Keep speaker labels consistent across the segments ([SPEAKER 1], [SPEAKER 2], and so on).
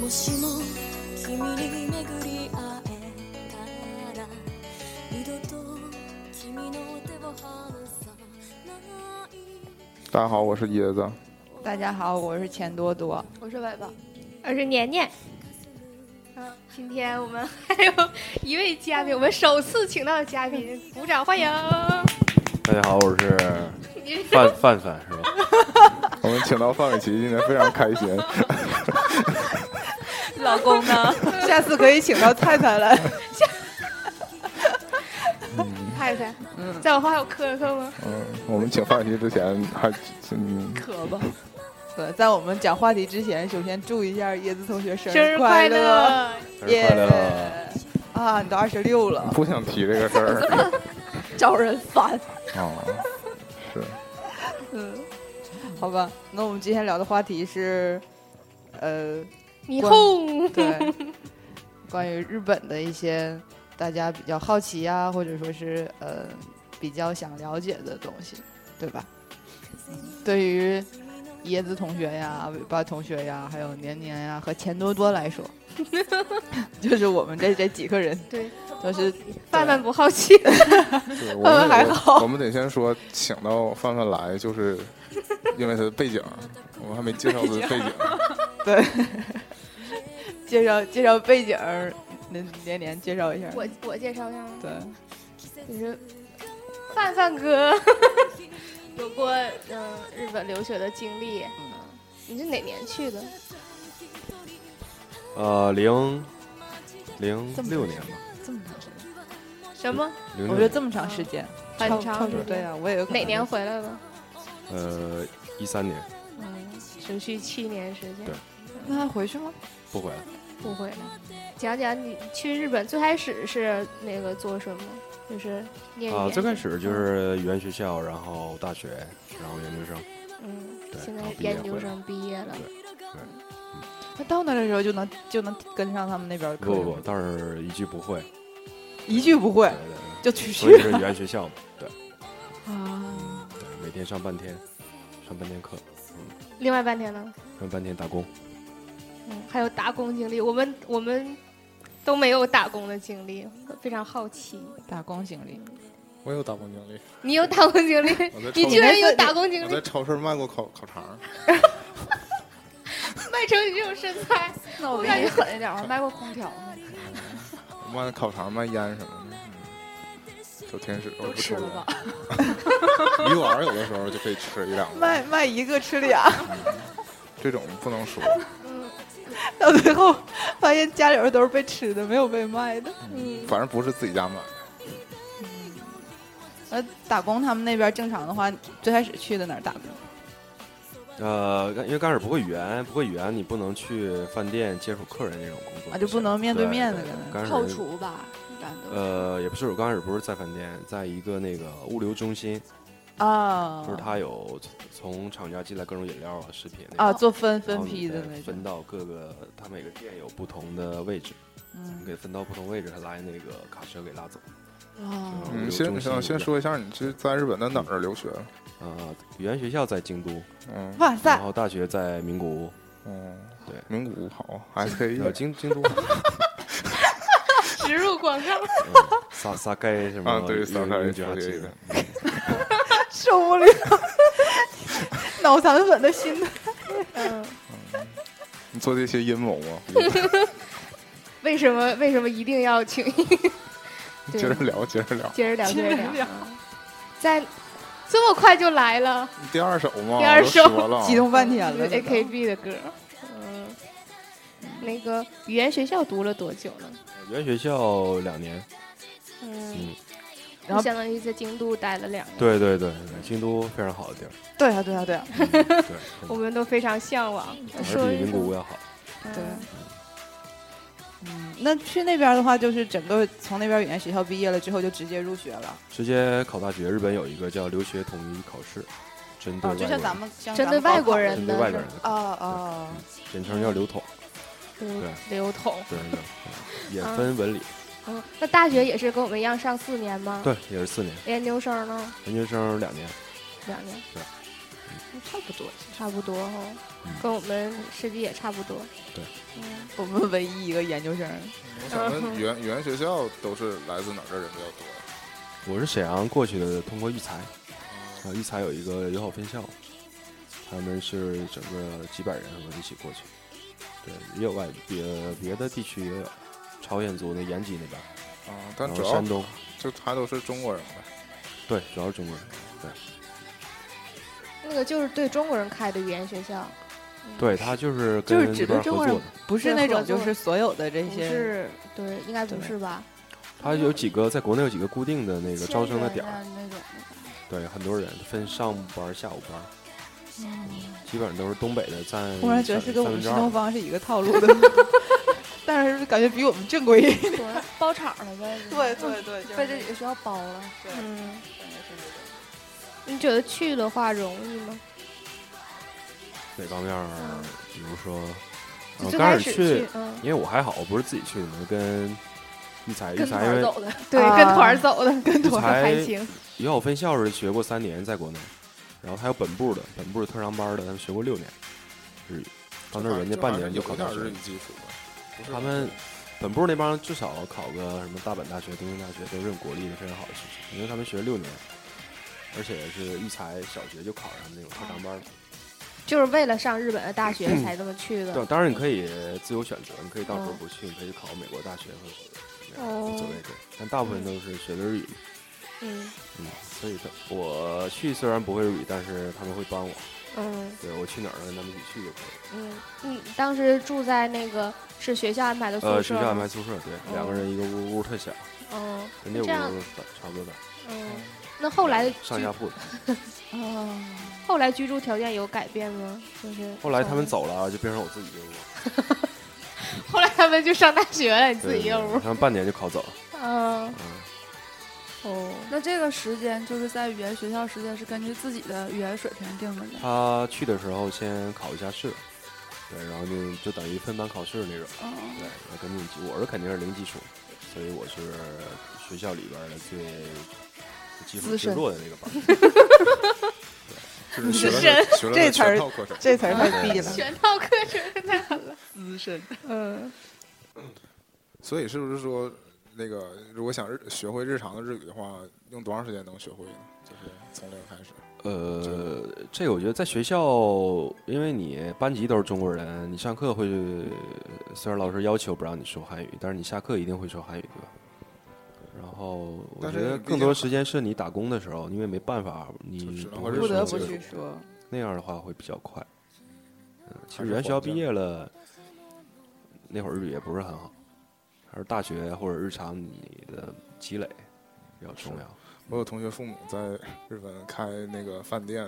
[SPEAKER 1] 私も君に巡り会えたら二度と君の手を離さない
[SPEAKER 2] 大家好，我是椰子。
[SPEAKER 3] 大家好，我是钱多多。
[SPEAKER 4] 我是伟宝，我是年年。嗯，今天我们还有一位嘉 宾，我们首次请到的嘉宾，鼓掌欢迎！嗯
[SPEAKER 5] 大家好，我是
[SPEAKER 4] 你是
[SPEAKER 5] 范范范，是 吧？
[SPEAKER 2] 我们请到范玮琪，今天非常开 心。
[SPEAKER 3] 老公呢？ 下次可以请到菜菜来。
[SPEAKER 4] 太太，再往后还有科科吗？
[SPEAKER 2] 嗯，我们请范玮琪之前还嗯，
[SPEAKER 3] 可吧。对，在我们讲话题之前，首先祝一下椰子同学生
[SPEAKER 4] 生日快
[SPEAKER 3] 乐！
[SPEAKER 4] 乐！
[SPEAKER 5] 生日快乐！
[SPEAKER 3] 耶啊，你都二十六了，
[SPEAKER 2] 不想提这个事儿。
[SPEAKER 3] 招人烦。
[SPEAKER 2] 啊，是
[SPEAKER 3] 嗯，好吧，那我们今天聊的话题是，呃，
[SPEAKER 4] 你 哄，
[SPEAKER 3] 对，关于日本的一些大家比较好奇呀、或者说是呃比较想了解的东西，对吧？
[SPEAKER 4] 嗯
[SPEAKER 3] 对于椰子同学呀、尾巴同学呀，还有年年呀和钱多多来说， 就是我们这这几个人
[SPEAKER 4] 对，
[SPEAKER 3] 都是
[SPEAKER 4] 范范不好奇，
[SPEAKER 2] 是，我
[SPEAKER 3] 范
[SPEAKER 2] 们
[SPEAKER 3] 范还
[SPEAKER 2] 得
[SPEAKER 3] 好
[SPEAKER 2] 我们得先说，请到范范来，就是因为他的背景，我们还没介绍他的背景。
[SPEAKER 3] 介绍介绍背景儿，那年年介绍一下。
[SPEAKER 4] 我我介绍一下吗？
[SPEAKER 3] 对，
[SPEAKER 4] 就是范范哥 有过嗯、日本留学的经历，嗯，你是哪年去的？
[SPEAKER 5] 呃，零零六年吧，
[SPEAKER 3] 这么长时间，
[SPEAKER 4] 什么？
[SPEAKER 5] 零
[SPEAKER 3] 我
[SPEAKER 5] 六
[SPEAKER 3] 说
[SPEAKER 5] 年，
[SPEAKER 3] 这么长时间，
[SPEAKER 4] 很
[SPEAKER 3] 超
[SPEAKER 4] 长
[SPEAKER 3] 超
[SPEAKER 4] 时间
[SPEAKER 3] 对啊，我也有可能
[SPEAKER 4] 哪年回来的？
[SPEAKER 5] 呃，一三年
[SPEAKER 4] 嗯，持续七年时间
[SPEAKER 5] 对。
[SPEAKER 3] 那还啊回去吗？
[SPEAKER 5] 不回来，
[SPEAKER 4] 不会的，讲讲你去日本最开始是那个做什么？就是念语
[SPEAKER 5] 啊、
[SPEAKER 4] 言
[SPEAKER 5] 最开始就是语言学校，然后大学，然后研究生，
[SPEAKER 4] 嗯，
[SPEAKER 5] 对
[SPEAKER 4] 现在
[SPEAKER 5] 然后毕业
[SPEAKER 4] 研究
[SPEAKER 5] 回来
[SPEAKER 4] 生毕业了，
[SPEAKER 3] 他到那儿的时候就能就能跟上他们那边的课
[SPEAKER 5] 不
[SPEAKER 3] 程
[SPEAKER 5] 不不，但是一句不会，
[SPEAKER 3] 一句不会就
[SPEAKER 5] 对对对，
[SPEAKER 3] 去
[SPEAKER 5] 所以
[SPEAKER 3] 去
[SPEAKER 5] 是语言学校嘛，对
[SPEAKER 3] 啊！
[SPEAKER 5] 对，每天上半天，上半天课，
[SPEAKER 4] 另外半天呢，
[SPEAKER 5] 上半天打工，
[SPEAKER 4] 嗯，还有打工经历，我们我们都没有打工的经历，非常好奇。
[SPEAKER 3] 打工经历，
[SPEAKER 2] 我有打工经历，
[SPEAKER 4] 你有打工经历？
[SPEAKER 2] 我在超
[SPEAKER 4] 你居
[SPEAKER 2] 市，
[SPEAKER 4] 然有打工经
[SPEAKER 2] 我
[SPEAKER 4] 历
[SPEAKER 2] 在？超市卖过烤烤肠。
[SPEAKER 4] 卖成你这种身材，
[SPEAKER 3] 那我
[SPEAKER 4] 比你
[SPEAKER 3] 狠一点，我还卖过空调呢，
[SPEAKER 2] 卖烤肠、卖烟什么的。嗯小天使，我不抽烟？ 鱼丸有的时候就可以吃一两个，
[SPEAKER 3] 卖卖一个吃俩，
[SPEAKER 2] 这种不能说。
[SPEAKER 4] 嗯
[SPEAKER 3] 到最后发现家里边都是被吃的，没有被卖的。
[SPEAKER 4] 嗯，
[SPEAKER 2] 反正不是自己家买的，
[SPEAKER 5] 嗯
[SPEAKER 3] 呃，打工他们那边正常的话，最开始去的哪儿打工？
[SPEAKER 5] 呃，因为刚开始不会语言，不会语言，你不能去饭店接触客人那种工作，
[SPEAKER 3] 啊就不能面对面的
[SPEAKER 5] 对
[SPEAKER 3] 跟他
[SPEAKER 5] 刚开始
[SPEAKER 6] 后厨吧，一般都是。
[SPEAKER 5] 呃，也不是，我刚开始不是在饭店，在一个那个物流中心，
[SPEAKER 3] 啊
[SPEAKER 5] 呃就是他有从厂家进来各种饮料啊、食品那种
[SPEAKER 3] 啊，做分
[SPEAKER 5] 然
[SPEAKER 3] 分
[SPEAKER 5] 后你
[SPEAKER 3] 批的
[SPEAKER 5] 再
[SPEAKER 3] 那
[SPEAKER 5] 分
[SPEAKER 3] 种，
[SPEAKER 5] 到各个，他每个店有不同的位置，你
[SPEAKER 3] 嗯
[SPEAKER 5] 给分到不同位置，他来那个卡车给拉走。
[SPEAKER 3] 啊
[SPEAKER 6] 哦
[SPEAKER 5] 就
[SPEAKER 2] 嗯，先先先说一下，你是在日本在哪儿留学？啊
[SPEAKER 5] 呃，语言学校在京都，
[SPEAKER 2] 嗯
[SPEAKER 3] 哇
[SPEAKER 5] 然
[SPEAKER 3] 塞，
[SPEAKER 5] 后大学在名古屋，
[SPEAKER 2] 嗯，
[SPEAKER 5] 对
[SPEAKER 2] 名古屋好，S K
[SPEAKER 5] 呃，
[SPEAKER 2] E
[SPEAKER 5] 京京都，
[SPEAKER 4] 植入广告，
[SPEAKER 5] 撒撒该什么
[SPEAKER 2] 啊，对，三三
[SPEAKER 5] 一
[SPEAKER 2] 一
[SPEAKER 5] 家
[SPEAKER 2] 这
[SPEAKER 5] 之
[SPEAKER 2] 个
[SPEAKER 5] 类的，
[SPEAKER 3] 受不 了，脑残粉的心态。
[SPEAKER 4] 嗯，
[SPEAKER 2] 你做这些阴谋啊吗？
[SPEAKER 4] 为什么为什么一定要 请？
[SPEAKER 2] 接
[SPEAKER 4] 对
[SPEAKER 2] 着聊，接着聊，
[SPEAKER 4] 接着聊，
[SPEAKER 3] 接着
[SPEAKER 4] 着
[SPEAKER 3] 聊
[SPEAKER 4] 聊，在这么快就来了。
[SPEAKER 2] 第二首嘛，
[SPEAKER 4] 第二首
[SPEAKER 2] 我都说了，
[SPEAKER 3] 激动半天
[SPEAKER 4] 就
[SPEAKER 3] 了
[SPEAKER 4] 是 AKB 的歌。嗯，那个语言学校读了多久了？
[SPEAKER 5] 语言学校两年，
[SPEAKER 4] 嗯，
[SPEAKER 5] 嗯，
[SPEAKER 3] 然后
[SPEAKER 4] 就相当于在京都待了两年。
[SPEAKER 5] 对对对，对京都非常好的地儿，嗯
[SPEAKER 3] 对啊，对啊，对啊，
[SPEAKER 5] 对，
[SPEAKER 4] 我们都非常向往。
[SPEAKER 5] 还
[SPEAKER 4] 说
[SPEAKER 5] 比
[SPEAKER 4] 一
[SPEAKER 5] 名古屋
[SPEAKER 4] 说，
[SPEAKER 5] 要好。
[SPEAKER 3] 对
[SPEAKER 4] 嗯，
[SPEAKER 3] 嗯，那去那边的话，就是整个从那边语言学校毕业了之后，就直接入学了，
[SPEAKER 5] 直接考大学，日本有一个叫留学统一考试，针对
[SPEAKER 3] 哦，
[SPEAKER 5] 外
[SPEAKER 3] 就
[SPEAKER 5] 国
[SPEAKER 3] 像
[SPEAKER 5] 人，
[SPEAKER 3] 咱们像
[SPEAKER 4] 针对
[SPEAKER 3] 咱们
[SPEAKER 4] 外国人
[SPEAKER 5] 针
[SPEAKER 4] 的
[SPEAKER 5] 对外国人的
[SPEAKER 3] 高考啊啊，
[SPEAKER 5] 简称叫留统，
[SPEAKER 4] 流
[SPEAKER 5] 对
[SPEAKER 4] 流桶。
[SPEAKER 5] 对对对，也分文理，
[SPEAKER 4] 嗯，那大学也是跟我们一样上
[SPEAKER 3] 嗯
[SPEAKER 4] 四年吗？
[SPEAKER 5] 对，也是四年，
[SPEAKER 4] 研究生呢，
[SPEAKER 5] 研究生两年，
[SPEAKER 4] 两年嗯
[SPEAKER 5] 对。嗯
[SPEAKER 6] 差不多。
[SPEAKER 4] 差不多哈、跟我们师弟也差不多。
[SPEAKER 5] 对，
[SPEAKER 4] 嗯，
[SPEAKER 3] 我们唯一一个研究生，
[SPEAKER 2] 我想问，语言语言学校都是来自哪儿的人比较多呀？
[SPEAKER 5] 我是沈阳过去的，通过育才，啊，育才有一个友好分校，他们是整个几百人我们一起过去，对，也有外别别的地区也有，朝鲜族的延吉那边，
[SPEAKER 2] 啊，但
[SPEAKER 5] 然
[SPEAKER 2] 主
[SPEAKER 5] 后
[SPEAKER 2] 要
[SPEAKER 5] 山东，
[SPEAKER 2] 就他都是中国人呗。
[SPEAKER 5] 对，主要是中国人，
[SPEAKER 4] 那个就是对中国人开的语言学校，
[SPEAKER 5] 对他就是
[SPEAKER 3] 就
[SPEAKER 5] 跟
[SPEAKER 3] 是
[SPEAKER 5] 那
[SPEAKER 3] 只
[SPEAKER 5] 边
[SPEAKER 3] 对
[SPEAKER 5] 合
[SPEAKER 3] 中国
[SPEAKER 5] 作
[SPEAKER 3] 人
[SPEAKER 5] 的，，
[SPEAKER 3] 不是
[SPEAKER 4] 对
[SPEAKER 3] 那
[SPEAKER 4] 合
[SPEAKER 3] 种就
[SPEAKER 4] 作
[SPEAKER 3] 是所有的这
[SPEAKER 4] 不
[SPEAKER 3] 些。
[SPEAKER 4] 是，对，应该不是吧？
[SPEAKER 5] 他有几个在国内有几个固定的那个招生的点儿，
[SPEAKER 4] 啊
[SPEAKER 6] 那那种那
[SPEAKER 5] 对，很多人分上午班儿、下午班儿，
[SPEAKER 6] 啥，
[SPEAKER 5] 基本上都是东北的占，
[SPEAKER 3] 忽然觉得是跟我
[SPEAKER 5] 三
[SPEAKER 3] 们
[SPEAKER 5] 分之
[SPEAKER 3] 新
[SPEAKER 5] 二
[SPEAKER 3] 东方是一个套路 的，但是感觉比我们正规。
[SPEAKER 6] 我包场了呗，
[SPEAKER 3] 对对对， 就是
[SPEAKER 6] 被这几个学校包了。
[SPEAKER 4] 嗯，
[SPEAKER 3] 感觉是这
[SPEAKER 4] 你觉得去的话容易吗？
[SPEAKER 5] 哪方面儿？比如说，
[SPEAKER 4] 就
[SPEAKER 5] 呃
[SPEAKER 4] 最
[SPEAKER 5] 刚
[SPEAKER 4] 开
[SPEAKER 5] 开
[SPEAKER 4] 始
[SPEAKER 5] 始
[SPEAKER 4] 去，嗯，
[SPEAKER 5] 因为我还好，我不是自己去的，嘛，跟育才育
[SPEAKER 6] 跟
[SPEAKER 5] 才
[SPEAKER 6] 团
[SPEAKER 5] 因
[SPEAKER 6] 儿
[SPEAKER 5] 为啊
[SPEAKER 6] 走的，
[SPEAKER 4] 对，
[SPEAKER 3] 啊
[SPEAKER 4] 跟团儿走的，跟团儿
[SPEAKER 5] 才
[SPEAKER 4] 还行。
[SPEAKER 5] 友好分校是学过三年，在国内，然后他有本部的，本部是特长班的，他们学过六年日语，到那儿人家半年就
[SPEAKER 2] 有
[SPEAKER 5] 考
[SPEAKER 2] 点
[SPEAKER 5] 大学
[SPEAKER 2] 日
[SPEAKER 5] 了
[SPEAKER 2] 语。基础吧。不是
[SPEAKER 5] 他们本部那帮至少考个什么大本大学、东京大学都是国立的非常好的事情，因为他们学六年，而且是育才小学就考上那种特长班了。
[SPEAKER 4] 就是为了上日本的大学才这么去的。
[SPEAKER 5] 嗯对，当然你可以自由选择，你可以到时候
[SPEAKER 4] 嗯
[SPEAKER 5] 不去，你可以考美国大学或者怎么样
[SPEAKER 4] 哦
[SPEAKER 5] 无所谓这个。但大部分都是学的日语，
[SPEAKER 4] 嗯
[SPEAKER 5] 嗯，所以他我去虽然不会日语，但是他们会帮我，
[SPEAKER 4] 嗯
[SPEAKER 5] 对我去哪儿都跟他们一起去就可以。
[SPEAKER 4] 嗯，你当时住在那个是学校安排的宿舍吗？
[SPEAKER 5] 呃，学校安排宿舍，对，两个人一个屋，屋特小，
[SPEAKER 4] 嗯
[SPEAKER 5] 跟这屋
[SPEAKER 4] 这样
[SPEAKER 5] 差不多大，
[SPEAKER 4] 嗯。那后来
[SPEAKER 5] 上
[SPEAKER 4] 居
[SPEAKER 5] 下铺的。
[SPEAKER 3] 哦，
[SPEAKER 4] 后来居住条件有改变吗？就是
[SPEAKER 5] 后来他们，走了，就变成我自己一个屋，
[SPEAKER 4] 后来他们就上大学了， 你自己
[SPEAKER 5] 对
[SPEAKER 4] 一个屋。
[SPEAKER 5] 他们半年就考走了，
[SPEAKER 4] 嗯
[SPEAKER 5] 嗯，
[SPEAKER 4] 哦，
[SPEAKER 6] 那这个时间就是在语言学校时间是根据自己的语言水平定的呢。
[SPEAKER 5] 他去的时候先考一下试，对，然后就就等于分班考试那种。
[SPEAKER 6] 嗯，
[SPEAKER 5] 对，我跟你一起，我是肯定是零基础，所以我是学校里边儿的最基础
[SPEAKER 3] 资
[SPEAKER 5] 最
[SPEAKER 3] 深
[SPEAKER 5] 弱的那个班儿。
[SPEAKER 2] 就是学了
[SPEAKER 4] 深
[SPEAKER 2] 个学了
[SPEAKER 3] 这
[SPEAKER 2] 个
[SPEAKER 3] 词儿
[SPEAKER 2] 全套课程，
[SPEAKER 3] 这词儿太低了，
[SPEAKER 4] 全套课程太好了。
[SPEAKER 3] 资深。
[SPEAKER 4] 嗯，
[SPEAKER 2] 所以是不是说，那个如果想日学会日常的日语的话，用多长时间能学会呢？就是从零开始。
[SPEAKER 5] 呃，这个我觉得在学校，因为你班级都是中国人，你上课会虽然老师要求不让你说汉语，但是你下课一定会说汉语，对吧？然后我
[SPEAKER 2] 但
[SPEAKER 5] 觉
[SPEAKER 2] 是
[SPEAKER 5] 得
[SPEAKER 2] 毕
[SPEAKER 5] 更
[SPEAKER 2] 竟
[SPEAKER 5] 多
[SPEAKER 2] 还
[SPEAKER 5] 时间是你打工的时候，因为没办法，
[SPEAKER 2] 就
[SPEAKER 5] 你
[SPEAKER 2] 只能
[SPEAKER 5] 不
[SPEAKER 2] 会
[SPEAKER 5] 会
[SPEAKER 2] 日
[SPEAKER 3] 不得
[SPEAKER 5] 说
[SPEAKER 3] 不
[SPEAKER 5] 这个
[SPEAKER 3] 去说，
[SPEAKER 5] 那样的话会比较快。嗯，其
[SPEAKER 2] 还
[SPEAKER 5] 实
[SPEAKER 2] 是
[SPEAKER 5] 原学校
[SPEAKER 2] 环境
[SPEAKER 5] 毕业了，那会儿日语也不是很好，还是大学或者日常你的积累比较重要。
[SPEAKER 2] 我有同学父母在日本开那个饭店，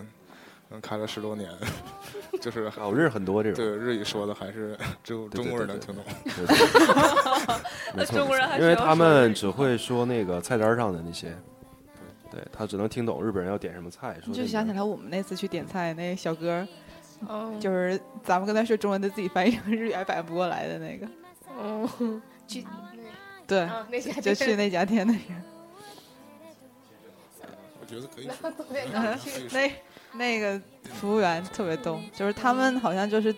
[SPEAKER 2] 嗯，开了十多年， 就是
[SPEAKER 5] 啊，我认识很多这种，
[SPEAKER 2] 对日语说的还是只有
[SPEAKER 5] 对
[SPEAKER 2] 中国人能听懂。
[SPEAKER 5] 对对对没错，
[SPEAKER 6] 中国人
[SPEAKER 5] 没错
[SPEAKER 6] 还是
[SPEAKER 5] 因为
[SPEAKER 6] 要
[SPEAKER 5] 他们只会说那个菜单上的那些，对他只能听懂日本人要点什么菜。说
[SPEAKER 3] 你就
[SPEAKER 5] 这
[SPEAKER 3] 想起
[SPEAKER 5] 名
[SPEAKER 3] 来我们那次去点菜，那小哥
[SPEAKER 4] 哦，
[SPEAKER 3] 就是咱们跟他说中文，他自己翻译成日语还反应不过来的那个，
[SPEAKER 4] 嗯，去
[SPEAKER 3] 对，
[SPEAKER 4] 啊那些
[SPEAKER 3] 就去嗯那家店那人。
[SPEAKER 2] 我觉得可以
[SPEAKER 4] 那
[SPEAKER 2] 说，
[SPEAKER 4] 东北刚去，
[SPEAKER 2] 可以说
[SPEAKER 3] 那那个服务员特别逗，就是他们好像就是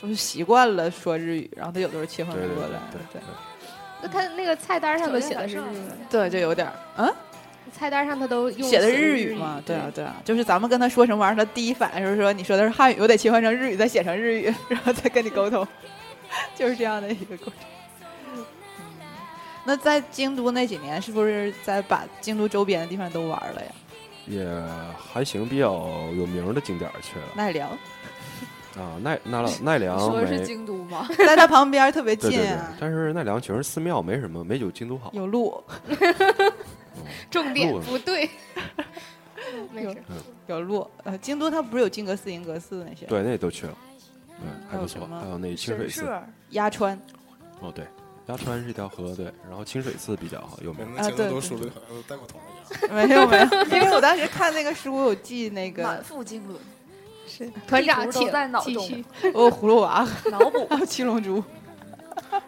[SPEAKER 3] 就是习惯了说日语，然后他有的时候切换
[SPEAKER 5] 对
[SPEAKER 3] 不
[SPEAKER 5] 对
[SPEAKER 3] 过
[SPEAKER 5] 对
[SPEAKER 3] 来，
[SPEAKER 5] 对
[SPEAKER 4] 那他那个菜单上都写的是日
[SPEAKER 6] 酒店
[SPEAKER 4] 语
[SPEAKER 6] 晚，
[SPEAKER 3] 对，就有点儿啊，
[SPEAKER 4] 菜单上他都用
[SPEAKER 3] 写的
[SPEAKER 4] 是
[SPEAKER 3] 日
[SPEAKER 4] 语
[SPEAKER 3] 语嘛，对啊，对啊，就是咱们跟他说什么玩意儿，他第一反应就是说你说的是汉语，我得切换成日语，再写成日语， 然后再跟你沟通， 就是这样的一个过程。嗯那在京都那几年，是不是在把京都周边的地方都玩了呀？
[SPEAKER 5] 也还行，比较有名的景点儿去了
[SPEAKER 3] 奈 良，
[SPEAKER 5] 啊，奈奈 良奈 良
[SPEAKER 6] 说的是
[SPEAKER 5] 没。
[SPEAKER 6] 京都 吗？
[SPEAKER 3] 在它旁边特别
[SPEAKER 5] 对
[SPEAKER 3] 近
[SPEAKER 5] 对对
[SPEAKER 3] 啊，，
[SPEAKER 5] 但是奈良全是寺庙，没什么，没有京都好。
[SPEAKER 3] 有路，
[SPEAKER 4] 重点
[SPEAKER 5] 录了
[SPEAKER 4] 不对。没事，
[SPEAKER 3] 有路。呃，京都它不是有金阁寺、银阁寺那些？，
[SPEAKER 5] 对，那都去了，嗯，还
[SPEAKER 3] 还有
[SPEAKER 5] 不
[SPEAKER 3] 什
[SPEAKER 5] 错。
[SPEAKER 3] 么
[SPEAKER 5] 还有那清水寺，
[SPEAKER 3] 鸭川。
[SPEAKER 5] 哦对，鸭川是一条河，对，然后清水寺比较好有
[SPEAKER 2] 我
[SPEAKER 5] 名。
[SPEAKER 2] 们京
[SPEAKER 3] 啊对
[SPEAKER 2] 东都
[SPEAKER 3] 对
[SPEAKER 2] 说的好像带过同一样。
[SPEAKER 3] 没有没有，因为我当时看那个书，我有记那
[SPEAKER 6] 满
[SPEAKER 3] 个
[SPEAKER 6] 腹经纶，
[SPEAKER 4] 团长
[SPEAKER 6] 地图
[SPEAKER 4] 请
[SPEAKER 6] 都在脑
[SPEAKER 4] 继
[SPEAKER 6] 中
[SPEAKER 4] 续。
[SPEAKER 3] 我有葫芦娃，
[SPEAKER 6] 脑补。
[SPEAKER 3] 啊 还有七龙 珠。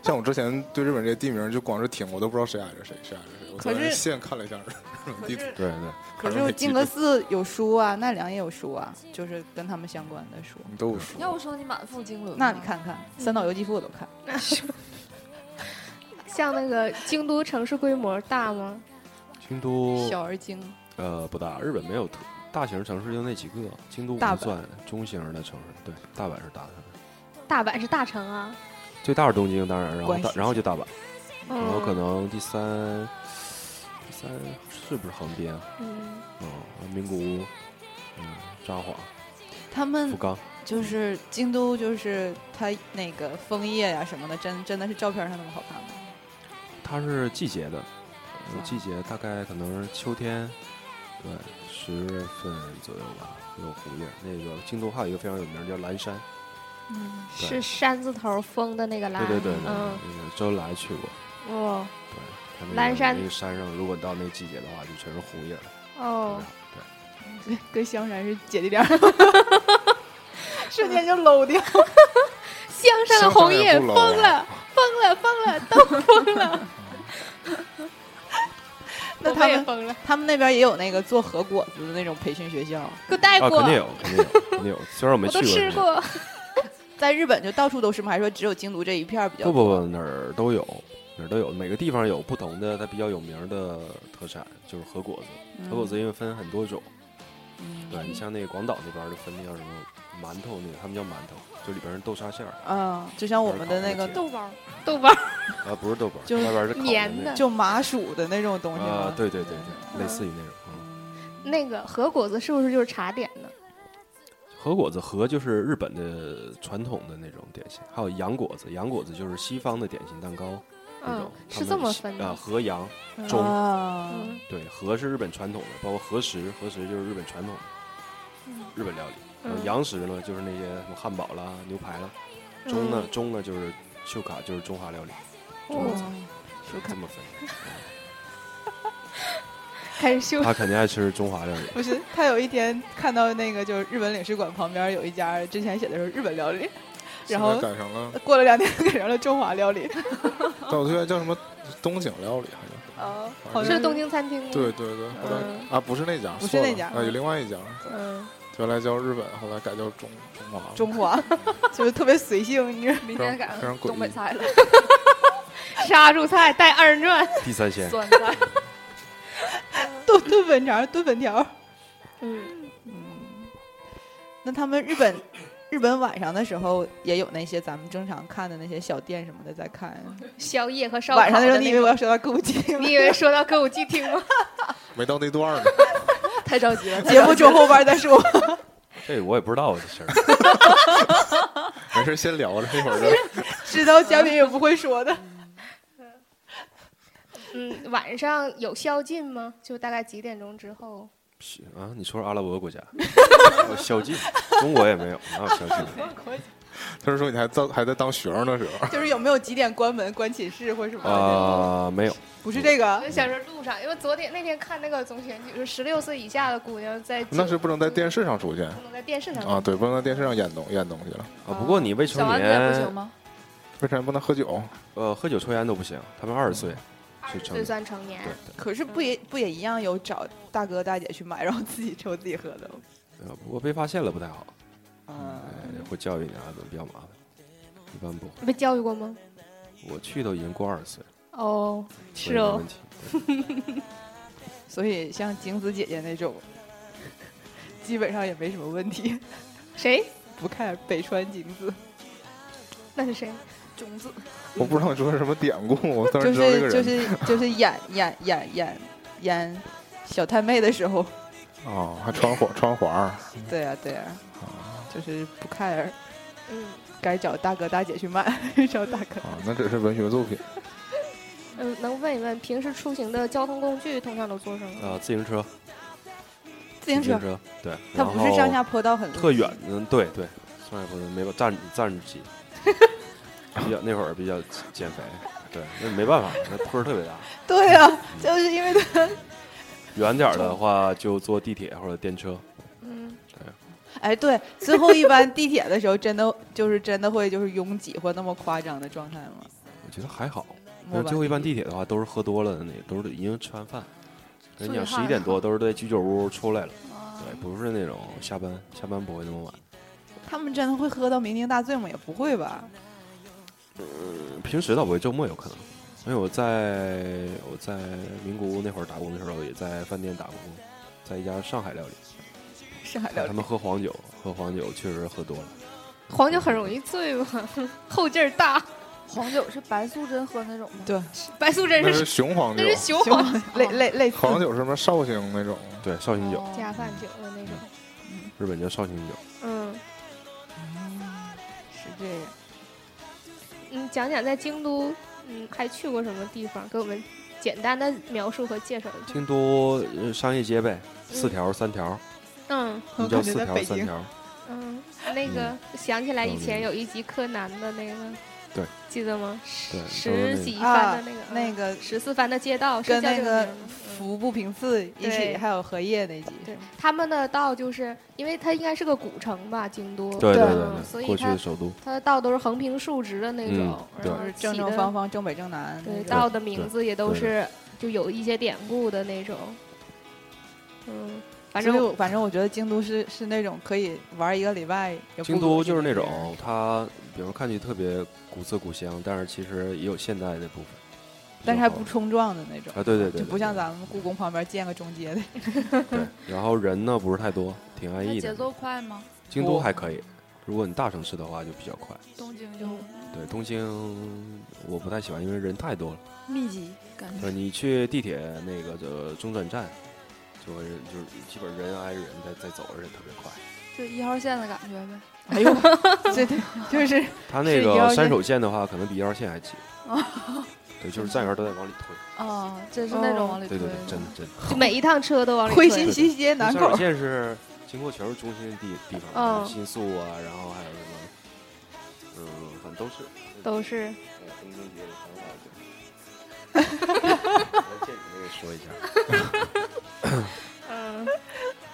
[SPEAKER 2] 像我之前对日本这些地名就光是听，我都不知道谁挨着谁，谁挨着谁。我昨
[SPEAKER 3] 可
[SPEAKER 2] 天
[SPEAKER 3] 是
[SPEAKER 2] 现看了一下，
[SPEAKER 3] 可
[SPEAKER 2] 地
[SPEAKER 3] 是
[SPEAKER 5] 对对，
[SPEAKER 3] 可
[SPEAKER 2] 还是
[SPEAKER 3] 是
[SPEAKER 2] 很
[SPEAKER 3] 金
[SPEAKER 2] 基
[SPEAKER 3] 阁
[SPEAKER 2] 本
[SPEAKER 3] 寺有书啊，奈良也有书啊，就是跟他们相关的书。
[SPEAKER 2] 你都有书，
[SPEAKER 7] 要不说你满腹经纶，
[SPEAKER 3] 那你，看看《三岛由纪夫》我都看，
[SPEAKER 4] 像那个京都城市规模大吗？
[SPEAKER 5] 京都
[SPEAKER 3] 小而精。
[SPEAKER 5] 呃不大，日本没有特大型城市就那几个，京都
[SPEAKER 3] 大
[SPEAKER 5] 不
[SPEAKER 3] 阪
[SPEAKER 5] 算中型的城市，对，大阪是大的，
[SPEAKER 4] 大阪是大城啊，
[SPEAKER 5] 最大是东京，当然，然后
[SPEAKER 3] 关
[SPEAKER 5] 大
[SPEAKER 3] 西
[SPEAKER 5] 然后就大阪，然后
[SPEAKER 4] 嗯，
[SPEAKER 5] 可能第三第三是不是横滨啊？
[SPEAKER 4] 嗯，
[SPEAKER 5] 嗯，名古屋，嗯，札幌、
[SPEAKER 3] 他
[SPEAKER 5] 福
[SPEAKER 3] 们
[SPEAKER 5] 冈，
[SPEAKER 3] 就是京都，就是它那个枫叶呀、什么的，真真的是照片上那么好看吗？
[SPEAKER 5] 它是季节的，
[SPEAKER 3] 是吧
[SPEAKER 5] 呃季节大概可能是秋天，对，十月份左右吧，有蝴蝶。那个京都还有一个非常有名儿叫岚山，
[SPEAKER 3] 嗯，
[SPEAKER 5] 对
[SPEAKER 4] 是山字头封的那个蓝，
[SPEAKER 5] 对对对对，
[SPEAKER 4] 嗯，
[SPEAKER 5] 那个周恩来去过，
[SPEAKER 3] 嗯
[SPEAKER 4] 哦
[SPEAKER 5] 对，它那个
[SPEAKER 4] 岚山
[SPEAKER 5] 那个山上，如果到那季节的话，就全是红叶儿，特
[SPEAKER 4] 哦
[SPEAKER 5] 别，好对，
[SPEAKER 3] 跟香山是姐弟俩， 瞬间就搂 掉。
[SPEAKER 4] 香山
[SPEAKER 2] 香
[SPEAKER 4] 的
[SPEAKER 2] 山
[SPEAKER 4] 红
[SPEAKER 2] 也
[SPEAKER 4] 叶
[SPEAKER 2] 不
[SPEAKER 4] 疯
[SPEAKER 2] 搂
[SPEAKER 4] 了
[SPEAKER 2] 啊，
[SPEAKER 4] 疯了，疯了，都疯了，
[SPEAKER 3] 那
[SPEAKER 4] 我
[SPEAKER 3] 他
[SPEAKER 4] 也
[SPEAKER 3] 们
[SPEAKER 4] 疯了，
[SPEAKER 3] 他们那边也有那个做核果子的那种培训学校，
[SPEAKER 4] 给我带
[SPEAKER 5] 啊，
[SPEAKER 4] 过，
[SPEAKER 5] 肯定有，肯定有，肯定有。虽然我没
[SPEAKER 4] 我
[SPEAKER 5] 去
[SPEAKER 4] 都
[SPEAKER 5] 过
[SPEAKER 4] 吃
[SPEAKER 5] 那个，
[SPEAKER 4] 过，
[SPEAKER 3] 在日本就到处都是吗？还是说只有京都这一片儿比较
[SPEAKER 5] 不不不，哪儿都有，哪儿都有，每个地方有不同的它比较有名儿的特产，就是和果子。
[SPEAKER 4] 嗯
[SPEAKER 5] 和果子因为分很多种，
[SPEAKER 3] 嗯
[SPEAKER 5] 对你像那个广岛那边儿就分那叫什么馒头，那个他们叫馒头，就里边儿是豆沙馅儿，
[SPEAKER 3] 嗯，就像我们的那个
[SPEAKER 5] 不是烤
[SPEAKER 4] 豆包，豆包，
[SPEAKER 5] 啊，不是豆包儿，
[SPEAKER 3] 就是
[SPEAKER 5] 外边儿是烤
[SPEAKER 4] 粘的嗯
[SPEAKER 5] 的
[SPEAKER 3] 就麻薯的那种东
[SPEAKER 5] 那
[SPEAKER 3] 西
[SPEAKER 5] 种。
[SPEAKER 3] 吗
[SPEAKER 5] 啊，？对对对对，类似于那种。嗯
[SPEAKER 4] 那个和果子是不是就是茶点呢？
[SPEAKER 5] 和果子，和就是日本的传统的那种点心，还有洋果子，洋果子就是西方的点心蛋糕那
[SPEAKER 4] 嗯
[SPEAKER 5] 种，。他
[SPEAKER 4] 是
[SPEAKER 5] 们
[SPEAKER 4] 这么
[SPEAKER 5] 西
[SPEAKER 4] 分
[SPEAKER 5] 啊，
[SPEAKER 4] 的，
[SPEAKER 5] 和洋
[SPEAKER 4] 嗯
[SPEAKER 5] 中
[SPEAKER 3] 啊，
[SPEAKER 4] 嗯，
[SPEAKER 5] 对，和是日本传统的，包括和食，和食就是日本传统的日本料理。然
[SPEAKER 4] 嗯
[SPEAKER 5] 后呃洋食呢，就是那些什么汉堡啦、牛排啦。中呢
[SPEAKER 4] 嗯，
[SPEAKER 5] 中呢就是秀卡，就是中华料理。中国菜
[SPEAKER 4] 哦，
[SPEAKER 5] 就这么分。
[SPEAKER 4] 开始秀
[SPEAKER 5] 他肯定爱吃中华料理。
[SPEAKER 3] 不是，他有一天看到那个就是日本领事馆旁边有一家之前写的是日本料理，然
[SPEAKER 2] 现
[SPEAKER 3] 后
[SPEAKER 2] 在改成了，
[SPEAKER 3] 过了两天改成了中华料理。
[SPEAKER 2] 但我觉得叫什么东景料理好像是。
[SPEAKER 3] 啊，
[SPEAKER 2] 反
[SPEAKER 3] 好
[SPEAKER 2] 正
[SPEAKER 3] 像
[SPEAKER 4] 是东京餐厅吗？
[SPEAKER 2] 对对对，后
[SPEAKER 4] 嗯
[SPEAKER 2] 来啊不是那家，
[SPEAKER 3] 不是
[SPEAKER 2] 错了
[SPEAKER 3] 那家
[SPEAKER 2] 啊有另外一家，
[SPEAKER 4] 嗯，
[SPEAKER 2] 原来叫日本，后来改叫中中华了，
[SPEAKER 3] 中华， 就是特别随性，你知道
[SPEAKER 7] 明天改
[SPEAKER 2] 非
[SPEAKER 7] 成
[SPEAKER 2] 常诡异
[SPEAKER 7] 东北菜了，
[SPEAKER 4] 杀猪菜带二人转，
[SPEAKER 5] 地三鲜，
[SPEAKER 7] 酸菜。
[SPEAKER 3] 炖炖粉肠、炖粉条。
[SPEAKER 4] 嗯，
[SPEAKER 3] 那他们日本日本晚上的时候也有那些咱们正常看的那些小店什么的在看。
[SPEAKER 4] 宵夜和烧烤
[SPEAKER 3] 晚上的时候，
[SPEAKER 4] 那
[SPEAKER 3] 你 以为我要
[SPEAKER 4] 种
[SPEAKER 3] 说到歌舞伎吗？
[SPEAKER 4] 你以为说到歌舞伎厅 吗？
[SPEAKER 2] 没到那段呢。
[SPEAKER 7] 太着急了，
[SPEAKER 3] 节目中后边再说。
[SPEAKER 5] 这我也不知道啊这事儿。
[SPEAKER 2] 没事，先聊着，一会儿就
[SPEAKER 3] 知道嘉宾也不会说的。
[SPEAKER 4] 嗯，晚上有宵禁吗？就大概几点钟之后？
[SPEAKER 5] 是啊，你说说阿拉伯国家，我宵禁，中国也没有，哪有宵禁？
[SPEAKER 2] 他是说你还当还在当学生的时 候，
[SPEAKER 3] 就是有没有几点关门、关寝室或什么的？
[SPEAKER 5] 啊，没有。
[SPEAKER 3] 不是这
[SPEAKER 4] 我
[SPEAKER 3] 个，
[SPEAKER 4] 就想说路上，因为昨天那天看那个总选举，说十六岁以下的姑娘在
[SPEAKER 2] 那是不能在电视上出现
[SPEAKER 4] 不能在电视上
[SPEAKER 2] 啊，对，不能在电视上演东演东西了。
[SPEAKER 5] 啊，不过你未成
[SPEAKER 7] 小丸子也不行
[SPEAKER 5] 年，
[SPEAKER 7] 吗？
[SPEAKER 2] 为啥不能喝酒？
[SPEAKER 5] 呃，喝酒抽烟都不行，他们二十岁是成
[SPEAKER 4] 就
[SPEAKER 5] 年。
[SPEAKER 4] 算成年
[SPEAKER 5] 对，
[SPEAKER 3] 可是不也不也一样有找大哥大姐去买，然后自己抽自己喝的吗。
[SPEAKER 5] 对，呃不过被发现了不太好，
[SPEAKER 3] 嗯
[SPEAKER 5] 哎，会教育你啊，怎么比较麻烦。一般不，
[SPEAKER 4] 你被教育过吗？
[SPEAKER 5] 我去都已经过二十岁了，
[SPEAKER 4] 哦，
[SPEAKER 5] 所
[SPEAKER 4] 是
[SPEAKER 5] 以没
[SPEAKER 4] 哦
[SPEAKER 5] 问，题。
[SPEAKER 3] 所以像景子姐姐那种， 基本上也没什么问题。
[SPEAKER 4] 谁？
[SPEAKER 3] 不看北川景子，
[SPEAKER 4] 那是谁？
[SPEAKER 7] 种子
[SPEAKER 2] 我不知道你说的什么典故，我当
[SPEAKER 3] 就
[SPEAKER 2] 时知道这个
[SPEAKER 3] 是就
[SPEAKER 2] 人
[SPEAKER 3] 是就是演演演演演小太妹的时候，
[SPEAKER 2] 啊，还穿黄穿黄儿，
[SPEAKER 3] 对啊对啊，
[SPEAKER 2] 哦
[SPEAKER 3] 就是不看
[SPEAKER 4] 嗯
[SPEAKER 3] 该找大哥大姐去买， 找大哥。
[SPEAKER 2] 啊，那只是文学作品。
[SPEAKER 4] 嗯，能问一问平时出行的交通工具通常都做什么？
[SPEAKER 5] 啊，自行车，
[SPEAKER 3] 自
[SPEAKER 5] 自
[SPEAKER 3] 行
[SPEAKER 5] 行
[SPEAKER 3] 车，
[SPEAKER 5] 车，对，
[SPEAKER 3] 它
[SPEAKER 5] 然
[SPEAKER 3] 不是上
[SPEAKER 5] 后
[SPEAKER 3] 下坡道很
[SPEAKER 5] 特远，嗯，对对，上下坡的没办站站着骑， 比较那会儿比较减肥，对，那没办法，那坡儿特别大。
[SPEAKER 3] 对呀、
[SPEAKER 2] 嗯
[SPEAKER 3] 啊，就是因为它。
[SPEAKER 5] 远点儿的话就坐地铁或者电车，
[SPEAKER 4] 嗯，
[SPEAKER 3] 哎，对，最后一班地铁的时候，真的就是真的会就是拥挤或那么夸张的状态吗？
[SPEAKER 5] 我觉得还好。
[SPEAKER 3] 末
[SPEAKER 5] 但是
[SPEAKER 2] 呃
[SPEAKER 3] 班
[SPEAKER 5] 最后一班地铁的话，都是喝多了的那，都是已经吃完饭，对你想十一点多都是在居酒屋出来了，
[SPEAKER 3] 哦
[SPEAKER 5] 对，不是那种下班下班不会那么晚。
[SPEAKER 3] 他们真的会喝到酩酊大醉吗？也不会吧。
[SPEAKER 5] 平时倒不会，周末有可能，因为我在我在名古屋那会儿打工的时候，也在饭店打工，在一家上海料理，
[SPEAKER 3] 上海料
[SPEAKER 5] 他
[SPEAKER 3] 理
[SPEAKER 5] 们喝黄酒，喝黄酒确实喝多了，
[SPEAKER 4] 黄酒很容易醉嘛，后劲儿大。
[SPEAKER 6] 黄酒是白素贞喝那种吗？
[SPEAKER 3] 对，
[SPEAKER 4] 白素贞
[SPEAKER 2] 那
[SPEAKER 4] 是
[SPEAKER 2] 是雄黄
[SPEAKER 4] 那
[SPEAKER 2] 酒，
[SPEAKER 4] 是雄
[SPEAKER 3] 行
[SPEAKER 4] 黄
[SPEAKER 3] 吧，类类类似
[SPEAKER 2] 黄酒是什么绍兴那种，
[SPEAKER 5] 对，绍兴酒，
[SPEAKER 6] 哦
[SPEAKER 4] 加饭酒的那种。
[SPEAKER 5] 日本叫绍兴酒，
[SPEAKER 4] 嗯
[SPEAKER 3] 是这样。
[SPEAKER 4] 嗯，讲讲在京都，嗯，还去过什么地方？给我们简单的描述和介绍一下。
[SPEAKER 5] 京都呃商业街呗，四条三条，
[SPEAKER 4] 嗯
[SPEAKER 5] 你叫四条三条，
[SPEAKER 4] 嗯，那个想起来以前有一集柯南的那个，
[SPEAKER 5] 对，
[SPEAKER 4] 记得吗？
[SPEAKER 5] 对，都
[SPEAKER 4] 十
[SPEAKER 5] 是那
[SPEAKER 4] 几
[SPEAKER 5] 个
[SPEAKER 4] 番的那个，嗯
[SPEAKER 3] 那个
[SPEAKER 4] 十四番的街道，是
[SPEAKER 3] 跟
[SPEAKER 4] 叫
[SPEAKER 3] 那
[SPEAKER 4] 这个
[SPEAKER 3] 个
[SPEAKER 4] 名字吗嗯
[SPEAKER 3] 服部平次一起，
[SPEAKER 4] 对
[SPEAKER 3] 还有荷叶那集，
[SPEAKER 4] 对他们的道就是因为它应该是个古城吧，京都，
[SPEAKER 5] 对对
[SPEAKER 3] 对
[SPEAKER 4] 嗯所
[SPEAKER 5] 对，过
[SPEAKER 4] 以
[SPEAKER 5] 去的
[SPEAKER 4] 它
[SPEAKER 5] 首都，
[SPEAKER 4] 它的道都是横平竖直的那种，
[SPEAKER 5] 嗯
[SPEAKER 4] 然
[SPEAKER 3] 就
[SPEAKER 4] 后
[SPEAKER 3] 是
[SPEAKER 4] 起
[SPEAKER 3] 正正
[SPEAKER 4] 的
[SPEAKER 3] 方方，正北正南那
[SPEAKER 4] 对，
[SPEAKER 3] 种。
[SPEAKER 4] 道的名字也都
[SPEAKER 5] 对
[SPEAKER 4] 是就有一些典故的那种，嗯，反
[SPEAKER 3] 所以
[SPEAKER 4] 正
[SPEAKER 3] 我反正我觉得京都是是那种可以玩一个礼拜。也不
[SPEAKER 5] 京都就是
[SPEAKER 3] 恶
[SPEAKER 5] 那
[SPEAKER 3] 心的地
[SPEAKER 5] 种，它比如看起特别古色古香，但是其实也有现代的部分，
[SPEAKER 3] 方，但是还不
[SPEAKER 5] 比较
[SPEAKER 3] 冲撞的那种
[SPEAKER 5] 好。啊，对对对，
[SPEAKER 3] 就
[SPEAKER 5] 对
[SPEAKER 3] 不像
[SPEAKER 5] 对
[SPEAKER 3] 咱们故宫旁边建个中街的，
[SPEAKER 5] 对，然后人呢不是太多，挺安
[SPEAKER 6] 它
[SPEAKER 5] 逸
[SPEAKER 6] 节
[SPEAKER 5] 的。
[SPEAKER 6] 奏快吗？
[SPEAKER 5] 京都还可以，如果你大城市的话就比较快。
[SPEAKER 6] 东京就
[SPEAKER 5] 对，东京我不太喜欢，因为人太多了。
[SPEAKER 6] 密集，感觉
[SPEAKER 5] 对，你去地铁那个呃中转站，就会就是基本人挨着人在在走，而且特别快。
[SPEAKER 6] 就一号线的感觉呗。
[SPEAKER 3] 哎呦，这这就是
[SPEAKER 5] 它那
[SPEAKER 3] 是一号
[SPEAKER 5] 个
[SPEAKER 3] 线
[SPEAKER 5] 山手线的话，可能比一号线还挤。对，就是站员都在往里推。
[SPEAKER 6] 啊，这是那种
[SPEAKER 3] 哦
[SPEAKER 6] 往里推
[SPEAKER 5] 对对
[SPEAKER 6] 的
[SPEAKER 5] 对，真的真的。
[SPEAKER 4] 就每一趟车都往里
[SPEAKER 3] 惠
[SPEAKER 4] 推
[SPEAKER 3] 新西街南
[SPEAKER 5] 山
[SPEAKER 3] 口
[SPEAKER 5] 手，线是经过全是中心的地地方，
[SPEAKER 4] 嗯
[SPEAKER 5] 新宿啊，然后还有什么，嗯，反正都是。
[SPEAKER 4] 都是
[SPEAKER 5] 东京节的想法我借你那个说一下，
[SPEAKER 4] 嗯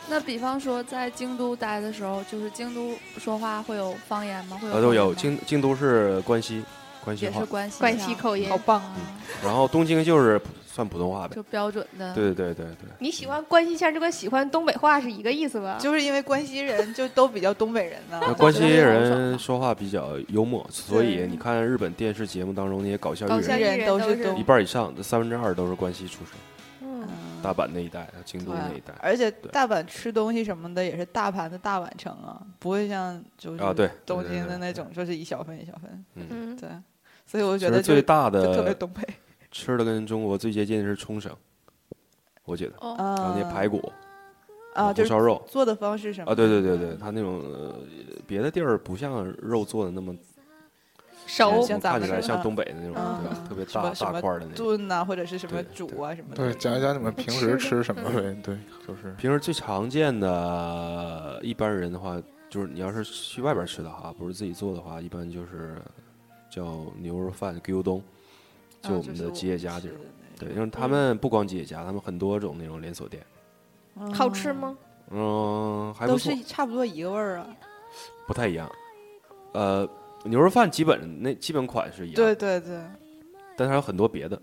[SPEAKER 6] 那比方说在京都待的时候，就是京都说话会有方言吗？ 会有
[SPEAKER 5] 啊都
[SPEAKER 6] 方言
[SPEAKER 5] 有
[SPEAKER 6] 吗
[SPEAKER 5] 京京都是关西关西
[SPEAKER 6] 也
[SPEAKER 5] 话
[SPEAKER 6] 是，关西
[SPEAKER 4] 关
[SPEAKER 6] 腔
[SPEAKER 4] 西口音
[SPEAKER 3] 好。棒啊！
[SPEAKER 6] 啊，
[SPEAKER 5] 然后东京就是普算普通话呗。
[SPEAKER 6] 就标准的。
[SPEAKER 5] 对对对对对，
[SPEAKER 4] 你喜欢关西腔就跟喜欢东北话是一个意思吧？
[SPEAKER 3] 就是因为关西人就都比较东北人呢
[SPEAKER 5] 那，关西人说话比较幽默，所以你看日本电视节目当中那些搞笑
[SPEAKER 4] 搞
[SPEAKER 5] 艺
[SPEAKER 4] 笑
[SPEAKER 5] 人，
[SPEAKER 4] 艺人
[SPEAKER 3] 都
[SPEAKER 4] 都
[SPEAKER 3] 是
[SPEAKER 4] 是
[SPEAKER 5] 一
[SPEAKER 3] 东
[SPEAKER 5] 半以上三分之二都是关西出身，
[SPEAKER 4] 嗯
[SPEAKER 3] 嗯
[SPEAKER 5] 大阪那一带、京都
[SPEAKER 3] 对啊
[SPEAKER 5] 那一带
[SPEAKER 3] 而且
[SPEAKER 5] 对
[SPEAKER 3] 大阪吃东西什么的也是大盘子大碗盛啊，不会像就是
[SPEAKER 5] 啊，对，
[SPEAKER 3] 东
[SPEAKER 5] 对
[SPEAKER 3] 京的那，种，就是一小份一小份。
[SPEAKER 4] 嗯，
[SPEAKER 3] 对，所以我觉
[SPEAKER 5] 对对其实
[SPEAKER 3] 得就
[SPEAKER 5] 最大
[SPEAKER 3] 就特别
[SPEAKER 5] 的
[SPEAKER 3] 东北
[SPEAKER 5] 吃的跟中国最接近的是冲绳，我觉得，
[SPEAKER 6] 哦，
[SPEAKER 5] 然
[SPEAKER 3] 啊
[SPEAKER 5] 后那排骨、
[SPEAKER 3] 啊，就
[SPEAKER 5] 红
[SPEAKER 3] 是
[SPEAKER 5] 烧肉，
[SPEAKER 3] 做的方式什么
[SPEAKER 5] 啊，对对
[SPEAKER 3] 的
[SPEAKER 5] 对对，它那种、呃、别的地儿不像肉做的那么
[SPEAKER 4] 熟
[SPEAKER 3] 像咱
[SPEAKER 5] 看
[SPEAKER 3] 们
[SPEAKER 5] 起来
[SPEAKER 3] 是
[SPEAKER 5] 像
[SPEAKER 3] 吧
[SPEAKER 5] 东北的那种，
[SPEAKER 3] 嗯
[SPEAKER 5] 对吧？特别
[SPEAKER 3] 什么
[SPEAKER 5] 大
[SPEAKER 3] 什么
[SPEAKER 5] 大块儿的那种。
[SPEAKER 3] 炖呐，或者是什么
[SPEAKER 5] 对
[SPEAKER 3] 煮啊什么的
[SPEAKER 2] 对，。讲一讲你们平时吃什么呗？对，就是
[SPEAKER 5] 平时最常见的，一般人的话，就是你要是去外边吃的话，不是自己做的话，一般就是叫牛肉饭、咕咚，
[SPEAKER 3] 啊
[SPEAKER 5] 就我们
[SPEAKER 3] 是
[SPEAKER 5] 的吉野家
[SPEAKER 3] 吃
[SPEAKER 5] 地儿
[SPEAKER 3] 的。那
[SPEAKER 5] 对，因为他们不光吉野家，他们很多种那种连锁店，
[SPEAKER 3] 种
[SPEAKER 4] 好吃？吗？
[SPEAKER 5] 嗯，还
[SPEAKER 3] 都
[SPEAKER 5] 不错，
[SPEAKER 3] 是差不多一个味儿啊。
[SPEAKER 5] 不太一样。呃，牛肉饭基本那基本款是一样，
[SPEAKER 3] 对对对，
[SPEAKER 5] 但是还有很多别的，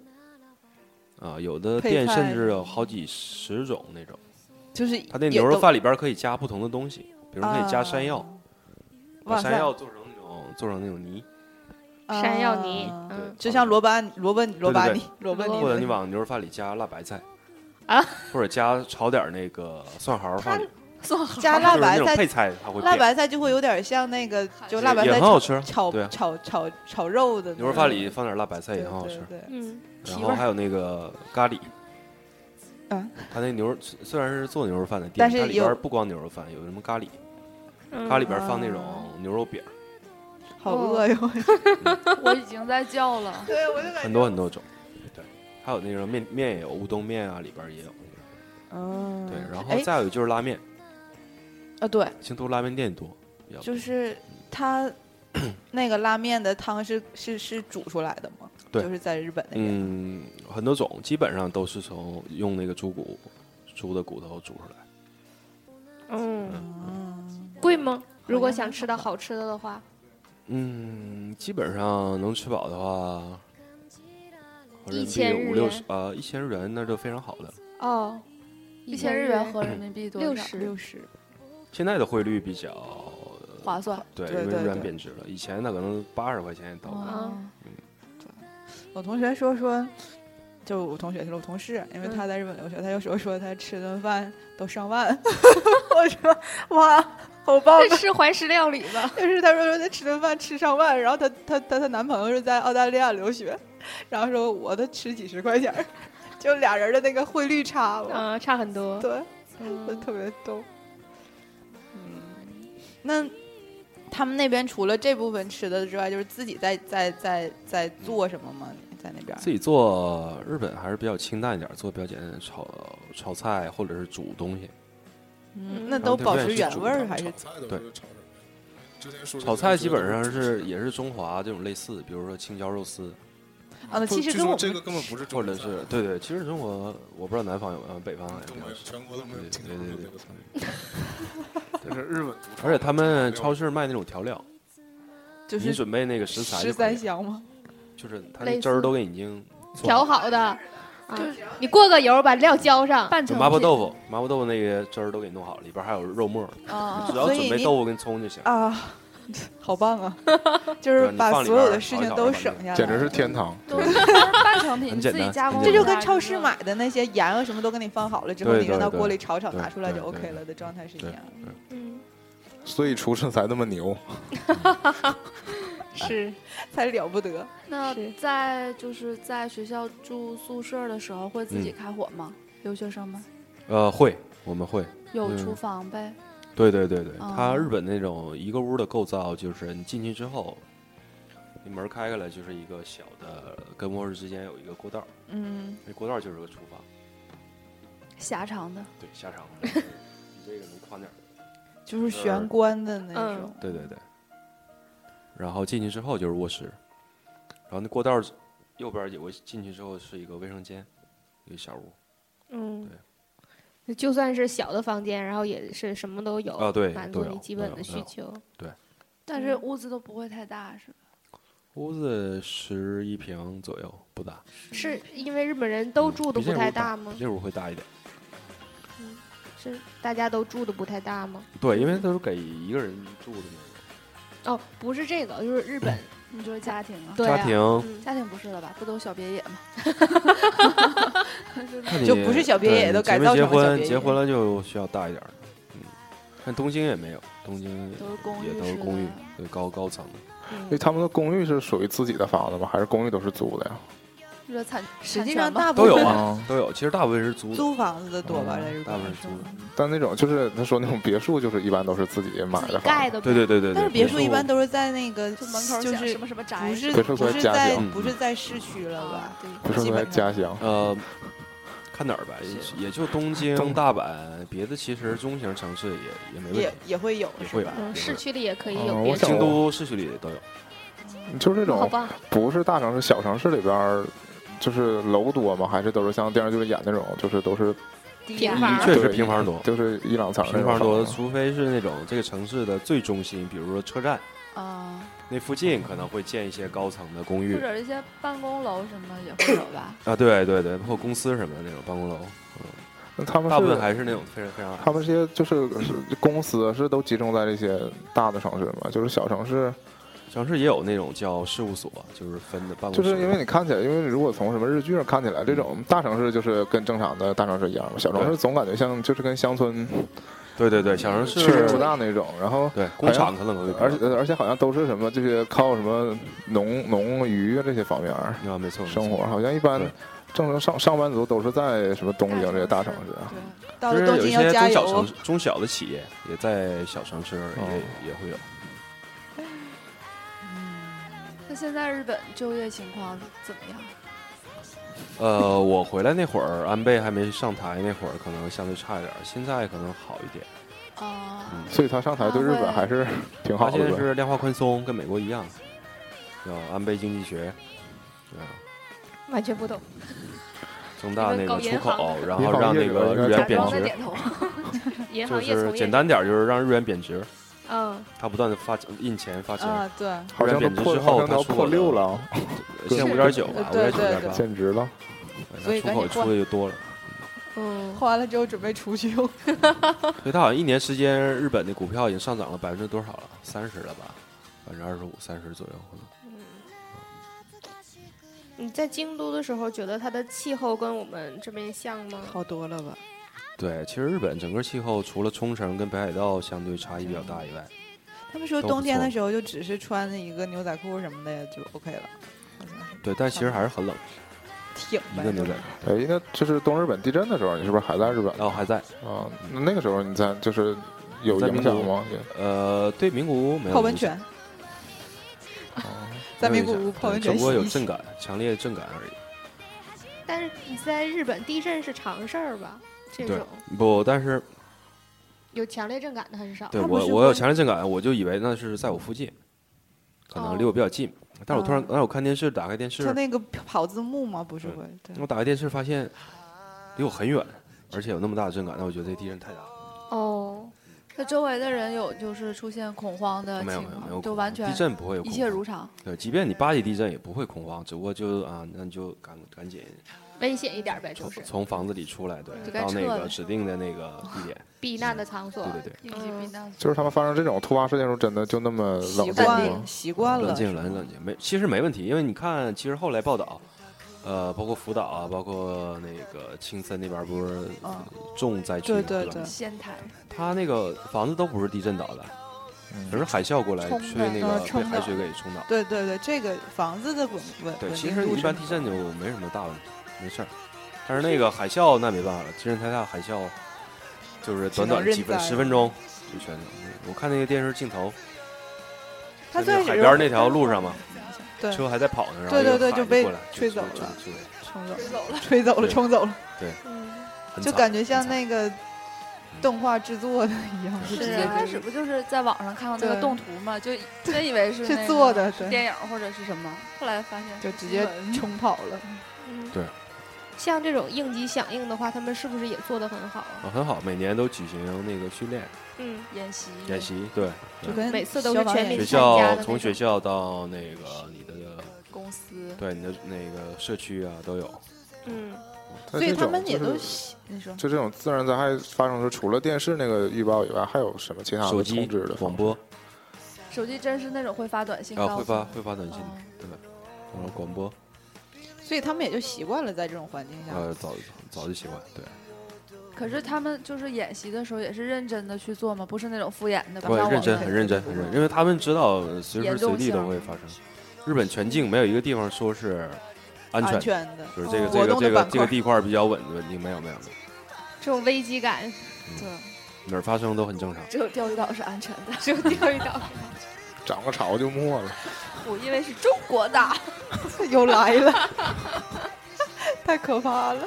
[SPEAKER 5] 啊，有的
[SPEAKER 3] 配
[SPEAKER 5] 店
[SPEAKER 3] 菜
[SPEAKER 5] 甚至有好几十种那种。
[SPEAKER 3] 就是
[SPEAKER 5] 它那
[SPEAKER 3] 也
[SPEAKER 5] 牛肉
[SPEAKER 3] 都
[SPEAKER 5] 饭里边可以加不同的东西，比如可以加山药，
[SPEAKER 3] 啊
[SPEAKER 5] 把
[SPEAKER 3] 哇
[SPEAKER 5] 山
[SPEAKER 3] 塞
[SPEAKER 5] 药做成那种做成那种泥，
[SPEAKER 4] 山药泥，
[SPEAKER 3] 啊
[SPEAKER 4] 嗯，
[SPEAKER 3] 就像萝卜安萝卜萝卜
[SPEAKER 5] 对对
[SPEAKER 3] 泥萝卜
[SPEAKER 4] 萝
[SPEAKER 3] 泥，
[SPEAKER 5] 或者你往牛肉饭里加辣白菜
[SPEAKER 4] 啊，
[SPEAKER 5] 或者加炒点那个蒜毫放里，
[SPEAKER 3] 加
[SPEAKER 5] 就
[SPEAKER 3] 辣
[SPEAKER 5] 是那
[SPEAKER 3] 白
[SPEAKER 5] 种
[SPEAKER 3] 菜
[SPEAKER 5] 配菜它会
[SPEAKER 3] 辣
[SPEAKER 5] 变，
[SPEAKER 3] 白菜就会有点像那个，就辣白
[SPEAKER 5] 也
[SPEAKER 3] 菜
[SPEAKER 5] 很好吃。
[SPEAKER 3] 炒
[SPEAKER 5] 对啊
[SPEAKER 3] 炒炒炒肉的那
[SPEAKER 5] 牛肉饭里放点辣白菜
[SPEAKER 3] 种
[SPEAKER 5] 也
[SPEAKER 3] 对
[SPEAKER 5] 很好吃
[SPEAKER 3] 对，
[SPEAKER 6] 哦
[SPEAKER 3] 对
[SPEAKER 4] 嗯，
[SPEAKER 5] 然后还有那个咖喱。
[SPEAKER 3] 啊
[SPEAKER 5] 它那牛肉虽虽然是做牛肉饭的店，
[SPEAKER 3] 但是
[SPEAKER 5] 它里
[SPEAKER 3] 有
[SPEAKER 5] 边不光牛肉饭，有什么咖喱，
[SPEAKER 4] 嗯
[SPEAKER 5] 咖喱边放那
[SPEAKER 3] 啊
[SPEAKER 5] 种牛肉饼，
[SPEAKER 3] 好饿哟！
[SPEAKER 6] 我已经在叫了。
[SPEAKER 3] 对，我就感
[SPEAKER 5] 很多很多种。对，还有那种面面也有乌冬面啊，里边也有。
[SPEAKER 3] 嗯，
[SPEAKER 5] 对，然后
[SPEAKER 3] 哎
[SPEAKER 5] 再有就是拉面，
[SPEAKER 3] 啊，对，
[SPEAKER 5] 京都拉面店多，比较多
[SPEAKER 3] 就是 它那个拉面的汤是是是煮出来的吗？
[SPEAKER 5] 对
[SPEAKER 3] 就是在日本那边。
[SPEAKER 5] 嗯，很多种，基本上都是从用那个猪骨、猪的骨头煮出来。
[SPEAKER 4] 嗯，
[SPEAKER 3] 嗯，
[SPEAKER 4] 贵吗？如果想吃到好吃的的话，
[SPEAKER 5] 嗯，基本上能吃饱的话，合人民币
[SPEAKER 4] 1000日
[SPEAKER 5] 五六呃
[SPEAKER 4] 元
[SPEAKER 5] 十啊，一千日元那就非常好的了。
[SPEAKER 4] 哦，
[SPEAKER 6] 一千日元合人民币多少？
[SPEAKER 4] 六十，
[SPEAKER 3] 六十，
[SPEAKER 5] 现在的汇率比较
[SPEAKER 6] 划算。
[SPEAKER 5] 对，
[SPEAKER 3] 对
[SPEAKER 5] 因为
[SPEAKER 3] 对
[SPEAKER 5] 日元
[SPEAKER 3] 对
[SPEAKER 5] 贬值了，以前它可能八十块钱也到不了。
[SPEAKER 6] 哦
[SPEAKER 3] 我同学说说，就我同学就是我同事，因为
[SPEAKER 4] 嗯
[SPEAKER 3] 他在日本留学，他有时候说他吃顿饭都上万， 我说哇，好棒啊！
[SPEAKER 4] 这是怀石料理 吧？
[SPEAKER 3] 就是他说说他吃顿饭吃上万，然后她她她她男朋友是在澳大利亚留学，然后说我的吃几十块钱儿，就俩人的那个汇率差，我、
[SPEAKER 4] 啊，差很多。
[SPEAKER 3] 对，
[SPEAKER 4] 嗯
[SPEAKER 3] 我特别逗。嗯，那他们那边除了这部分吃的之外，就是自己在在在在做什么吗？你在那边儿？
[SPEAKER 5] 自己做日本还是比较清淡一点，做比较简单的炒炒菜或者是煮东西。
[SPEAKER 3] 嗯，
[SPEAKER 4] 嗯
[SPEAKER 3] 那
[SPEAKER 4] 然
[SPEAKER 3] 都
[SPEAKER 5] 后
[SPEAKER 3] 保
[SPEAKER 5] 对
[SPEAKER 3] 持
[SPEAKER 5] 是
[SPEAKER 3] 原
[SPEAKER 5] 煮
[SPEAKER 3] 味儿
[SPEAKER 5] 的
[SPEAKER 3] 还是
[SPEAKER 2] 炒菜都
[SPEAKER 5] 对
[SPEAKER 2] 是炒什么呀？之前说
[SPEAKER 5] 炒菜基本上是也是中华这种类似，比如说青椒肉丝，
[SPEAKER 3] 啊？那
[SPEAKER 2] 不
[SPEAKER 3] 其实
[SPEAKER 2] 据
[SPEAKER 3] 跟
[SPEAKER 2] 说
[SPEAKER 3] 我
[SPEAKER 2] 这
[SPEAKER 3] 们
[SPEAKER 2] 个根本不是
[SPEAKER 5] 或
[SPEAKER 2] 中
[SPEAKER 5] 者
[SPEAKER 2] 国菜，
[SPEAKER 5] 是对对，其实中国我不知道南方有没有，北方好像
[SPEAKER 2] 中
[SPEAKER 5] 没
[SPEAKER 2] 国
[SPEAKER 5] 有
[SPEAKER 2] 全国都没有
[SPEAKER 5] 对
[SPEAKER 2] 听
[SPEAKER 5] 对
[SPEAKER 2] 说过这
[SPEAKER 5] 对对
[SPEAKER 2] 个菜，
[SPEAKER 5] 对
[SPEAKER 2] 但是日本独创
[SPEAKER 5] 而且他
[SPEAKER 2] 的
[SPEAKER 5] 们超市卖那种调料，
[SPEAKER 3] 就
[SPEAKER 5] 你
[SPEAKER 3] 是
[SPEAKER 5] 准备那个食材
[SPEAKER 3] 十
[SPEAKER 5] 就可
[SPEAKER 3] 三
[SPEAKER 5] 以了，
[SPEAKER 3] 香吗？
[SPEAKER 5] 就是它
[SPEAKER 4] 类
[SPEAKER 5] 那
[SPEAKER 4] 似
[SPEAKER 5] 汁儿都给你已经做
[SPEAKER 4] 调
[SPEAKER 5] 好
[SPEAKER 4] 好的，啊，你过个油，把料浇上。
[SPEAKER 6] 半成
[SPEAKER 5] 了。麻婆
[SPEAKER 6] 品
[SPEAKER 5] 豆腐，麻婆豆腐那个汁儿都给你弄好，里边还有肉末儿，
[SPEAKER 6] 啊
[SPEAKER 5] 只要
[SPEAKER 3] 所
[SPEAKER 5] 准
[SPEAKER 3] 以
[SPEAKER 5] 备
[SPEAKER 3] 你
[SPEAKER 5] 豆腐跟葱就行。
[SPEAKER 3] 啊，好棒啊！就是
[SPEAKER 5] 对你
[SPEAKER 3] 把
[SPEAKER 5] 放里
[SPEAKER 3] 所有
[SPEAKER 5] 边
[SPEAKER 3] 的
[SPEAKER 5] 儿
[SPEAKER 3] 事
[SPEAKER 5] 炒一
[SPEAKER 3] 情
[SPEAKER 5] 炒
[SPEAKER 3] 都
[SPEAKER 5] 就完
[SPEAKER 3] 省
[SPEAKER 5] 了
[SPEAKER 3] 下来，
[SPEAKER 2] 简直是天堂。
[SPEAKER 6] 都是半成品，
[SPEAKER 5] 很
[SPEAKER 6] 你
[SPEAKER 5] 简
[SPEAKER 6] 自己
[SPEAKER 5] 单
[SPEAKER 6] 加工。
[SPEAKER 5] 很
[SPEAKER 3] 这
[SPEAKER 5] 简
[SPEAKER 3] 就
[SPEAKER 5] 单
[SPEAKER 3] 跟超市买的那些盐啊什么都跟你放好了之后，
[SPEAKER 5] 对
[SPEAKER 3] 你扔
[SPEAKER 5] 对
[SPEAKER 3] 到
[SPEAKER 5] 对
[SPEAKER 3] 锅里炒炒，
[SPEAKER 5] 对
[SPEAKER 3] 拿出来就
[SPEAKER 5] 对对
[SPEAKER 3] OK
[SPEAKER 5] 对
[SPEAKER 3] 了的状态是一
[SPEAKER 5] 对
[SPEAKER 3] 样 的。
[SPEAKER 4] 嗯，
[SPEAKER 2] 所以厨师才那么牛，
[SPEAKER 4] 是
[SPEAKER 3] 才了不得！
[SPEAKER 6] 那
[SPEAKER 4] 是
[SPEAKER 6] 在就是在学校住宿舍的时候，会自己
[SPEAKER 5] 嗯
[SPEAKER 6] 开火吗？留学生们
[SPEAKER 5] 呃，会，我们会。
[SPEAKER 6] 有
[SPEAKER 5] 嗯
[SPEAKER 6] 厨房呗？
[SPEAKER 5] 对对对对，它
[SPEAKER 6] 哦
[SPEAKER 5] 日本那种一个屋的构造，就是你进去之后，你门开开了就是一个小的跟卧室之间有一个过道儿，
[SPEAKER 3] 嗯，
[SPEAKER 5] 那过道儿就是个厨房，
[SPEAKER 6] 狭长的，
[SPEAKER 5] 对，狭长 的，比这个能宽点儿。嗯
[SPEAKER 3] 就是玄关的那
[SPEAKER 6] 嗯
[SPEAKER 3] 种。
[SPEAKER 5] 对对对。然后进去之后就是卧室，然后那过道儿右边儿有个进去之后是一个卫生间，一个小屋。
[SPEAKER 4] 嗯，就算是小的房间，然后也是什么都有
[SPEAKER 5] 啊对
[SPEAKER 4] 满
[SPEAKER 5] 都
[SPEAKER 4] 足
[SPEAKER 5] 有
[SPEAKER 4] 你基
[SPEAKER 5] 都
[SPEAKER 4] 本
[SPEAKER 5] 有
[SPEAKER 4] 的
[SPEAKER 5] 都
[SPEAKER 4] 需
[SPEAKER 5] 有
[SPEAKER 4] 求。
[SPEAKER 6] 但
[SPEAKER 3] 嗯
[SPEAKER 6] 是屋子都不会太大，是吧？
[SPEAKER 5] 屋子十一平左右，不大。
[SPEAKER 4] 是因为日本人都
[SPEAKER 5] 嗯
[SPEAKER 4] 住的
[SPEAKER 5] 比
[SPEAKER 4] 不
[SPEAKER 5] 这
[SPEAKER 4] 太
[SPEAKER 5] 屋
[SPEAKER 4] 大吗
[SPEAKER 5] 比？这屋会大一点。
[SPEAKER 4] 是大家都住的不太大吗？
[SPEAKER 5] 对，因为都是给一个人住的那
[SPEAKER 4] 哦，不是这个，就是日本
[SPEAKER 6] 你就是家庭啊，
[SPEAKER 4] 对
[SPEAKER 5] 种
[SPEAKER 4] 啊
[SPEAKER 5] 家庭。
[SPEAKER 4] 嗯
[SPEAKER 6] 家庭不是了吧？不都小别野吗？
[SPEAKER 5] 看你
[SPEAKER 3] 就不是小别野
[SPEAKER 5] 对
[SPEAKER 3] 都改
[SPEAKER 5] 结没
[SPEAKER 3] 造
[SPEAKER 5] 结
[SPEAKER 3] 成了小
[SPEAKER 5] 婚
[SPEAKER 3] 别
[SPEAKER 5] 结
[SPEAKER 3] 野
[SPEAKER 5] 婚了就需要大一点儿的，嗯，看东京也没有，东京也
[SPEAKER 6] 都是公寓
[SPEAKER 5] 也都是
[SPEAKER 6] 式的
[SPEAKER 5] 公寓，对高高层的，
[SPEAKER 2] 所以他们的公寓是属于自己的房子吗？还是公寓都是租的呀？嗯
[SPEAKER 6] 热惨，
[SPEAKER 3] 实际上
[SPEAKER 6] 产权吧
[SPEAKER 3] 大部
[SPEAKER 5] 都有
[SPEAKER 3] 分
[SPEAKER 5] 啊，都有。其实大部分是租的，
[SPEAKER 3] 租房子的多吧，
[SPEAKER 5] 嗯
[SPEAKER 3] 在日
[SPEAKER 5] 大部分
[SPEAKER 3] 本
[SPEAKER 5] 是。租的。
[SPEAKER 2] 但那种就是他说那种别墅，就是一般都是自己买
[SPEAKER 4] 自己
[SPEAKER 2] 的房
[SPEAKER 4] 盖
[SPEAKER 2] 子，
[SPEAKER 4] 的，
[SPEAKER 5] 对对对对对。
[SPEAKER 3] 但是别墅一般都是在那个
[SPEAKER 6] 就门口
[SPEAKER 3] 就
[SPEAKER 6] 讲
[SPEAKER 3] 是
[SPEAKER 6] 什么什么宅，
[SPEAKER 3] 不是
[SPEAKER 2] 别墅
[SPEAKER 3] 不
[SPEAKER 2] 在
[SPEAKER 3] 是
[SPEAKER 2] 家
[SPEAKER 3] 在
[SPEAKER 5] 乡
[SPEAKER 3] 不是在市区了
[SPEAKER 6] 啊
[SPEAKER 3] 吧？？
[SPEAKER 6] 对，
[SPEAKER 2] 不是
[SPEAKER 3] 基
[SPEAKER 2] 在
[SPEAKER 3] 本上
[SPEAKER 2] 家乡。
[SPEAKER 5] 呃，看哪儿吧，也也就东京、
[SPEAKER 2] 东
[SPEAKER 5] 大阪，别的其实中型城市也也
[SPEAKER 6] 嗯
[SPEAKER 5] 没问
[SPEAKER 3] 也
[SPEAKER 5] 题，
[SPEAKER 3] 也会有
[SPEAKER 5] 也
[SPEAKER 3] 是
[SPEAKER 5] 会
[SPEAKER 3] 吧
[SPEAKER 5] 吧？？
[SPEAKER 4] 嗯，
[SPEAKER 5] 也
[SPEAKER 4] 市
[SPEAKER 5] 会
[SPEAKER 4] 区里也可以
[SPEAKER 2] 嗯
[SPEAKER 4] 有
[SPEAKER 2] 我
[SPEAKER 4] 别
[SPEAKER 2] 想
[SPEAKER 4] 墅
[SPEAKER 5] 京，都市区里都有。
[SPEAKER 3] 嗯
[SPEAKER 2] 就是这
[SPEAKER 4] 好
[SPEAKER 2] 种
[SPEAKER 4] 棒。
[SPEAKER 2] 不是大城市，小城市里边儿就是楼多吗？还是都是像电视剧里演那种，就是都是
[SPEAKER 4] 平
[SPEAKER 5] 的
[SPEAKER 4] 房
[SPEAKER 5] 嗯确
[SPEAKER 2] 对
[SPEAKER 5] 是平房多
[SPEAKER 2] 就是一两层那
[SPEAKER 5] 平
[SPEAKER 2] 种
[SPEAKER 5] 房多，
[SPEAKER 2] 子
[SPEAKER 5] 除非是那种这个城市的最中心，比如说车站
[SPEAKER 6] 啊，
[SPEAKER 5] 那附近，可能会建一些高层的公
[SPEAKER 6] 或
[SPEAKER 5] 寓
[SPEAKER 6] 者一些办公楼什么也会有吧？
[SPEAKER 5] 啊，对对对，包括公司什么的那种办公楼，
[SPEAKER 2] 那他们
[SPEAKER 5] 大部
[SPEAKER 2] 是
[SPEAKER 5] 分还是那种非常非常
[SPEAKER 2] 他们这些就是是公司啊是都集中在这些大的城市嘛？就是小城市，
[SPEAKER 5] 城市也有那种叫事务所，就是分的办
[SPEAKER 2] 就
[SPEAKER 5] 公室，
[SPEAKER 2] 是因为你看起来，因为如果从什么日剧上看起来，这种大城市就是跟正常的大城市一样嘛，小城市
[SPEAKER 5] 对
[SPEAKER 2] 总感觉像就是跟乡村
[SPEAKER 5] 对对对，小城
[SPEAKER 2] 区别
[SPEAKER 5] 市
[SPEAKER 2] 不大那种，然后。
[SPEAKER 5] 对工厂可能会比较
[SPEAKER 2] 而且而且好像都是什么这些靠什么农农渔这些方面儿
[SPEAKER 5] 啊，没错，没错
[SPEAKER 2] 生活，好像一般
[SPEAKER 5] 对
[SPEAKER 2] 正常上上班族都是在什么东京这些大城市啊。
[SPEAKER 6] 对，
[SPEAKER 3] 到
[SPEAKER 5] 其
[SPEAKER 3] 了
[SPEAKER 5] 实
[SPEAKER 3] 东
[SPEAKER 5] 有一
[SPEAKER 3] 京
[SPEAKER 5] 些
[SPEAKER 3] 要加
[SPEAKER 5] 中小
[SPEAKER 3] 油
[SPEAKER 5] 城市、中小的企业也在小城市
[SPEAKER 2] 哦
[SPEAKER 5] 也也会有。
[SPEAKER 6] 那现在日本就业情况怎么样？
[SPEAKER 5] 呃，我回来那会儿，安倍还没上台那会儿，可能相对差一点儿，现在可能好一点。
[SPEAKER 6] 啊，
[SPEAKER 2] 所以他上台对日本还是挺好
[SPEAKER 5] 他
[SPEAKER 2] 的
[SPEAKER 5] 现在
[SPEAKER 2] 呗。
[SPEAKER 5] 是量化宽松，跟美国一样，叫安倍经济学，对啊，
[SPEAKER 4] 完全 不懂。
[SPEAKER 5] 增大
[SPEAKER 4] 你
[SPEAKER 5] 那
[SPEAKER 4] 们搞
[SPEAKER 5] 个出
[SPEAKER 4] 银行
[SPEAKER 5] 口，然
[SPEAKER 2] 银
[SPEAKER 5] 后
[SPEAKER 2] 行
[SPEAKER 5] 让
[SPEAKER 2] 业
[SPEAKER 5] 那个
[SPEAKER 2] 者
[SPEAKER 5] 日
[SPEAKER 2] 应该
[SPEAKER 5] 元
[SPEAKER 6] 假
[SPEAKER 5] 贬
[SPEAKER 6] 装在
[SPEAKER 5] 值，
[SPEAKER 6] 点头，
[SPEAKER 4] 银
[SPEAKER 5] 就
[SPEAKER 4] 行业
[SPEAKER 5] 是
[SPEAKER 4] 从业
[SPEAKER 5] 简，单点儿就是让日元贬值，
[SPEAKER 4] 嗯，
[SPEAKER 5] 他不断的发印钱发钱，
[SPEAKER 3] 啊，对，
[SPEAKER 2] 好像都破，好像都破六了啊，
[SPEAKER 5] 现在五点九吧，五
[SPEAKER 3] 对对
[SPEAKER 5] 点九点
[SPEAKER 3] 对
[SPEAKER 5] 八，
[SPEAKER 2] 简直了。
[SPEAKER 5] 对
[SPEAKER 3] 所以
[SPEAKER 5] 出
[SPEAKER 3] 赶
[SPEAKER 5] 口
[SPEAKER 3] 紧
[SPEAKER 5] 出的就多了。
[SPEAKER 4] 嗯，
[SPEAKER 3] 花完了之后准备出去用。
[SPEAKER 5] 所以他好像一年时间，日本的股票已经上涨了百分之多少了？三十了吧？百分之二十五、三十左右可能。
[SPEAKER 4] 你在京都的时候，觉得它的气候跟我们这边像吗？
[SPEAKER 3] 好多了吧？
[SPEAKER 5] 对，其实日本整个气候除了冲绳跟北海道相对差异比较大以外，
[SPEAKER 3] 他们说
[SPEAKER 5] 都不
[SPEAKER 3] 冬天的
[SPEAKER 5] 错
[SPEAKER 3] 时候就只是穿一个牛仔裤什么的就 OK 了，好像是
[SPEAKER 5] 对，但其实还是很冷，
[SPEAKER 3] 挺
[SPEAKER 5] 一
[SPEAKER 3] 呗
[SPEAKER 5] 个牛仔。裤。
[SPEAKER 2] 哎，那就是东日本地震的时候，你是不是还在日本
[SPEAKER 5] 然后还在，
[SPEAKER 2] 啊？那那个时候你在就是有
[SPEAKER 5] 在
[SPEAKER 2] 影
[SPEAKER 5] 名
[SPEAKER 2] 响
[SPEAKER 5] 古屋
[SPEAKER 2] 吗？也
[SPEAKER 5] 呃，对名古屋没有
[SPEAKER 3] 泡温
[SPEAKER 5] 影响
[SPEAKER 3] 泉，，
[SPEAKER 2] 哦
[SPEAKER 3] 在
[SPEAKER 5] 没有
[SPEAKER 3] 名古
[SPEAKER 5] 影响
[SPEAKER 3] 屋泡
[SPEAKER 5] 对
[SPEAKER 3] 温
[SPEAKER 5] 只
[SPEAKER 3] 泉
[SPEAKER 5] 不过
[SPEAKER 3] 洗
[SPEAKER 5] 有
[SPEAKER 3] 一洗
[SPEAKER 5] 震。感，强烈震感而已。
[SPEAKER 4] 但是你在日本地震是常事儿吧？这
[SPEAKER 5] 对
[SPEAKER 4] 种
[SPEAKER 5] 不，但是
[SPEAKER 4] 有强烈震感的很少。
[SPEAKER 5] 对
[SPEAKER 3] 它不
[SPEAKER 5] 我
[SPEAKER 3] 是
[SPEAKER 5] 我有
[SPEAKER 3] 温
[SPEAKER 5] 强烈震感，我就以为那是在我附近，可能离我比较近。但是我突然，
[SPEAKER 3] 哦
[SPEAKER 5] 但是我看电视，打开电视
[SPEAKER 3] 他，那个跑字幕嘛，不是会对
[SPEAKER 5] 我打开电视发现离我很远，而且有那么大的震感，那我觉得这地震太大了。
[SPEAKER 4] 哦，
[SPEAKER 6] 他周围的人有就是出现恐慌的
[SPEAKER 5] 没有
[SPEAKER 6] 情
[SPEAKER 5] 没有没有恐
[SPEAKER 6] 况，就完
[SPEAKER 5] 慌
[SPEAKER 6] 全
[SPEAKER 5] 地震不会有
[SPEAKER 6] 一
[SPEAKER 5] 恐
[SPEAKER 6] 切
[SPEAKER 5] 慌
[SPEAKER 6] 如常。
[SPEAKER 5] 对，即便你八级地震也不会恐慌，只不过就啊，那你就赶赶紧
[SPEAKER 4] 危险一点呗，就
[SPEAKER 5] 从
[SPEAKER 4] 是
[SPEAKER 5] 从房子里出来，对，
[SPEAKER 6] 就该
[SPEAKER 5] 到
[SPEAKER 6] 撤
[SPEAKER 5] 那个
[SPEAKER 6] 了
[SPEAKER 5] 指定的那个地 点，
[SPEAKER 4] 避难的场所
[SPEAKER 5] 对。对对，
[SPEAKER 6] 应急
[SPEAKER 3] 嗯
[SPEAKER 6] 避难所。
[SPEAKER 2] 就是他们发生这种突发事件的时候，真的就那么冷
[SPEAKER 3] 习
[SPEAKER 2] 静
[SPEAKER 3] 惯
[SPEAKER 2] 吗
[SPEAKER 3] 了？习惯
[SPEAKER 5] 啊冷
[SPEAKER 3] 了，
[SPEAKER 5] 静冷静冷静，没其实没问题，因为你看，其实后来报道，呃，包括福岛啊，包括那个青森那边儿不是
[SPEAKER 3] 嗯
[SPEAKER 5] 重灾区嘛，
[SPEAKER 3] 对对
[SPEAKER 5] 吧
[SPEAKER 3] 对，
[SPEAKER 6] 仙台，
[SPEAKER 5] 它那个房子都不是地震倒的，
[SPEAKER 2] 嗯
[SPEAKER 5] 可是海啸过来
[SPEAKER 6] 冲的
[SPEAKER 5] 吹那个
[SPEAKER 3] 嗯
[SPEAKER 5] 被
[SPEAKER 3] 冲
[SPEAKER 5] 海
[SPEAKER 3] 的
[SPEAKER 5] 水给冲倒。
[SPEAKER 3] 对对对，这个房子的稳稳
[SPEAKER 5] 对，
[SPEAKER 3] 稳
[SPEAKER 5] 其
[SPEAKER 3] 定
[SPEAKER 5] 实
[SPEAKER 3] 度
[SPEAKER 5] 一般
[SPEAKER 3] 是
[SPEAKER 5] 地震就没什么大问题，没事儿。但是那个海啸那没办法了，地震太大，海啸就是
[SPEAKER 3] 只
[SPEAKER 5] 短
[SPEAKER 3] 能
[SPEAKER 5] 短
[SPEAKER 3] 认
[SPEAKER 5] 几分
[SPEAKER 3] 栽
[SPEAKER 5] 十分钟就全了。我看那个电视镜头，
[SPEAKER 3] 它
[SPEAKER 5] 在那
[SPEAKER 3] 最
[SPEAKER 5] 海边那条路上嘛，
[SPEAKER 3] 对，
[SPEAKER 5] 车还在跑呢，然后
[SPEAKER 3] 对对
[SPEAKER 5] 一个
[SPEAKER 3] 对
[SPEAKER 5] 海
[SPEAKER 3] 就被
[SPEAKER 5] 过来
[SPEAKER 3] 吹
[SPEAKER 5] 就
[SPEAKER 3] 走
[SPEAKER 5] 就
[SPEAKER 3] 了
[SPEAKER 5] 就就
[SPEAKER 3] 冲走了， 吹走了，
[SPEAKER 5] 对
[SPEAKER 3] 冲走了，
[SPEAKER 4] 嗯，
[SPEAKER 5] 很
[SPEAKER 3] 就
[SPEAKER 5] 惨
[SPEAKER 3] 感觉像
[SPEAKER 5] 很惨
[SPEAKER 3] 那个动画制作的一样，就直
[SPEAKER 6] 是
[SPEAKER 3] 接
[SPEAKER 6] 刚开始不就是在网上看到那个
[SPEAKER 3] 对
[SPEAKER 6] 动图 嘛，就真以为是那
[SPEAKER 3] 是
[SPEAKER 6] 个
[SPEAKER 3] 做的，对，
[SPEAKER 6] 电影或者是什么，后来发现
[SPEAKER 3] 就是直接
[SPEAKER 6] 新闻
[SPEAKER 3] 冲跑了。
[SPEAKER 4] 嗯
[SPEAKER 5] 对。
[SPEAKER 4] 像这种应急响应的话，他们是不是也做得很好啊？
[SPEAKER 5] 啊很好，每年都举行那个训练
[SPEAKER 4] 嗯，
[SPEAKER 6] 演习
[SPEAKER 5] 演习，对，
[SPEAKER 3] 就跟
[SPEAKER 4] 每次都
[SPEAKER 3] 消
[SPEAKER 4] 是
[SPEAKER 3] 防
[SPEAKER 4] 全
[SPEAKER 3] 演
[SPEAKER 4] 民
[SPEAKER 5] 学
[SPEAKER 3] 习
[SPEAKER 4] 参加
[SPEAKER 5] 校
[SPEAKER 4] 的
[SPEAKER 5] 从
[SPEAKER 4] 那种
[SPEAKER 5] 学校到那个你的
[SPEAKER 6] 公司
[SPEAKER 5] 对你的那个社区啊都有，
[SPEAKER 4] 嗯，
[SPEAKER 2] 但
[SPEAKER 3] 所以
[SPEAKER 2] 这
[SPEAKER 3] 他
[SPEAKER 2] 种
[SPEAKER 3] 们也
[SPEAKER 2] 就是
[SPEAKER 3] 都喜你说
[SPEAKER 2] 就这种自然灾害发生的时候，除了电视那个预报以外，还有什么其他
[SPEAKER 5] 手
[SPEAKER 2] 的
[SPEAKER 5] 机
[SPEAKER 2] 通知的
[SPEAKER 5] 广播
[SPEAKER 6] 手机真是那种会发短信告诉
[SPEAKER 5] 啊会发
[SPEAKER 6] 你
[SPEAKER 5] 会发短信的，
[SPEAKER 6] 哦
[SPEAKER 5] 对，然后广播
[SPEAKER 3] 所以他们也就习惯了在这种环境下。
[SPEAKER 5] 呃早早就习惯，对，
[SPEAKER 6] 可是他们就是演习的时候也是认真的去做嘛，不是那种敷衍的。
[SPEAKER 5] 对，认真很认真很认真，因为他们知道随
[SPEAKER 6] 严
[SPEAKER 5] 时随
[SPEAKER 6] 重
[SPEAKER 5] 地
[SPEAKER 6] 性
[SPEAKER 5] 都会发生，日本全境没有一个地方说是安全
[SPEAKER 3] 安
[SPEAKER 5] 的，
[SPEAKER 3] 全的，
[SPEAKER 5] 就是这个
[SPEAKER 3] 哦活
[SPEAKER 5] 这个
[SPEAKER 3] 动的
[SPEAKER 5] 这个
[SPEAKER 3] 板
[SPEAKER 5] 这个
[SPEAKER 3] 块
[SPEAKER 5] 地块儿比较稳稳定，没有没有没有，
[SPEAKER 4] 这种危机感，
[SPEAKER 5] 嗯哪儿发生都很正常。
[SPEAKER 6] 只有钓鱼岛是安全的。
[SPEAKER 4] 只有钓鱼 岛。
[SPEAKER 2] 涨个潮就没了。
[SPEAKER 6] 我因为是中国的，
[SPEAKER 3] 又来了，太可怕了。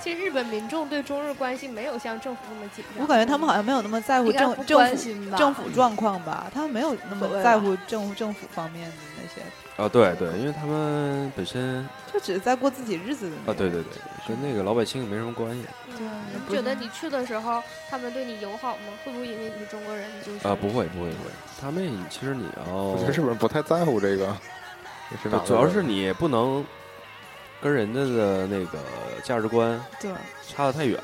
[SPEAKER 4] 其实日本民众对中日关系没有像政府那么紧张。
[SPEAKER 3] 我感觉他们好像没有那么在乎
[SPEAKER 6] 应该
[SPEAKER 3] 政
[SPEAKER 6] 不
[SPEAKER 3] 政
[SPEAKER 6] 关
[SPEAKER 3] 府
[SPEAKER 6] 心吧？
[SPEAKER 3] 政府状况吧，他们没有那么
[SPEAKER 6] 所谓吧
[SPEAKER 3] 在乎政府政府方面的那些，
[SPEAKER 5] 啊，对对，因为他们本身啊，
[SPEAKER 3] 就只是在过自己日子的那种。
[SPEAKER 5] 对对对，跟那个老百姓没什么关系
[SPEAKER 4] 嗯，你觉得你去的时候，他们对你友好吗？会不会因为你是中国人，你就是
[SPEAKER 5] 啊，不会不会不会，他们其实你要
[SPEAKER 2] 我觉得日本人不太在乎这个，你是哪
[SPEAKER 5] 不，
[SPEAKER 2] 个
[SPEAKER 5] 主要
[SPEAKER 2] 人
[SPEAKER 5] 是你不能跟人家的那个价值观
[SPEAKER 3] 对，
[SPEAKER 5] 差得太远，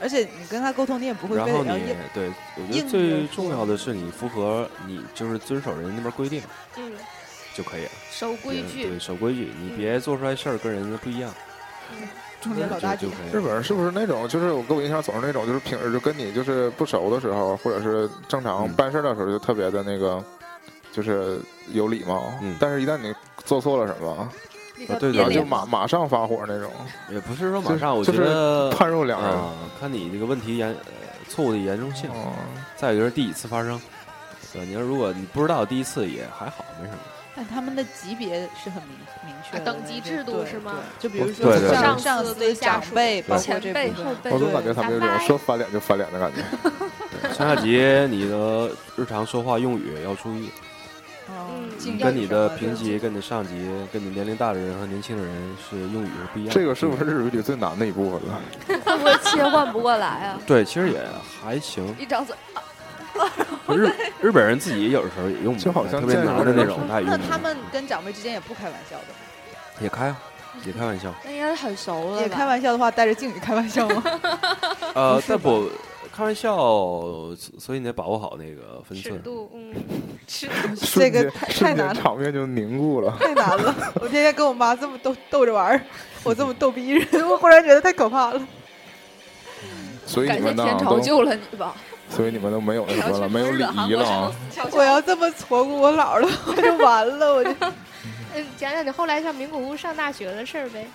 [SPEAKER 3] 而且你跟他沟通，你也不会
[SPEAKER 5] 然
[SPEAKER 3] 非
[SPEAKER 5] 后
[SPEAKER 3] 得
[SPEAKER 5] 你
[SPEAKER 3] 要硬。
[SPEAKER 2] 呃
[SPEAKER 5] 对，我觉
[SPEAKER 3] 硬着
[SPEAKER 5] 得最
[SPEAKER 3] 做
[SPEAKER 5] 重要的是你符合你就是遵守人家那边规定
[SPEAKER 4] 嗯，
[SPEAKER 5] 就可以了，
[SPEAKER 4] 守规
[SPEAKER 5] 别
[SPEAKER 4] 矩
[SPEAKER 5] 对，，守规矩，你
[SPEAKER 4] 嗯
[SPEAKER 5] 别做出来事儿跟人家不一样，
[SPEAKER 3] 中间老
[SPEAKER 5] 就
[SPEAKER 3] 大
[SPEAKER 5] 就
[SPEAKER 3] 姐，
[SPEAKER 5] 可以
[SPEAKER 2] 日
[SPEAKER 5] 了。
[SPEAKER 2] 本人是不是那种，就是我给我印象总是那种，就是平时就跟你就是不熟的时候，或者是正常
[SPEAKER 5] 嗯
[SPEAKER 2] 办事的时候，就特别的那个，就是有礼貌。
[SPEAKER 5] 嗯
[SPEAKER 2] 但是，一旦你做错了什么，
[SPEAKER 6] 立
[SPEAKER 5] 啊
[SPEAKER 6] 刻
[SPEAKER 5] 对的我
[SPEAKER 6] 变
[SPEAKER 2] 就
[SPEAKER 6] 脸
[SPEAKER 2] 马马上发火那种，
[SPEAKER 5] 也不是说马
[SPEAKER 2] 就是
[SPEAKER 5] 上，我
[SPEAKER 2] 就
[SPEAKER 5] 觉
[SPEAKER 2] 是
[SPEAKER 5] 得
[SPEAKER 2] 判若两人。
[SPEAKER 5] 啊，看你这个问题严呃错误的严重性。
[SPEAKER 2] 哦
[SPEAKER 5] 再一个就是第几次发生，对，你要如果你不知道第一次也还好，没什么。
[SPEAKER 3] 但他们的级别是很明明确的
[SPEAKER 4] 啊
[SPEAKER 3] 那种，
[SPEAKER 4] 等级制度
[SPEAKER 3] 对
[SPEAKER 4] 是吗？
[SPEAKER 3] 对就比如
[SPEAKER 5] 哦对对
[SPEAKER 3] 说上上
[SPEAKER 4] 对上司对
[SPEAKER 3] 司、
[SPEAKER 4] 下
[SPEAKER 3] 长
[SPEAKER 4] 属
[SPEAKER 3] 辈，包括
[SPEAKER 6] 前
[SPEAKER 3] 这
[SPEAKER 6] 辈
[SPEAKER 3] 部
[SPEAKER 6] 后
[SPEAKER 3] 分
[SPEAKER 6] 辈
[SPEAKER 2] 我
[SPEAKER 3] 对
[SPEAKER 2] 总感觉他们有
[SPEAKER 4] 拜
[SPEAKER 2] 种
[SPEAKER 4] 拜
[SPEAKER 2] 说翻脸就翻脸的感觉。
[SPEAKER 5] 上下级你的日常说话用语要注意，
[SPEAKER 3] 嗯
[SPEAKER 4] 嗯，
[SPEAKER 3] 敬
[SPEAKER 4] 要
[SPEAKER 5] 跟
[SPEAKER 3] 意
[SPEAKER 5] 你
[SPEAKER 3] 什
[SPEAKER 5] 的
[SPEAKER 3] 么
[SPEAKER 5] 平级、跟你的上级、跟你年龄大的人和年轻的人是用语是不一样的。
[SPEAKER 2] 这个是不是日语里最难的一部分啊了？
[SPEAKER 6] 会 不会切换不过来啊？
[SPEAKER 5] 对，其实也还 行。
[SPEAKER 6] 一张嘴，
[SPEAKER 5] 日日本人自己有时候也用不
[SPEAKER 2] 就好像
[SPEAKER 5] 特别
[SPEAKER 2] 见
[SPEAKER 5] 难
[SPEAKER 2] 着
[SPEAKER 5] 的那
[SPEAKER 2] 人
[SPEAKER 5] 种，
[SPEAKER 2] 说
[SPEAKER 5] 他也
[SPEAKER 3] 那
[SPEAKER 5] 用不
[SPEAKER 3] 他
[SPEAKER 5] 了
[SPEAKER 3] 们跟长辈之间也不开玩笑的吗，
[SPEAKER 5] 也开啊，也开玩笑。
[SPEAKER 6] 那应该很熟了
[SPEAKER 3] 也开
[SPEAKER 6] 吧？
[SPEAKER 3] 玩笑的话，带着敬语开玩笑 吗？
[SPEAKER 5] 呃，但不开玩笑，所以你得把握好那个分
[SPEAKER 4] 尺
[SPEAKER 5] 寸。
[SPEAKER 4] 度，嗯，尺
[SPEAKER 3] 这
[SPEAKER 2] 瞬
[SPEAKER 3] 个
[SPEAKER 2] 间
[SPEAKER 3] 太太
[SPEAKER 2] 瞬
[SPEAKER 3] 难
[SPEAKER 2] 间
[SPEAKER 3] 了，
[SPEAKER 2] 场面就凝固了。
[SPEAKER 3] 太难了。 我天天跟我妈这么逗逗着玩儿，我这么逗逼人， 我忽然觉得太可怕了。
[SPEAKER 2] 所以
[SPEAKER 7] 感
[SPEAKER 2] 你
[SPEAKER 7] 谢
[SPEAKER 2] 们呢
[SPEAKER 7] 天朝
[SPEAKER 2] 都，
[SPEAKER 7] 救了你吧。
[SPEAKER 2] 所以你们都没有那 什么了，没有礼仪了啊。
[SPEAKER 3] 我要这么撮咕我姥姥，我就完了，我就
[SPEAKER 4] 嗯，讲讲你后来上名古屋上大学的事儿呗。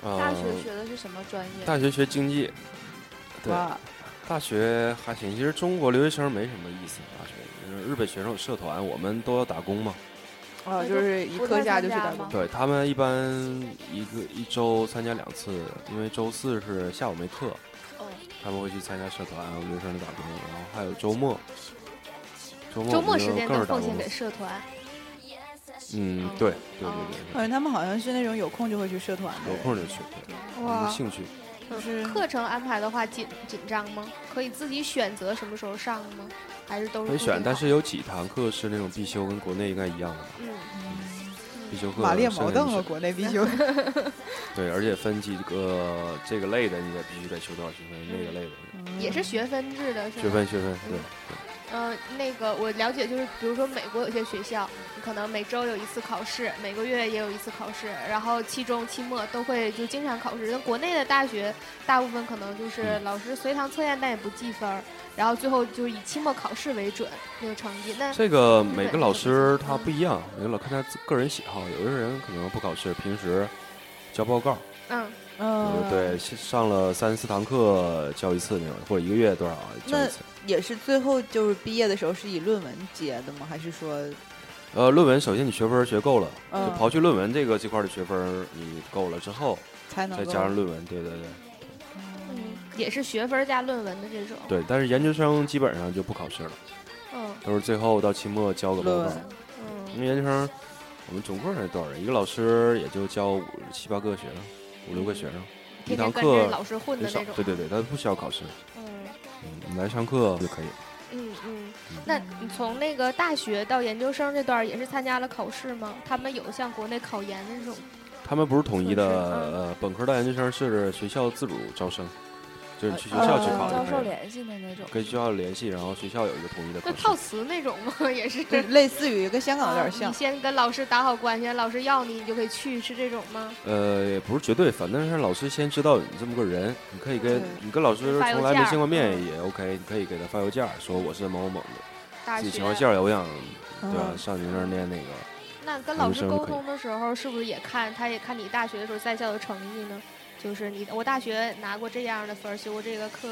[SPEAKER 6] 大
[SPEAKER 5] 呃，
[SPEAKER 6] 学学的是什么专业？
[SPEAKER 5] 大学学经济， 对，
[SPEAKER 3] 哇，
[SPEAKER 5] 大学还行。其实中国留学生没什么意思，大学呃日本学生有社团，我们都要打工嘛。
[SPEAKER 3] 啊，就是一课下就去打
[SPEAKER 6] 不太参加
[SPEAKER 3] 工。
[SPEAKER 6] 吗
[SPEAKER 5] 对他们一般一个一周参加两次，因为周四是下午没课，
[SPEAKER 6] 哦
[SPEAKER 5] 他们会去参加社团，我们留学生打工，然后还有周末，周末
[SPEAKER 4] 周
[SPEAKER 5] 周
[SPEAKER 4] 末时间
[SPEAKER 5] 更
[SPEAKER 4] 都
[SPEAKER 5] 是打
[SPEAKER 4] 奉献
[SPEAKER 5] 工
[SPEAKER 4] 给。社团，
[SPEAKER 5] 嗯，对对对
[SPEAKER 4] 哦
[SPEAKER 5] 对
[SPEAKER 3] 反正他们好像是那种有空就会去社团的
[SPEAKER 5] 对，有
[SPEAKER 3] 人，
[SPEAKER 5] 空就去，对有
[SPEAKER 3] 哇，
[SPEAKER 5] 兴趣。
[SPEAKER 3] 就是
[SPEAKER 4] 课程安排的话紧紧张吗？可以自己选择什么时候上吗？还是都是
[SPEAKER 5] 可
[SPEAKER 4] 固定
[SPEAKER 5] 以选，但
[SPEAKER 4] 好
[SPEAKER 5] 是有几堂课是那种必修，跟国内应该一样的吧？
[SPEAKER 4] 嗯，
[SPEAKER 5] 必修课
[SPEAKER 3] 马列
[SPEAKER 5] 剩
[SPEAKER 3] 矛
[SPEAKER 5] 下
[SPEAKER 3] 盾
[SPEAKER 5] 你
[SPEAKER 3] 啊，
[SPEAKER 5] 选
[SPEAKER 3] 国内 必修。
[SPEAKER 5] 对，而且分几个这个类的，你得必须得修多少学分，那个类的
[SPEAKER 3] 嗯
[SPEAKER 4] 也是学分制的，是
[SPEAKER 5] 学
[SPEAKER 4] 吗？
[SPEAKER 5] 分学分，对，
[SPEAKER 4] 嗯，那个我了解，就是比如说美国有些学校，可能每周有一次考试，每个月也有一次考试，然后期中、期末都会就经常考试。那国内的大学大部分可能就是
[SPEAKER 5] 嗯
[SPEAKER 4] 老师随堂测验，但也不计分儿，然后最后就是以期末考试为准那个成绩。那
[SPEAKER 5] 这个每个老师他不一样，每个老看他自个人喜好，有的人可能不考试，平时交报告，
[SPEAKER 4] 嗯，
[SPEAKER 3] 嗯，
[SPEAKER 5] 呃，对，先上了三四堂课交一次那种，或者一个月多少交一次。
[SPEAKER 3] 也是最后就是毕业的时候是以论文结的吗？还是说，
[SPEAKER 5] 呃，论文首先你学分儿学够了，就
[SPEAKER 3] 嗯
[SPEAKER 5] 刨去论文这个这块儿的学分儿你够了之后，
[SPEAKER 3] 才能
[SPEAKER 5] 再
[SPEAKER 3] 够
[SPEAKER 5] 加上论文，对对对
[SPEAKER 4] 嗯也是学分加论文的这种。
[SPEAKER 5] 对。但是研究生基本上就不考试了，
[SPEAKER 4] 嗯
[SPEAKER 5] 都是最后到期末交个报
[SPEAKER 3] 论
[SPEAKER 5] 告
[SPEAKER 3] 文。
[SPEAKER 5] 因
[SPEAKER 4] 嗯，
[SPEAKER 5] 为研究生，我们总共是多少人？一个老师也就教五七八个学生，五六个学生，一
[SPEAKER 3] 嗯
[SPEAKER 4] 天
[SPEAKER 5] 堂
[SPEAKER 4] 天跟
[SPEAKER 5] 课
[SPEAKER 4] 着老师混
[SPEAKER 5] 很
[SPEAKER 4] 的
[SPEAKER 5] 少
[SPEAKER 4] 那。种。
[SPEAKER 5] 对对对，他不需要考试，
[SPEAKER 4] 嗯。
[SPEAKER 5] 嗯你来上课就可以。
[SPEAKER 4] 嗯，嗯，那你从那个大学到研究生这段儿也是参加了考试吗？他们有像国内考研的这种，
[SPEAKER 5] 他们不是统一的，
[SPEAKER 4] 是嗯
[SPEAKER 5] 呃，本科到研究生是学校自主招生，就是你去学
[SPEAKER 3] 呃
[SPEAKER 5] 校去考
[SPEAKER 7] 教
[SPEAKER 5] 就
[SPEAKER 7] 授
[SPEAKER 5] 可以了，
[SPEAKER 7] 联系的那种，
[SPEAKER 5] 跟学校联系，然后学校有一个统一的
[SPEAKER 4] 那
[SPEAKER 5] 考
[SPEAKER 4] 套
[SPEAKER 5] 试。
[SPEAKER 4] 词那种吗？ 也是。
[SPEAKER 3] 就是类似于跟香港有
[SPEAKER 4] 啊
[SPEAKER 3] 点
[SPEAKER 4] 你
[SPEAKER 3] 像，
[SPEAKER 4] 先跟老师打好关系，老师要你，你就可以去，是这种吗？
[SPEAKER 5] 呃，也不是绝对，反正是老师先知道你这么个人，你可以跟
[SPEAKER 3] 对
[SPEAKER 5] 你跟老师
[SPEAKER 4] 发邮
[SPEAKER 5] 从来没
[SPEAKER 4] 件
[SPEAKER 5] 见过面
[SPEAKER 4] 嗯
[SPEAKER 5] 也 OK，你可以给他发邮件说我是某某某的，
[SPEAKER 4] 大
[SPEAKER 5] 自己
[SPEAKER 4] 学
[SPEAKER 5] 情况介绍，我想对啊吧
[SPEAKER 3] 嗯，
[SPEAKER 5] 上您那儿念那个。
[SPEAKER 4] 那跟
[SPEAKER 5] 研
[SPEAKER 4] 老
[SPEAKER 5] 究
[SPEAKER 4] 师
[SPEAKER 5] 生就
[SPEAKER 4] 沟
[SPEAKER 5] 可以
[SPEAKER 4] 通的时候，是不是也看他也看你大学的时候在校的成绩呢？就是你我大学拿过这样的分儿，修过这个课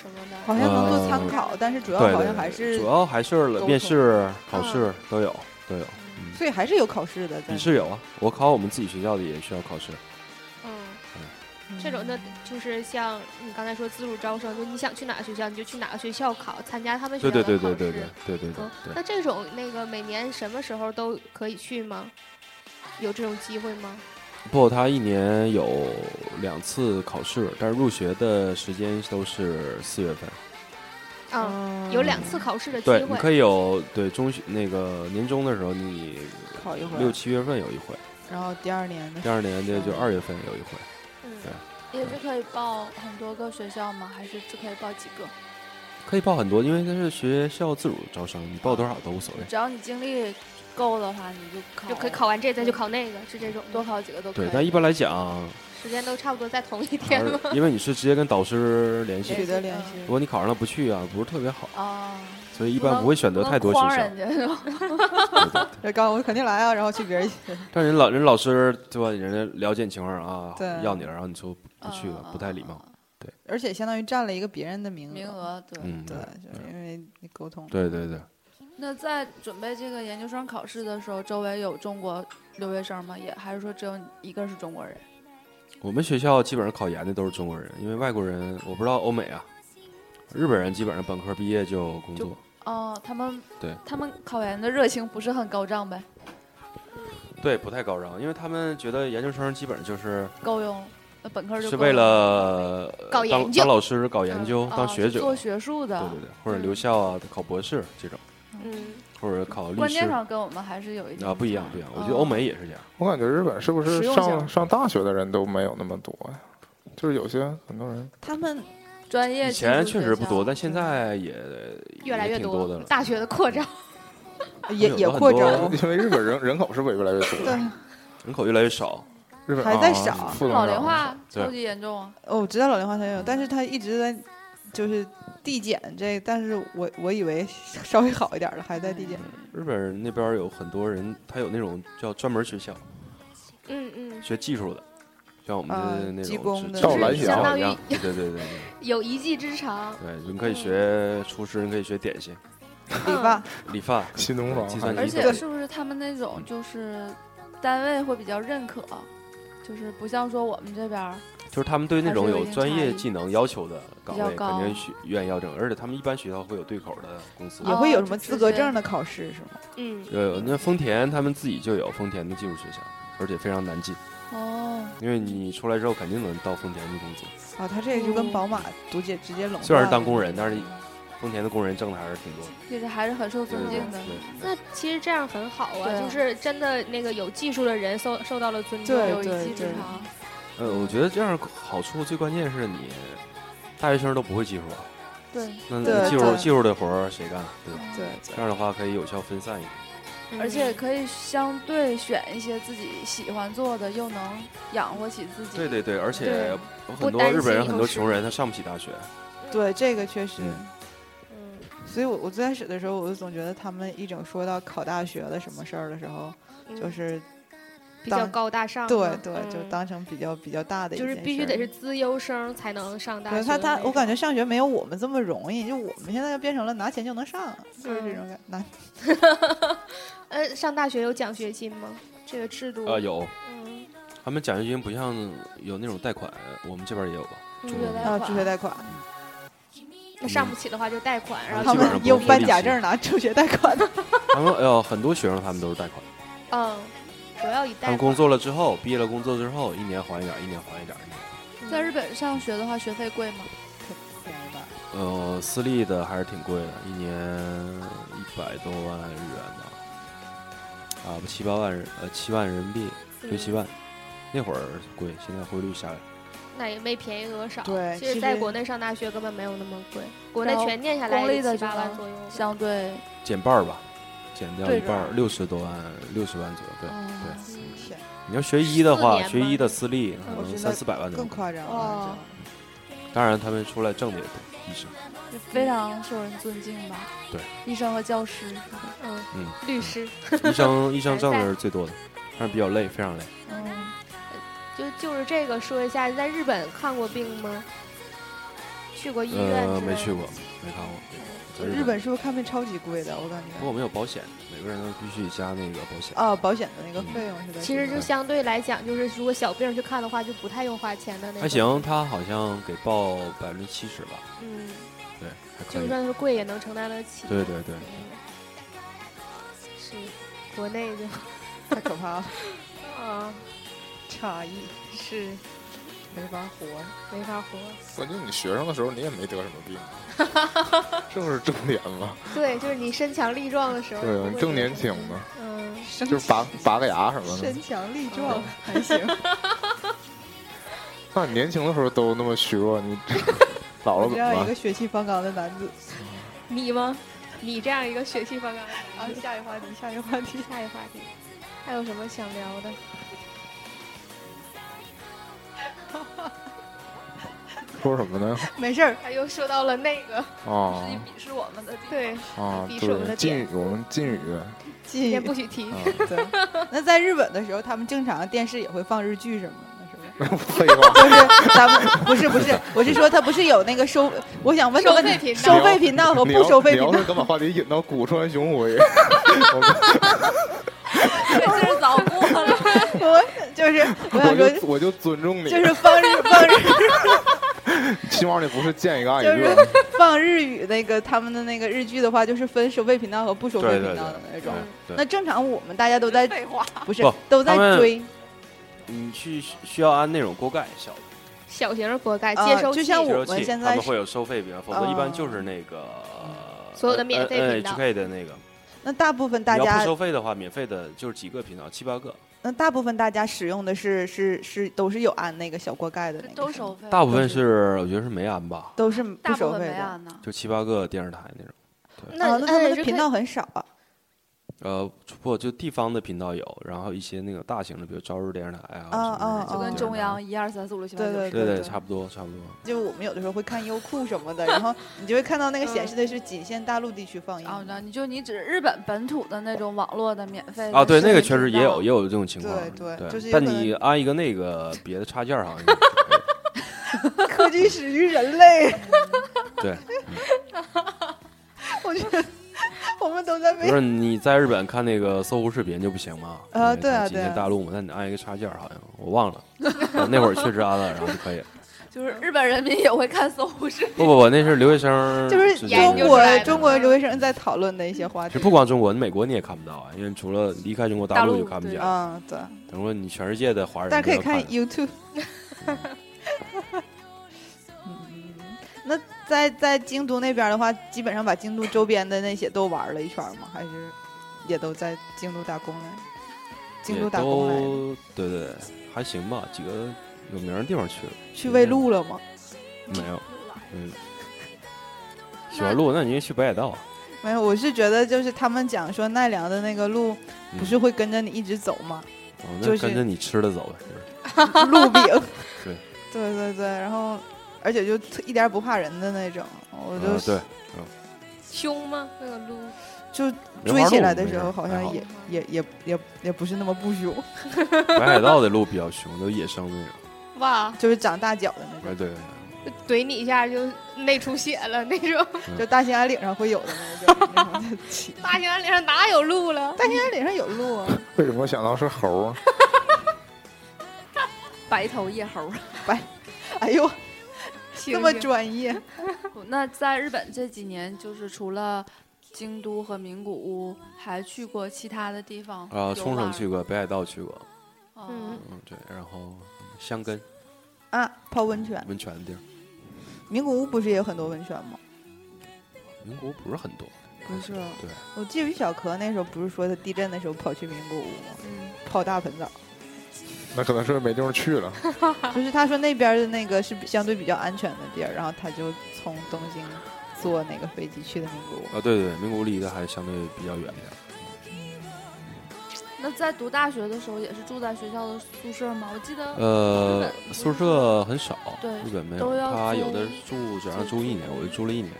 [SPEAKER 4] 什么的。
[SPEAKER 3] 好像能做
[SPEAKER 5] 呃
[SPEAKER 3] 参考，但是主要
[SPEAKER 5] 对
[SPEAKER 3] 好
[SPEAKER 5] 对
[SPEAKER 3] 像
[SPEAKER 5] 对
[SPEAKER 3] 还是
[SPEAKER 5] 主，要还是
[SPEAKER 3] 沟
[SPEAKER 5] 面
[SPEAKER 3] 通
[SPEAKER 5] 试、考试都有都有。
[SPEAKER 3] 嗯所以还是有考试的。在
[SPEAKER 5] 笔试有啊，我考我们自己学校的也需要考试。
[SPEAKER 4] 嗯。这种的，就是像你刚才说自主招生，就你想去哪个学校，你就去哪个学校考，参加他们学
[SPEAKER 5] 对
[SPEAKER 4] 校的
[SPEAKER 5] 对对
[SPEAKER 4] 考
[SPEAKER 5] 对
[SPEAKER 4] 试。
[SPEAKER 5] 对对对对对
[SPEAKER 4] 嗯
[SPEAKER 5] 对。
[SPEAKER 4] 那这种那个每年什么时候都可以去吗？有这种机会吗？
[SPEAKER 5] 不，他一年有两次考试，但是入学的时间都是四月份。
[SPEAKER 4] 啊、
[SPEAKER 3] 嗯
[SPEAKER 4] 有两次考试的机
[SPEAKER 5] 对，你
[SPEAKER 4] 会。
[SPEAKER 5] 可以有对中学那个年终的时候，你
[SPEAKER 3] 考一回，
[SPEAKER 5] 六七月份有一 回，
[SPEAKER 3] 然后第二年的
[SPEAKER 5] 第二年的就二月份有一回。
[SPEAKER 4] 嗯
[SPEAKER 5] 对
[SPEAKER 6] 也是可以报很多个学校吗？还是只可以报几个？
[SPEAKER 5] 可以报很多，因为它是学校自主招生，你报多少都无所谓。
[SPEAKER 6] 只要你精力够的话，你就考
[SPEAKER 4] 就可以考完这再去考那个，是这种
[SPEAKER 6] 多
[SPEAKER 4] 多
[SPEAKER 6] 考几个都可以。
[SPEAKER 5] 对，但一般来讲，
[SPEAKER 4] 时间都差不多在同一
[SPEAKER 5] 还
[SPEAKER 4] 天
[SPEAKER 5] 是
[SPEAKER 4] 了。
[SPEAKER 5] 因为你是直接跟导师联系
[SPEAKER 3] 取得联系
[SPEAKER 6] 嗯
[SPEAKER 5] 如。果你考上了不去啊，不是特别好，
[SPEAKER 6] 啊，
[SPEAKER 5] 所以一
[SPEAKER 6] 一
[SPEAKER 5] 般不会选择太多学校。
[SPEAKER 6] 人家就
[SPEAKER 3] 这刚我肯定来啊，然后去别人
[SPEAKER 5] 但人老人老师对吧？人家了解你情况啊
[SPEAKER 3] 对，
[SPEAKER 5] 要你了，然后你说不去
[SPEAKER 6] 嗯
[SPEAKER 5] 了，不太礼貌。
[SPEAKER 3] 而且相当于占了一个别人的名额。
[SPEAKER 6] 名额对。
[SPEAKER 5] 嗯，
[SPEAKER 3] 对，就是因为你沟通。
[SPEAKER 5] 对对对，
[SPEAKER 6] 那在准备这个研究生考试的时候，周围有中国留学生吗？也还是说只有你一个是中国人？
[SPEAKER 5] 我们学校基本上考研的都是中国人，因为外国人我不知道欧美啊，日本人基本上本科毕业就工作
[SPEAKER 6] 就，哦，他们
[SPEAKER 5] 对
[SPEAKER 6] 他们考研的热情不是很高涨呗，
[SPEAKER 5] 对，不太高涨，因为他们觉得研究生基本上就是
[SPEAKER 6] 够用，那本科就是够
[SPEAKER 5] 为
[SPEAKER 6] 用
[SPEAKER 5] 了
[SPEAKER 4] 搞
[SPEAKER 5] 当
[SPEAKER 4] 哦研究
[SPEAKER 5] 当老师、搞研究、
[SPEAKER 6] 啊
[SPEAKER 5] 当学者，
[SPEAKER 6] 做学术的
[SPEAKER 5] 对对对，或者留校啊、考博士这种。
[SPEAKER 6] 嗯
[SPEAKER 4] 嗯，
[SPEAKER 5] 或者考律
[SPEAKER 6] 观念
[SPEAKER 5] 师
[SPEAKER 6] 上跟我们还是有一定哦
[SPEAKER 5] 啊，不一样不一样。我觉得欧美也是这样，
[SPEAKER 2] 我感觉日本是不是
[SPEAKER 3] 实用
[SPEAKER 2] 上
[SPEAKER 3] 性
[SPEAKER 2] 上大学的人都没有那么多呀？就是有些很多人，
[SPEAKER 3] 他们
[SPEAKER 6] 专业
[SPEAKER 5] 以前确实不多，但现在也
[SPEAKER 4] 越来
[SPEAKER 5] 也
[SPEAKER 4] 越
[SPEAKER 5] 挺
[SPEAKER 4] 多
[SPEAKER 5] 的了。
[SPEAKER 4] 大学的扩张，
[SPEAKER 3] 也
[SPEAKER 5] 有
[SPEAKER 3] 也
[SPEAKER 5] 很
[SPEAKER 3] 扩
[SPEAKER 5] 多
[SPEAKER 3] 张，
[SPEAKER 2] 因为日本人人口是不是越来越多？
[SPEAKER 3] 对，
[SPEAKER 5] 人口越来越少，
[SPEAKER 2] 日本
[SPEAKER 3] 还在
[SPEAKER 2] 啊
[SPEAKER 3] 少
[SPEAKER 2] 负增
[SPEAKER 6] 老龄
[SPEAKER 2] 长
[SPEAKER 6] 化
[SPEAKER 5] 对
[SPEAKER 6] 超级严重啊。
[SPEAKER 3] 哦我知道老龄化才有，但是他一直在就是递减这，但是我我以为稍微好一点了，还在递减。
[SPEAKER 5] 日本人那边有很多人，他有那种叫专门学校
[SPEAKER 4] 嗯嗯，
[SPEAKER 5] 学技术的，像我们的
[SPEAKER 6] 呃
[SPEAKER 3] 嗯
[SPEAKER 5] 那
[SPEAKER 3] 技
[SPEAKER 5] 种
[SPEAKER 3] 工
[SPEAKER 5] 职
[SPEAKER 3] 的
[SPEAKER 2] 照蓝翔
[SPEAKER 5] 职校一
[SPEAKER 4] 相当
[SPEAKER 5] 样
[SPEAKER 4] 于，
[SPEAKER 5] 对对对对对
[SPEAKER 4] 有一技之长，
[SPEAKER 5] 对，你可以
[SPEAKER 6] 嗯
[SPEAKER 5] 学厨师，你可以学点心、
[SPEAKER 3] 理发，
[SPEAKER 5] 理发，
[SPEAKER 2] 新东方
[SPEAKER 5] 计算
[SPEAKER 2] 还
[SPEAKER 6] 而
[SPEAKER 5] 机
[SPEAKER 6] 且
[SPEAKER 5] 对嗯
[SPEAKER 6] 是不是他们那种就是单位会比较认可，就是不像说我们这边儿
[SPEAKER 5] 就是他们对那种
[SPEAKER 6] 还是
[SPEAKER 5] 有
[SPEAKER 6] 有一定
[SPEAKER 5] 专
[SPEAKER 6] 差
[SPEAKER 5] 业
[SPEAKER 6] 异
[SPEAKER 5] 技能要求的岗
[SPEAKER 6] 比较
[SPEAKER 5] 位，肯
[SPEAKER 6] 高
[SPEAKER 5] 定学愿意要证，而且他们一般学校会有对口的公司。
[SPEAKER 3] 也
[SPEAKER 6] 哦
[SPEAKER 3] 会有什么
[SPEAKER 6] 就
[SPEAKER 3] 资
[SPEAKER 6] 是
[SPEAKER 3] 格
[SPEAKER 6] 这
[SPEAKER 3] 证的考试是吗？
[SPEAKER 4] 嗯，
[SPEAKER 5] 有有，那丰田他们自己就有丰田的技术学校，而且非常难进，
[SPEAKER 6] 哦，
[SPEAKER 5] 因为你出来之后肯定能到丰田去工作。
[SPEAKER 3] 啊，他这个就
[SPEAKER 4] 哦
[SPEAKER 3] 跟宝马直接直接垄断。
[SPEAKER 5] 虽然是当工人，但是丰田的工人挣的还是挺多的。
[SPEAKER 6] 就是还是很受
[SPEAKER 5] 对
[SPEAKER 6] 尊
[SPEAKER 4] 嗯
[SPEAKER 5] 对
[SPEAKER 6] 敬的。
[SPEAKER 5] 对
[SPEAKER 4] 那其实这样很好
[SPEAKER 6] 对
[SPEAKER 4] 啊，
[SPEAKER 6] 啊
[SPEAKER 4] 就是真的那个有技术的人受受到了尊重，
[SPEAKER 3] 对
[SPEAKER 4] 有一
[SPEAKER 3] 对
[SPEAKER 4] 技之
[SPEAKER 3] 对
[SPEAKER 4] 长，
[SPEAKER 5] 对，呃，我觉得这样好处最关键是你大学生都不会技术啊，
[SPEAKER 6] 对，
[SPEAKER 5] 那
[SPEAKER 3] 对
[SPEAKER 5] 技术
[SPEAKER 3] 对
[SPEAKER 5] 技术的活儿谁干，对吧？
[SPEAKER 3] 对，
[SPEAKER 5] 这样的话可以有效分散一点。
[SPEAKER 4] 嗯
[SPEAKER 6] 而且可以相对选一些自己喜欢做的，又能养活起自己。
[SPEAKER 5] 对对对，而且很
[SPEAKER 4] 不
[SPEAKER 5] 多
[SPEAKER 4] 担
[SPEAKER 5] 日本
[SPEAKER 4] 心
[SPEAKER 5] 人
[SPEAKER 4] 以
[SPEAKER 5] 很
[SPEAKER 4] 后
[SPEAKER 5] 多
[SPEAKER 4] 是
[SPEAKER 5] 穷人他上不起大学，
[SPEAKER 3] 对，这个确实。
[SPEAKER 5] 嗯
[SPEAKER 4] 嗯
[SPEAKER 3] 所以我我最开始的时候，我就总觉得他们一整说到考大学的什么事儿的时候，
[SPEAKER 4] 嗯
[SPEAKER 3] 就是
[SPEAKER 4] 比较
[SPEAKER 3] 当
[SPEAKER 4] 高大上嘛，
[SPEAKER 3] 对对，就
[SPEAKER 4] 嗯
[SPEAKER 3] 当成比较比较大的一
[SPEAKER 4] 就
[SPEAKER 3] 件事
[SPEAKER 4] 是
[SPEAKER 3] 儿。
[SPEAKER 4] 必须得是资优生才能上大
[SPEAKER 3] 对
[SPEAKER 4] 学。
[SPEAKER 3] 他他，我感觉，上学没有我们这么容易，就我们现在变成了拿钱就能上，就是这种
[SPEAKER 4] 嗯
[SPEAKER 3] 感拿
[SPEAKER 4] 呃，上大学有奖学金吗？这个制度，
[SPEAKER 5] 呃，有
[SPEAKER 4] 嗯，
[SPEAKER 5] 他们奖学金不像有那种贷款，我们这边也有吧？
[SPEAKER 4] 嗯
[SPEAKER 5] 中
[SPEAKER 6] 学
[SPEAKER 5] 国
[SPEAKER 6] 贷
[SPEAKER 3] 啊
[SPEAKER 6] 款
[SPEAKER 3] 助学贷款，
[SPEAKER 4] 那上不起的话就贷款，然
[SPEAKER 3] 他
[SPEAKER 4] 后
[SPEAKER 5] 他基本上
[SPEAKER 3] 们
[SPEAKER 5] 不
[SPEAKER 3] 有
[SPEAKER 5] 会
[SPEAKER 3] 办
[SPEAKER 5] 利
[SPEAKER 3] 假
[SPEAKER 5] 息
[SPEAKER 3] 证拿助学贷款 的，
[SPEAKER 5] 他们呃很多学生他们都是贷款，
[SPEAKER 4] 嗯，主要以贷
[SPEAKER 5] 他
[SPEAKER 4] 款。
[SPEAKER 5] 们工作了之后，毕业了工作之后，一年还一点儿，一年还一点儿，一年还
[SPEAKER 6] 在日本上学的话，学费贵吗？
[SPEAKER 3] 便宜吧
[SPEAKER 5] 一点儿。呃，私立的还是挺贵的，一年一百多万日元吧，啊不七八万人呃七万人民币六七万，那会儿贵，现在汇率下来。
[SPEAKER 4] 嗯那也没便宜多少。
[SPEAKER 3] 对
[SPEAKER 4] 其
[SPEAKER 3] 其
[SPEAKER 4] 实
[SPEAKER 3] 实
[SPEAKER 4] 在国内上大学根本没有那么贵，国内
[SPEAKER 6] 然后
[SPEAKER 4] 全念下来
[SPEAKER 6] 公立的
[SPEAKER 4] 七八
[SPEAKER 6] 就
[SPEAKER 4] 万
[SPEAKER 6] 能
[SPEAKER 4] 左右。
[SPEAKER 6] 相对，
[SPEAKER 5] 减半儿吧，减掉
[SPEAKER 6] 对
[SPEAKER 5] 一半儿，
[SPEAKER 6] 折
[SPEAKER 5] 六十多万，六十万左右。对，
[SPEAKER 6] 哦
[SPEAKER 5] 对，
[SPEAKER 3] 天，
[SPEAKER 5] 你要学医的
[SPEAKER 4] 四
[SPEAKER 5] 话，
[SPEAKER 4] 年
[SPEAKER 5] 学
[SPEAKER 4] 吧
[SPEAKER 5] 医的私立可
[SPEAKER 3] 嗯我
[SPEAKER 5] 能
[SPEAKER 3] 觉
[SPEAKER 5] 三
[SPEAKER 3] 得
[SPEAKER 5] 四百万的
[SPEAKER 3] 更。夸张了
[SPEAKER 4] 哦
[SPEAKER 6] 哇，
[SPEAKER 5] 当然，他们出来挣的也多，医生。
[SPEAKER 6] 就非常受人尊敬吧。
[SPEAKER 5] 对，
[SPEAKER 6] 医生和教师是吧，
[SPEAKER 4] 嗯
[SPEAKER 5] 嗯
[SPEAKER 4] 律师
[SPEAKER 5] 医生医生
[SPEAKER 4] 还
[SPEAKER 5] 挣的
[SPEAKER 4] 在
[SPEAKER 5] 是最多的，但是比较累，非常累。
[SPEAKER 6] 嗯，
[SPEAKER 4] 就就是这个说一下，在日本看过病吗？去过医院之类的？
[SPEAKER 5] 呃，没去过，没看过。在
[SPEAKER 3] 就日本，是不是看病超级贵的？我感
[SPEAKER 5] 不过
[SPEAKER 3] 觉
[SPEAKER 5] 没有保险，每个人都必须加那个保险。
[SPEAKER 3] 啊，保险的那个
[SPEAKER 2] 嗯
[SPEAKER 3] 费用是在
[SPEAKER 4] 其实
[SPEAKER 3] 这
[SPEAKER 4] 就
[SPEAKER 3] 个
[SPEAKER 4] 相对来讲，就是如果小病去看的话，就不太用花钱的那种。
[SPEAKER 5] 还，行，他好像给报百分之七十吧，
[SPEAKER 4] 嗯，
[SPEAKER 5] 对，还可
[SPEAKER 4] 就
[SPEAKER 5] 以。
[SPEAKER 4] 算是贵也能承担得起。
[SPEAKER 5] 对对对，
[SPEAKER 4] 是国内就
[SPEAKER 3] 太可怕了，
[SPEAKER 4] 啊，
[SPEAKER 3] 差异
[SPEAKER 4] 是
[SPEAKER 3] 没法活。
[SPEAKER 4] 没法活。
[SPEAKER 2] 关键你学生的时候你也没得什么 病，这不是重点吗？
[SPEAKER 4] 对，就是你身强力壮的时候，
[SPEAKER 5] 啊
[SPEAKER 2] 对，你正年轻呢，
[SPEAKER 4] 嗯，
[SPEAKER 2] 就是拔拔个牙什么的。
[SPEAKER 3] 身强力壮还行，
[SPEAKER 2] 那你年轻的时候都那么虚弱，你 老了
[SPEAKER 3] 我
[SPEAKER 2] 怎
[SPEAKER 3] 这
[SPEAKER 2] 么
[SPEAKER 3] 样一个
[SPEAKER 2] 办？
[SPEAKER 3] 血气方刚的男子。
[SPEAKER 4] 你吗？你这样一个血气方刚的
[SPEAKER 3] 啊
[SPEAKER 4] 男，人，
[SPEAKER 3] 下一话题，下一话题。
[SPEAKER 4] 下一话题，还有什么想聊的？
[SPEAKER 2] 说什么呢？
[SPEAKER 3] 没事儿，
[SPEAKER 4] 他哎又说到了那个，
[SPEAKER 2] 啊
[SPEAKER 6] 你鄙视我们的地方。
[SPEAKER 4] 对，
[SPEAKER 2] 啊，
[SPEAKER 4] 鄙视我们
[SPEAKER 2] 对，
[SPEAKER 4] 的
[SPEAKER 2] 禁
[SPEAKER 4] 点
[SPEAKER 2] 语，我们禁语
[SPEAKER 3] 进
[SPEAKER 4] 也不许提
[SPEAKER 2] 啊。，
[SPEAKER 3] 对。那在日本的时候，他们正常电视也会放日剧什么的，是吧？
[SPEAKER 2] 废话，
[SPEAKER 3] 就是咱们不是不是，我是说他不是有那个收，我想问个
[SPEAKER 4] 收
[SPEAKER 3] 问
[SPEAKER 4] 费
[SPEAKER 3] 题，
[SPEAKER 4] 频道
[SPEAKER 3] 收费频道和
[SPEAKER 2] 你
[SPEAKER 3] 不
[SPEAKER 2] 要
[SPEAKER 3] 收费
[SPEAKER 2] 你
[SPEAKER 3] 频
[SPEAKER 2] 要
[SPEAKER 3] 道
[SPEAKER 2] 是，敢把话题引到古川雄 辉，我们
[SPEAKER 6] 这是早过了。
[SPEAKER 3] 我就是我 想
[SPEAKER 2] 我
[SPEAKER 3] 说，
[SPEAKER 2] 就我就尊重你，
[SPEAKER 3] 就是放日放日
[SPEAKER 2] 起码你不是见一个爱一
[SPEAKER 3] 就
[SPEAKER 2] 个
[SPEAKER 3] 是。放日语那个他们的那个日剧的话，就是分收费频道和不收费频道的那种。
[SPEAKER 5] 对
[SPEAKER 3] 那
[SPEAKER 5] 对，
[SPEAKER 3] 正常我们大家都在
[SPEAKER 7] 废话，
[SPEAKER 3] 不是
[SPEAKER 5] 不嗯
[SPEAKER 3] 都在
[SPEAKER 5] 他们
[SPEAKER 3] 追，
[SPEAKER 5] 你去需要安那种锅盖小的
[SPEAKER 4] 小型的锅盖
[SPEAKER 3] 啊
[SPEAKER 4] 接收器
[SPEAKER 3] 就，像
[SPEAKER 5] 接收
[SPEAKER 3] 我们
[SPEAKER 5] 器，
[SPEAKER 3] 现
[SPEAKER 5] 他
[SPEAKER 3] 在
[SPEAKER 5] 们
[SPEAKER 3] 是
[SPEAKER 5] 会有收费，比方，否则一般就是那个
[SPEAKER 2] 呃
[SPEAKER 4] 所有的免费频道
[SPEAKER 5] HK 的那个
[SPEAKER 3] 那大部分大
[SPEAKER 5] 你要不
[SPEAKER 3] 家
[SPEAKER 5] 收费的话，免费的就是几个频道，七八个，
[SPEAKER 3] 那大部分大家使用的是是是都是有安那个小锅盖的那个
[SPEAKER 6] 都
[SPEAKER 3] 是吗
[SPEAKER 6] 收费，
[SPEAKER 5] 大部分是我觉得是没安吧，
[SPEAKER 3] 都是不
[SPEAKER 6] 大部
[SPEAKER 3] 收
[SPEAKER 6] 分
[SPEAKER 3] 费
[SPEAKER 6] 没
[SPEAKER 3] 的。
[SPEAKER 6] 按呢。
[SPEAKER 5] 就七八个电视台那种。
[SPEAKER 3] 啊，
[SPEAKER 4] 那
[SPEAKER 3] 那他
[SPEAKER 4] 也
[SPEAKER 3] 们的
[SPEAKER 4] 是可以
[SPEAKER 3] 频道很少啊。
[SPEAKER 5] 呃，不就地方的频道有，然后一些那个大型的，比如朝日电视台啊，
[SPEAKER 3] 啊
[SPEAKER 5] 什么
[SPEAKER 3] 啊就
[SPEAKER 5] 日本
[SPEAKER 6] 就
[SPEAKER 3] 跟
[SPEAKER 6] 跟
[SPEAKER 5] 电视
[SPEAKER 6] 中
[SPEAKER 5] 台
[SPEAKER 6] 央，一二三四五六七八
[SPEAKER 3] 对
[SPEAKER 6] 九
[SPEAKER 3] 对
[SPEAKER 6] 十，
[SPEAKER 5] 对
[SPEAKER 3] 对
[SPEAKER 5] 对，
[SPEAKER 3] 对
[SPEAKER 5] 差不多差不多。
[SPEAKER 3] 就我们有的时候会看优酷什么的，然后你就会看到那个显示的是仅限大陆地区放映
[SPEAKER 6] 啊，我知
[SPEAKER 3] 的。
[SPEAKER 6] 道，你就你指日本本土的那种网络的免
[SPEAKER 3] 哎
[SPEAKER 6] 费的
[SPEAKER 5] 啊，对，
[SPEAKER 6] 视
[SPEAKER 5] 那个
[SPEAKER 6] 频
[SPEAKER 5] 确实
[SPEAKER 6] 频
[SPEAKER 5] 也
[SPEAKER 6] 道
[SPEAKER 5] 有也有这种情况，
[SPEAKER 3] 对对就是有
[SPEAKER 5] 但
[SPEAKER 3] 可能
[SPEAKER 5] 你安一个那个别的插件儿好像也不可以，
[SPEAKER 3] 科技始于人类，
[SPEAKER 5] 对，
[SPEAKER 3] 我觉得 我们都在
[SPEAKER 5] 不
[SPEAKER 3] 被
[SPEAKER 5] 是你在日本看那个搜狐视频就不行吗？
[SPEAKER 3] 啊
[SPEAKER 5] 因为
[SPEAKER 3] 对啊
[SPEAKER 5] 它仅
[SPEAKER 3] 对
[SPEAKER 5] 限
[SPEAKER 3] 啊
[SPEAKER 5] 大陆嘛，但你安一个插件儿好像我忘了， 啊那会儿确实安了，然后就可以了。
[SPEAKER 6] 就是日本人民也会看搜狐视频。
[SPEAKER 5] 不不不，那是留学生
[SPEAKER 3] 就
[SPEAKER 5] 之
[SPEAKER 3] 是
[SPEAKER 5] 间
[SPEAKER 3] 中
[SPEAKER 5] 的
[SPEAKER 4] 出来
[SPEAKER 3] 国
[SPEAKER 4] 的
[SPEAKER 3] 中国留学生在讨论的一些话
[SPEAKER 5] 其实
[SPEAKER 3] 题。
[SPEAKER 5] 不光中国，美国你也看不到啊，因为除了离开中国大
[SPEAKER 6] 大
[SPEAKER 5] 陆
[SPEAKER 6] 陆
[SPEAKER 5] 就看不
[SPEAKER 6] 对
[SPEAKER 5] 见。
[SPEAKER 3] 嗯，对，
[SPEAKER 5] 等说你全世界的华人，
[SPEAKER 3] 但是可以
[SPEAKER 5] 看
[SPEAKER 3] 看 YouTube。嗯那在在京都那边的话，基本上把京都周边的那些都玩了一圈吗？还是也都在京都打工来？京
[SPEAKER 5] 也
[SPEAKER 3] 都打工来
[SPEAKER 5] 都对对，对还行吧，几个有名儿的地方去了，
[SPEAKER 3] 去喂鹿了吗？
[SPEAKER 5] 没有，嗯，喜欢路，那你也去北海道啊，
[SPEAKER 3] 没有，我是觉得就是他们讲说奈良的那个鹿
[SPEAKER 5] 嗯
[SPEAKER 3] 不是会跟着你一直走吗？
[SPEAKER 5] 哦那
[SPEAKER 3] 就
[SPEAKER 5] 跟
[SPEAKER 3] 是
[SPEAKER 5] 着你吃的走呗，就是
[SPEAKER 3] 鹿饼。
[SPEAKER 5] 对
[SPEAKER 3] 对对对，然后而且就特一点儿不怕人的那种，我就、
[SPEAKER 5] 啊对，
[SPEAKER 4] 凶吗？那个鹿
[SPEAKER 3] 就
[SPEAKER 5] 莲
[SPEAKER 3] 追
[SPEAKER 5] 花
[SPEAKER 3] 起
[SPEAKER 5] 路
[SPEAKER 3] 来的
[SPEAKER 5] 没
[SPEAKER 3] 时
[SPEAKER 5] 事
[SPEAKER 3] 候
[SPEAKER 5] 儿
[SPEAKER 3] 好
[SPEAKER 5] 还
[SPEAKER 3] 像也也也也也不是那么不凶，
[SPEAKER 5] 北海道的鹿比较凶，都野生那种，
[SPEAKER 4] 哇，
[SPEAKER 3] 就是长大脚的那
[SPEAKER 5] 哎
[SPEAKER 3] 种，
[SPEAKER 5] 对，
[SPEAKER 4] 就怼你一下就内出血了那种。
[SPEAKER 3] 就大兴安岭上会有的那种那 种的骑。
[SPEAKER 4] 大兴安岭上哪有鹿了？
[SPEAKER 3] 大兴安岭上有鹿啊，
[SPEAKER 2] 为什么想到是猴儿？
[SPEAKER 6] 白头叶猴儿。
[SPEAKER 3] 哎呦，
[SPEAKER 4] 这
[SPEAKER 3] 那么专业，
[SPEAKER 6] 那在日本这几年，就是除了京都和名古屋，还去过其他的地方
[SPEAKER 5] 啊，冲绳去
[SPEAKER 6] 过，
[SPEAKER 5] 过，北海道去过，
[SPEAKER 6] 嗯
[SPEAKER 4] 嗯，
[SPEAKER 5] 嗯对，然后箱根
[SPEAKER 3] 啊，泡温泉，
[SPEAKER 5] 温泉的地儿，
[SPEAKER 3] 名古屋不是也有很多温泉吗？
[SPEAKER 5] 名古屋不是很多，
[SPEAKER 3] 不是啊
[SPEAKER 5] 对，
[SPEAKER 3] 我记得于小壳那时候不是说他地震的时候跑去名古屋吗？
[SPEAKER 4] 嗯
[SPEAKER 3] 泡大盆澡，
[SPEAKER 2] 那可能是没地方去了。
[SPEAKER 3] 就是他说那边的那个是比相对比较安全的地儿，然后他就从东京坐那个飞机去的名古屋。
[SPEAKER 5] 啊对对对，名古屋离得还相对比较远一点，
[SPEAKER 6] 那在读大学的时候，也是住在学校的宿舍吗？我记得，
[SPEAKER 5] 呃
[SPEAKER 6] 日本，不是
[SPEAKER 5] 宿舍很少，
[SPEAKER 6] 对
[SPEAKER 5] 日本没
[SPEAKER 6] 都
[SPEAKER 5] 有，
[SPEAKER 6] 要
[SPEAKER 5] 他
[SPEAKER 6] 租
[SPEAKER 5] 有的住只让租一年，我就租了一年，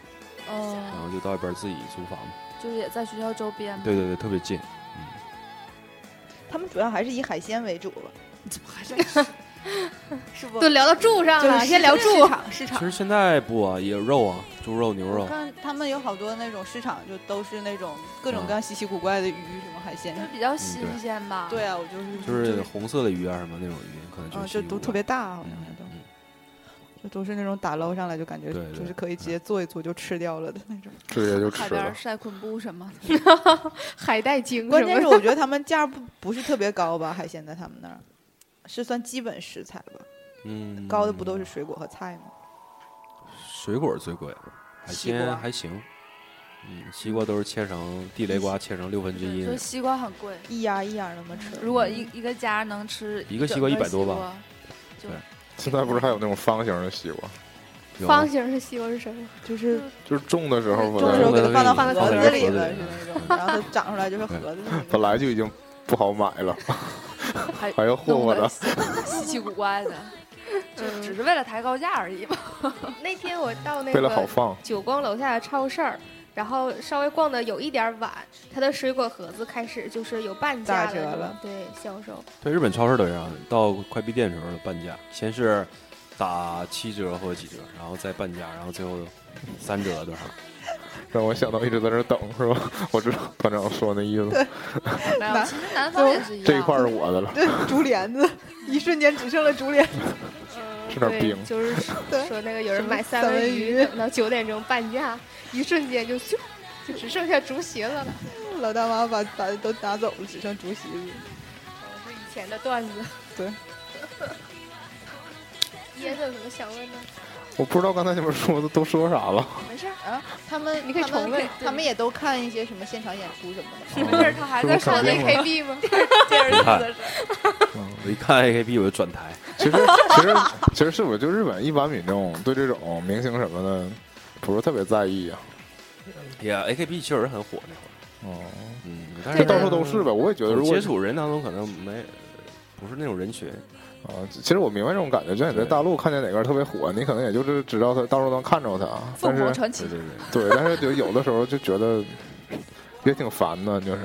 [SPEAKER 5] 然
[SPEAKER 6] 嗯，
[SPEAKER 5] 后就到外边自己租房子，
[SPEAKER 6] 就是也在学校周边
[SPEAKER 3] 嗯
[SPEAKER 6] 吗。
[SPEAKER 5] 对对对，特别近，
[SPEAKER 3] 他们主要还是以海鲜为主吧。
[SPEAKER 6] 是不
[SPEAKER 4] 都？聊到住上
[SPEAKER 3] 就
[SPEAKER 4] 了，
[SPEAKER 3] 是
[SPEAKER 4] 先聊住
[SPEAKER 3] 市
[SPEAKER 4] 场市
[SPEAKER 5] 其实现在不啊，也有肉啊，猪肉、牛肉
[SPEAKER 3] 我，看他们有好多那种市场，就都是那种各种各
[SPEAKER 5] 嗯
[SPEAKER 3] 样稀奇古怪的鱼，什么海鲜。
[SPEAKER 6] 就比较新鲜吧。
[SPEAKER 3] 对啊，我就是
[SPEAKER 5] 就是红色的鱼啊什么那种鱼，可
[SPEAKER 3] 嗯，
[SPEAKER 5] 能就
[SPEAKER 3] 就是都特别大，好像还都
[SPEAKER 5] 嗯嗯
[SPEAKER 3] 就都是那种打捞上来就感觉
[SPEAKER 5] 对对
[SPEAKER 3] 就是可以直接做一做就吃掉了的那种。
[SPEAKER 2] 直接就
[SPEAKER 6] 海
[SPEAKER 2] 吃
[SPEAKER 6] 边
[SPEAKER 2] 了
[SPEAKER 6] 儿。晒昆布什么的，
[SPEAKER 4] 海带
[SPEAKER 5] 嗯
[SPEAKER 4] 精
[SPEAKER 3] 关
[SPEAKER 4] 什
[SPEAKER 3] 键是
[SPEAKER 4] 么
[SPEAKER 3] 我觉得他们价不不是特别高吧，海鲜在他们那儿是算基本食材吧，
[SPEAKER 5] 嗯，
[SPEAKER 3] 高的不都是水果和菜吗？
[SPEAKER 5] 水果最贵，海
[SPEAKER 3] 西瓜
[SPEAKER 5] 鲜还行。嗯，西瓜都是切成地雷
[SPEAKER 3] 嗯
[SPEAKER 5] 瓜，切成六分之一
[SPEAKER 6] 就
[SPEAKER 5] 那
[SPEAKER 6] 是
[SPEAKER 5] 种。
[SPEAKER 6] 西瓜很贵。
[SPEAKER 3] 一压一压那么吃，
[SPEAKER 6] 如果一一个家能吃
[SPEAKER 5] 一个西
[SPEAKER 6] 整
[SPEAKER 5] 瓜
[SPEAKER 6] 个
[SPEAKER 5] 100多吧
[SPEAKER 6] 西瓜，
[SPEAKER 2] 现在不是还有那种方形的西瓜，
[SPEAKER 5] 有吗
[SPEAKER 4] 方形的西瓜是什么？
[SPEAKER 3] 就是
[SPEAKER 2] 就是种的时候我
[SPEAKER 3] 种的时候
[SPEAKER 5] 种
[SPEAKER 3] 给
[SPEAKER 5] 的
[SPEAKER 3] 它放到盒
[SPEAKER 5] 放
[SPEAKER 3] 子
[SPEAKER 5] 在
[SPEAKER 3] 里
[SPEAKER 5] 盒子
[SPEAKER 3] 了
[SPEAKER 5] 里
[SPEAKER 3] 是那种，然后它长出来就是盒子那 么一个。
[SPEAKER 2] 本来就已经不好买了，
[SPEAKER 6] 还
[SPEAKER 2] 还要 霍
[SPEAKER 6] 弄
[SPEAKER 2] 霍
[SPEAKER 6] 得
[SPEAKER 2] 它。
[SPEAKER 6] 稀稀奇古怪 的，就
[SPEAKER 4] 嗯
[SPEAKER 6] 只是为了抬高价而已吧。
[SPEAKER 4] 那天我到那
[SPEAKER 2] 为了好
[SPEAKER 4] 个
[SPEAKER 2] 放，
[SPEAKER 4] 九光楼下的超市儿，然后稍微逛的有一点晚，它的水果盒子开始就是有半价
[SPEAKER 3] 打折
[SPEAKER 4] 了
[SPEAKER 3] 了
[SPEAKER 4] 对，销售。
[SPEAKER 5] 对，日本超市都这样，到快闭店的时候半价，先是打七折或者几折，然后再半价，然后最后三折多少？
[SPEAKER 2] 让我想到一直在这儿等，是吧？我知道团长说那意思，
[SPEAKER 6] 没有，
[SPEAKER 3] 拿
[SPEAKER 6] 其实南方也是一样。
[SPEAKER 2] 这一块儿是我的了。
[SPEAKER 3] 对，竹帘子，一瞬间只剩了竹帘。
[SPEAKER 4] 嗯，
[SPEAKER 2] 吃点
[SPEAKER 4] 对
[SPEAKER 2] 冰
[SPEAKER 4] 就是
[SPEAKER 3] 对
[SPEAKER 4] 说那个有人
[SPEAKER 3] 什么
[SPEAKER 4] 买三
[SPEAKER 3] 三
[SPEAKER 4] 文
[SPEAKER 3] 文
[SPEAKER 4] 鱼，
[SPEAKER 3] 鱼
[SPEAKER 4] 等到九点钟半价，一瞬间就咻，就只剩下竹席子了。
[SPEAKER 3] 老大妈把把都拿走了，只剩竹席子。
[SPEAKER 4] 是以前的段子。
[SPEAKER 3] 对。
[SPEAKER 4] 椰子有什么想问的？
[SPEAKER 2] 我不知道刚才你们说的都说啥 了。
[SPEAKER 4] 没事儿，
[SPEAKER 8] 啊他们
[SPEAKER 7] 你可以
[SPEAKER 8] 他们
[SPEAKER 7] 重问
[SPEAKER 8] 他们也都看一些什么现场演出什么的吗。
[SPEAKER 4] 没事儿，他还在看 AKB 吗？
[SPEAKER 5] 看，我一看 AKB 我就转台，
[SPEAKER 2] 其实其实其实是不是就日本一般民众对这种明星什么的不是特别在意啊？
[SPEAKER 5] 也 AKB 确实很火那会儿，
[SPEAKER 2] 哦，
[SPEAKER 5] 嗯，但
[SPEAKER 2] 这
[SPEAKER 5] 是
[SPEAKER 2] 到处都是呗。我也觉得，如
[SPEAKER 5] 我
[SPEAKER 2] 果
[SPEAKER 5] 接触人当中可能没不是那种人群，
[SPEAKER 2] 啊，其实我明白这种感觉，就像你在大陆看见哪个人特别火，你可能也就是知道他，到时候能看着他。啊但
[SPEAKER 7] 凤凰
[SPEAKER 2] 是
[SPEAKER 7] 传
[SPEAKER 5] 对
[SPEAKER 7] 奇
[SPEAKER 5] 对对，
[SPEAKER 2] 对，但是就有的时候就觉得也挺烦的，就是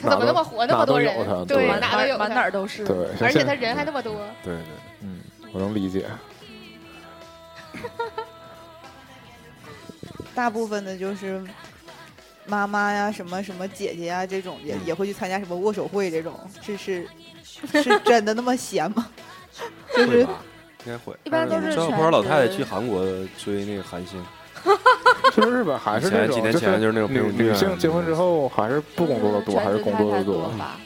[SPEAKER 4] 他怎么那么火？那么多人
[SPEAKER 2] 哪都有他，
[SPEAKER 4] 对，
[SPEAKER 2] 对
[SPEAKER 4] 哪都有
[SPEAKER 7] 满哪
[SPEAKER 4] 他，
[SPEAKER 7] 儿都是。
[SPEAKER 2] 对，像
[SPEAKER 4] 而且
[SPEAKER 2] 现
[SPEAKER 4] 他人还那么多。
[SPEAKER 5] 对对，
[SPEAKER 2] 嗯，我能理解。
[SPEAKER 8] 大部分的就是妈妈呀、什么什么姐姐呀这种，也
[SPEAKER 5] 嗯
[SPEAKER 8] 也会去参加什么握手会这种，是是是真的那么闲吗？就
[SPEAKER 5] 会
[SPEAKER 8] 是
[SPEAKER 5] 吧，应该会。
[SPEAKER 7] 一般都是
[SPEAKER 5] 张小
[SPEAKER 7] 全
[SPEAKER 5] 坡老太太
[SPEAKER 7] 是
[SPEAKER 5] 去韩国追那个韩星，
[SPEAKER 2] 就是日本还是那
[SPEAKER 5] 前
[SPEAKER 2] 种，
[SPEAKER 5] 几年前就是那种
[SPEAKER 2] 女
[SPEAKER 5] 病
[SPEAKER 2] 女
[SPEAKER 5] 啊
[SPEAKER 2] 性结婚之后还是不工作的
[SPEAKER 6] 嗯
[SPEAKER 2] 多，还是工作的多？
[SPEAKER 6] 吧？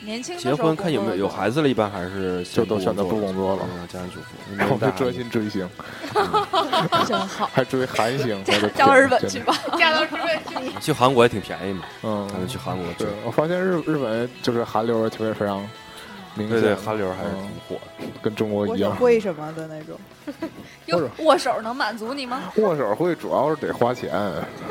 [SPEAKER 6] 年轻的时
[SPEAKER 5] 结
[SPEAKER 6] 候
[SPEAKER 5] 婚看有没有有
[SPEAKER 6] 工作
[SPEAKER 5] 孩子了，一般还是
[SPEAKER 2] 就
[SPEAKER 5] 先
[SPEAKER 2] 都选择不工作了，
[SPEAKER 5] 嗯家庭主妇，因为
[SPEAKER 2] 然后就
[SPEAKER 5] 大
[SPEAKER 2] 专心追星，
[SPEAKER 7] 真好。
[SPEAKER 2] 还追韩星，我的
[SPEAKER 6] 嫁到
[SPEAKER 2] 天
[SPEAKER 6] 日本
[SPEAKER 2] 真
[SPEAKER 6] 去
[SPEAKER 2] 的
[SPEAKER 6] 吧。
[SPEAKER 4] 嫁到日本 去，
[SPEAKER 5] 去韩国也挺便宜嘛，
[SPEAKER 2] 嗯，
[SPEAKER 5] 咱们去韩国
[SPEAKER 2] 对，，
[SPEAKER 5] 追
[SPEAKER 2] 我发现日日本就是韩流也特别非常明
[SPEAKER 5] 对
[SPEAKER 2] 显，
[SPEAKER 5] 对，韩流还是挺
[SPEAKER 2] 嗯
[SPEAKER 5] 火的。
[SPEAKER 2] 跟中国
[SPEAKER 8] 握
[SPEAKER 2] 一
[SPEAKER 8] 手
[SPEAKER 2] 样。
[SPEAKER 8] 会什么的那种。
[SPEAKER 2] 或者
[SPEAKER 7] 哟，握手能满足你吗？
[SPEAKER 2] 握手会主要是得花钱，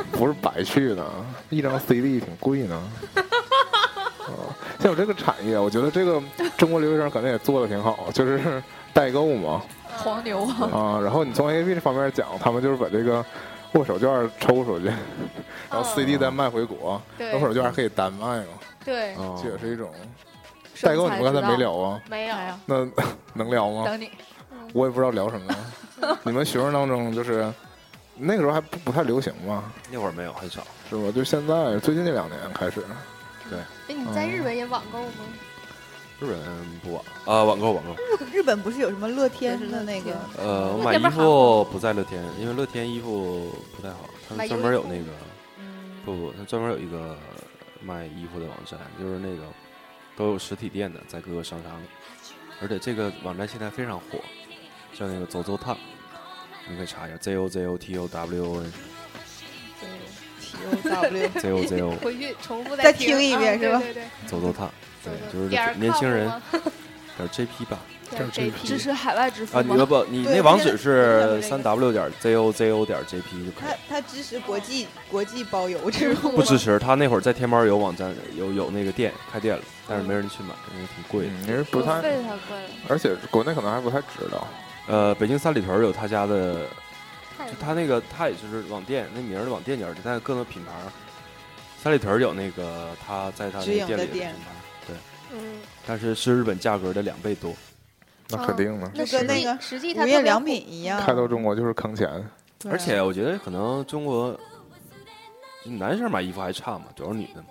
[SPEAKER 2] 不是白去 的，一张 CD 挺贵 呢。啊像我这个产业，我觉得这个中国留学生可能也做的挺好，就是代购嘛
[SPEAKER 6] 嗯
[SPEAKER 7] 黄牛啊，
[SPEAKER 2] 啊。然后你从 A P 这方面讲，他们就是把这个握手券 抽出去，
[SPEAKER 7] 哦
[SPEAKER 2] 然后 CD 再卖回国，握
[SPEAKER 4] 对
[SPEAKER 2] 手券还可以单卖嘛，
[SPEAKER 4] 对，
[SPEAKER 5] 哦
[SPEAKER 2] 这也是一种
[SPEAKER 7] 生
[SPEAKER 2] 代购。你们
[SPEAKER 7] 财
[SPEAKER 2] 刚才
[SPEAKER 7] 之
[SPEAKER 2] 没
[SPEAKER 7] 道
[SPEAKER 2] 聊啊？
[SPEAKER 4] 没有
[SPEAKER 7] 哎呀，
[SPEAKER 2] 那 能聊吗？
[SPEAKER 7] 等你。
[SPEAKER 2] 我也不知道聊什么了。你们学生当中就是那个时候还不不太流行嘛，
[SPEAKER 5] 那会儿没有，很少。
[SPEAKER 2] 是吧？就现在最近这两年开始，
[SPEAKER 4] 那哎你在日本也网购吗？
[SPEAKER 5] 日本不网啊，网购网购。
[SPEAKER 8] 日本不是有什么乐天的那
[SPEAKER 6] 乐
[SPEAKER 8] 个？
[SPEAKER 5] 呃，我
[SPEAKER 4] 那嗯要不
[SPEAKER 5] 买衣
[SPEAKER 4] 然韩国
[SPEAKER 5] 服不在乐天，因为乐天衣服不太好，他
[SPEAKER 4] 买
[SPEAKER 5] 们
[SPEAKER 4] 优
[SPEAKER 5] 专门
[SPEAKER 4] 衣
[SPEAKER 5] 有
[SPEAKER 4] 库嗯
[SPEAKER 5] 那个不不，他专门有一个卖衣服的网站，就是那个都有实体店的，在各个商场里。而且这个网站现在非常火，像那个走走烫，你可以查一下 z o z o t o w n
[SPEAKER 8] 对 T O W，
[SPEAKER 5] z o z o
[SPEAKER 4] 回去重复
[SPEAKER 8] 再
[SPEAKER 4] 听
[SPEAKER 8] 听一遍
[SPEAKER 4] 啊
[SPEAKER 8] 是吧
[SPEAKER 4] 对对对，
[SPEAKER 5] 走走烫，对
[SPEAKER 4] 走，走
[SPEAKER 5] 就是
[SPEAKER 4] 点儿
[SPEAKER 5] 年轻人
[SPEAKER 4] 靠谱吗
[SPEAKER 5] 点 JP 吧
[SPEAKER 4] 点儿
[SPEAKER 2] 这
[SPEAKER 4] JP
[SPEAKER 6] 支持海外支付
[SPEAKER 5] 啊，你
[SPEAKER 6] 吗？
[SPEAKER 5] 不你
[SPEAKER 8] 对
[SPEAKER 5] 那
[SPEAKER 8] 我
[SPEAKER 5] 网
[SPEAKER 8] 现
[SPEAKER 5] 址
[SPEAKER 8] 在
[SPEAKER 5] 是
[SPEAKER 8] 我现在
[SPEAKER 5] 三
[SPEAKER 8] 有
[SPEAKER 5] w 点 z o z o 点 j p 就可以
[SPEAKER 8] 它
[SPEAKER 5] 了。
[SPEAKER 8] 它支持国际国际包邮这种
[SPEAKER 5] 不支持，他那会儿在天猫有网站，有有那个店开店了，但是没人去买，因为挺贵的。
[SPEAKER 2] 嗯，因为不
[SPEAKER 6] 邮
[SPEAKER 2] 太，
[SPEAKER 6] 费太贵了，
[SPEAKER 2] 而且国内可能还不太知道。
[SPEAKER 5] 呃，北京三里屯有他家的，
[SPEAKER 4] 太
[SPEAKER 5] 就他那个他也就是网店，那名儿的网店叫，但是各个品牌儿，三里屯有那个他在他那
[SPEAKER 8] 直
[SPEAKER 5] 个
[SPEAKER 8] 营
[SPEAKER 5] 店
[SPEAKER 8] 的
[SPEAKER 5] 里的品
[SPEAKER 8] 店
[SPEAKER 5] 牌，
[SPEAKER 4] 嗯，
[SPEAKER 5] 但是是日本价格的两倍多。
[SPEAKER 2] 那
[SPEAKER 4] 啊
[SPEAKER 2] 肯定的，
[SPEAKER 8] 就
[SPEAKER 4] 那实
[SPEAKER 8] 跟那
[SPEAKER 4] 际
[SPEAKER 8] 个
[SPEAKER 4] 实际它
[SPEAKER 8] 无印
[SPEAKER 4] 特别
[SPEAKER 8] 良
[SPEAKER 4] 火
[SPEAKER 8] 品一
[SPEAKER 3] 啊
[SPEAKER 8] 样。
[SPEAKER 2] 开到中国就是坑钱。
[SPEAKER 8] 对啊
[SPEAKER 5] 而且我觉得可能中国男生买衣服还差嘛，主要是女的嘛，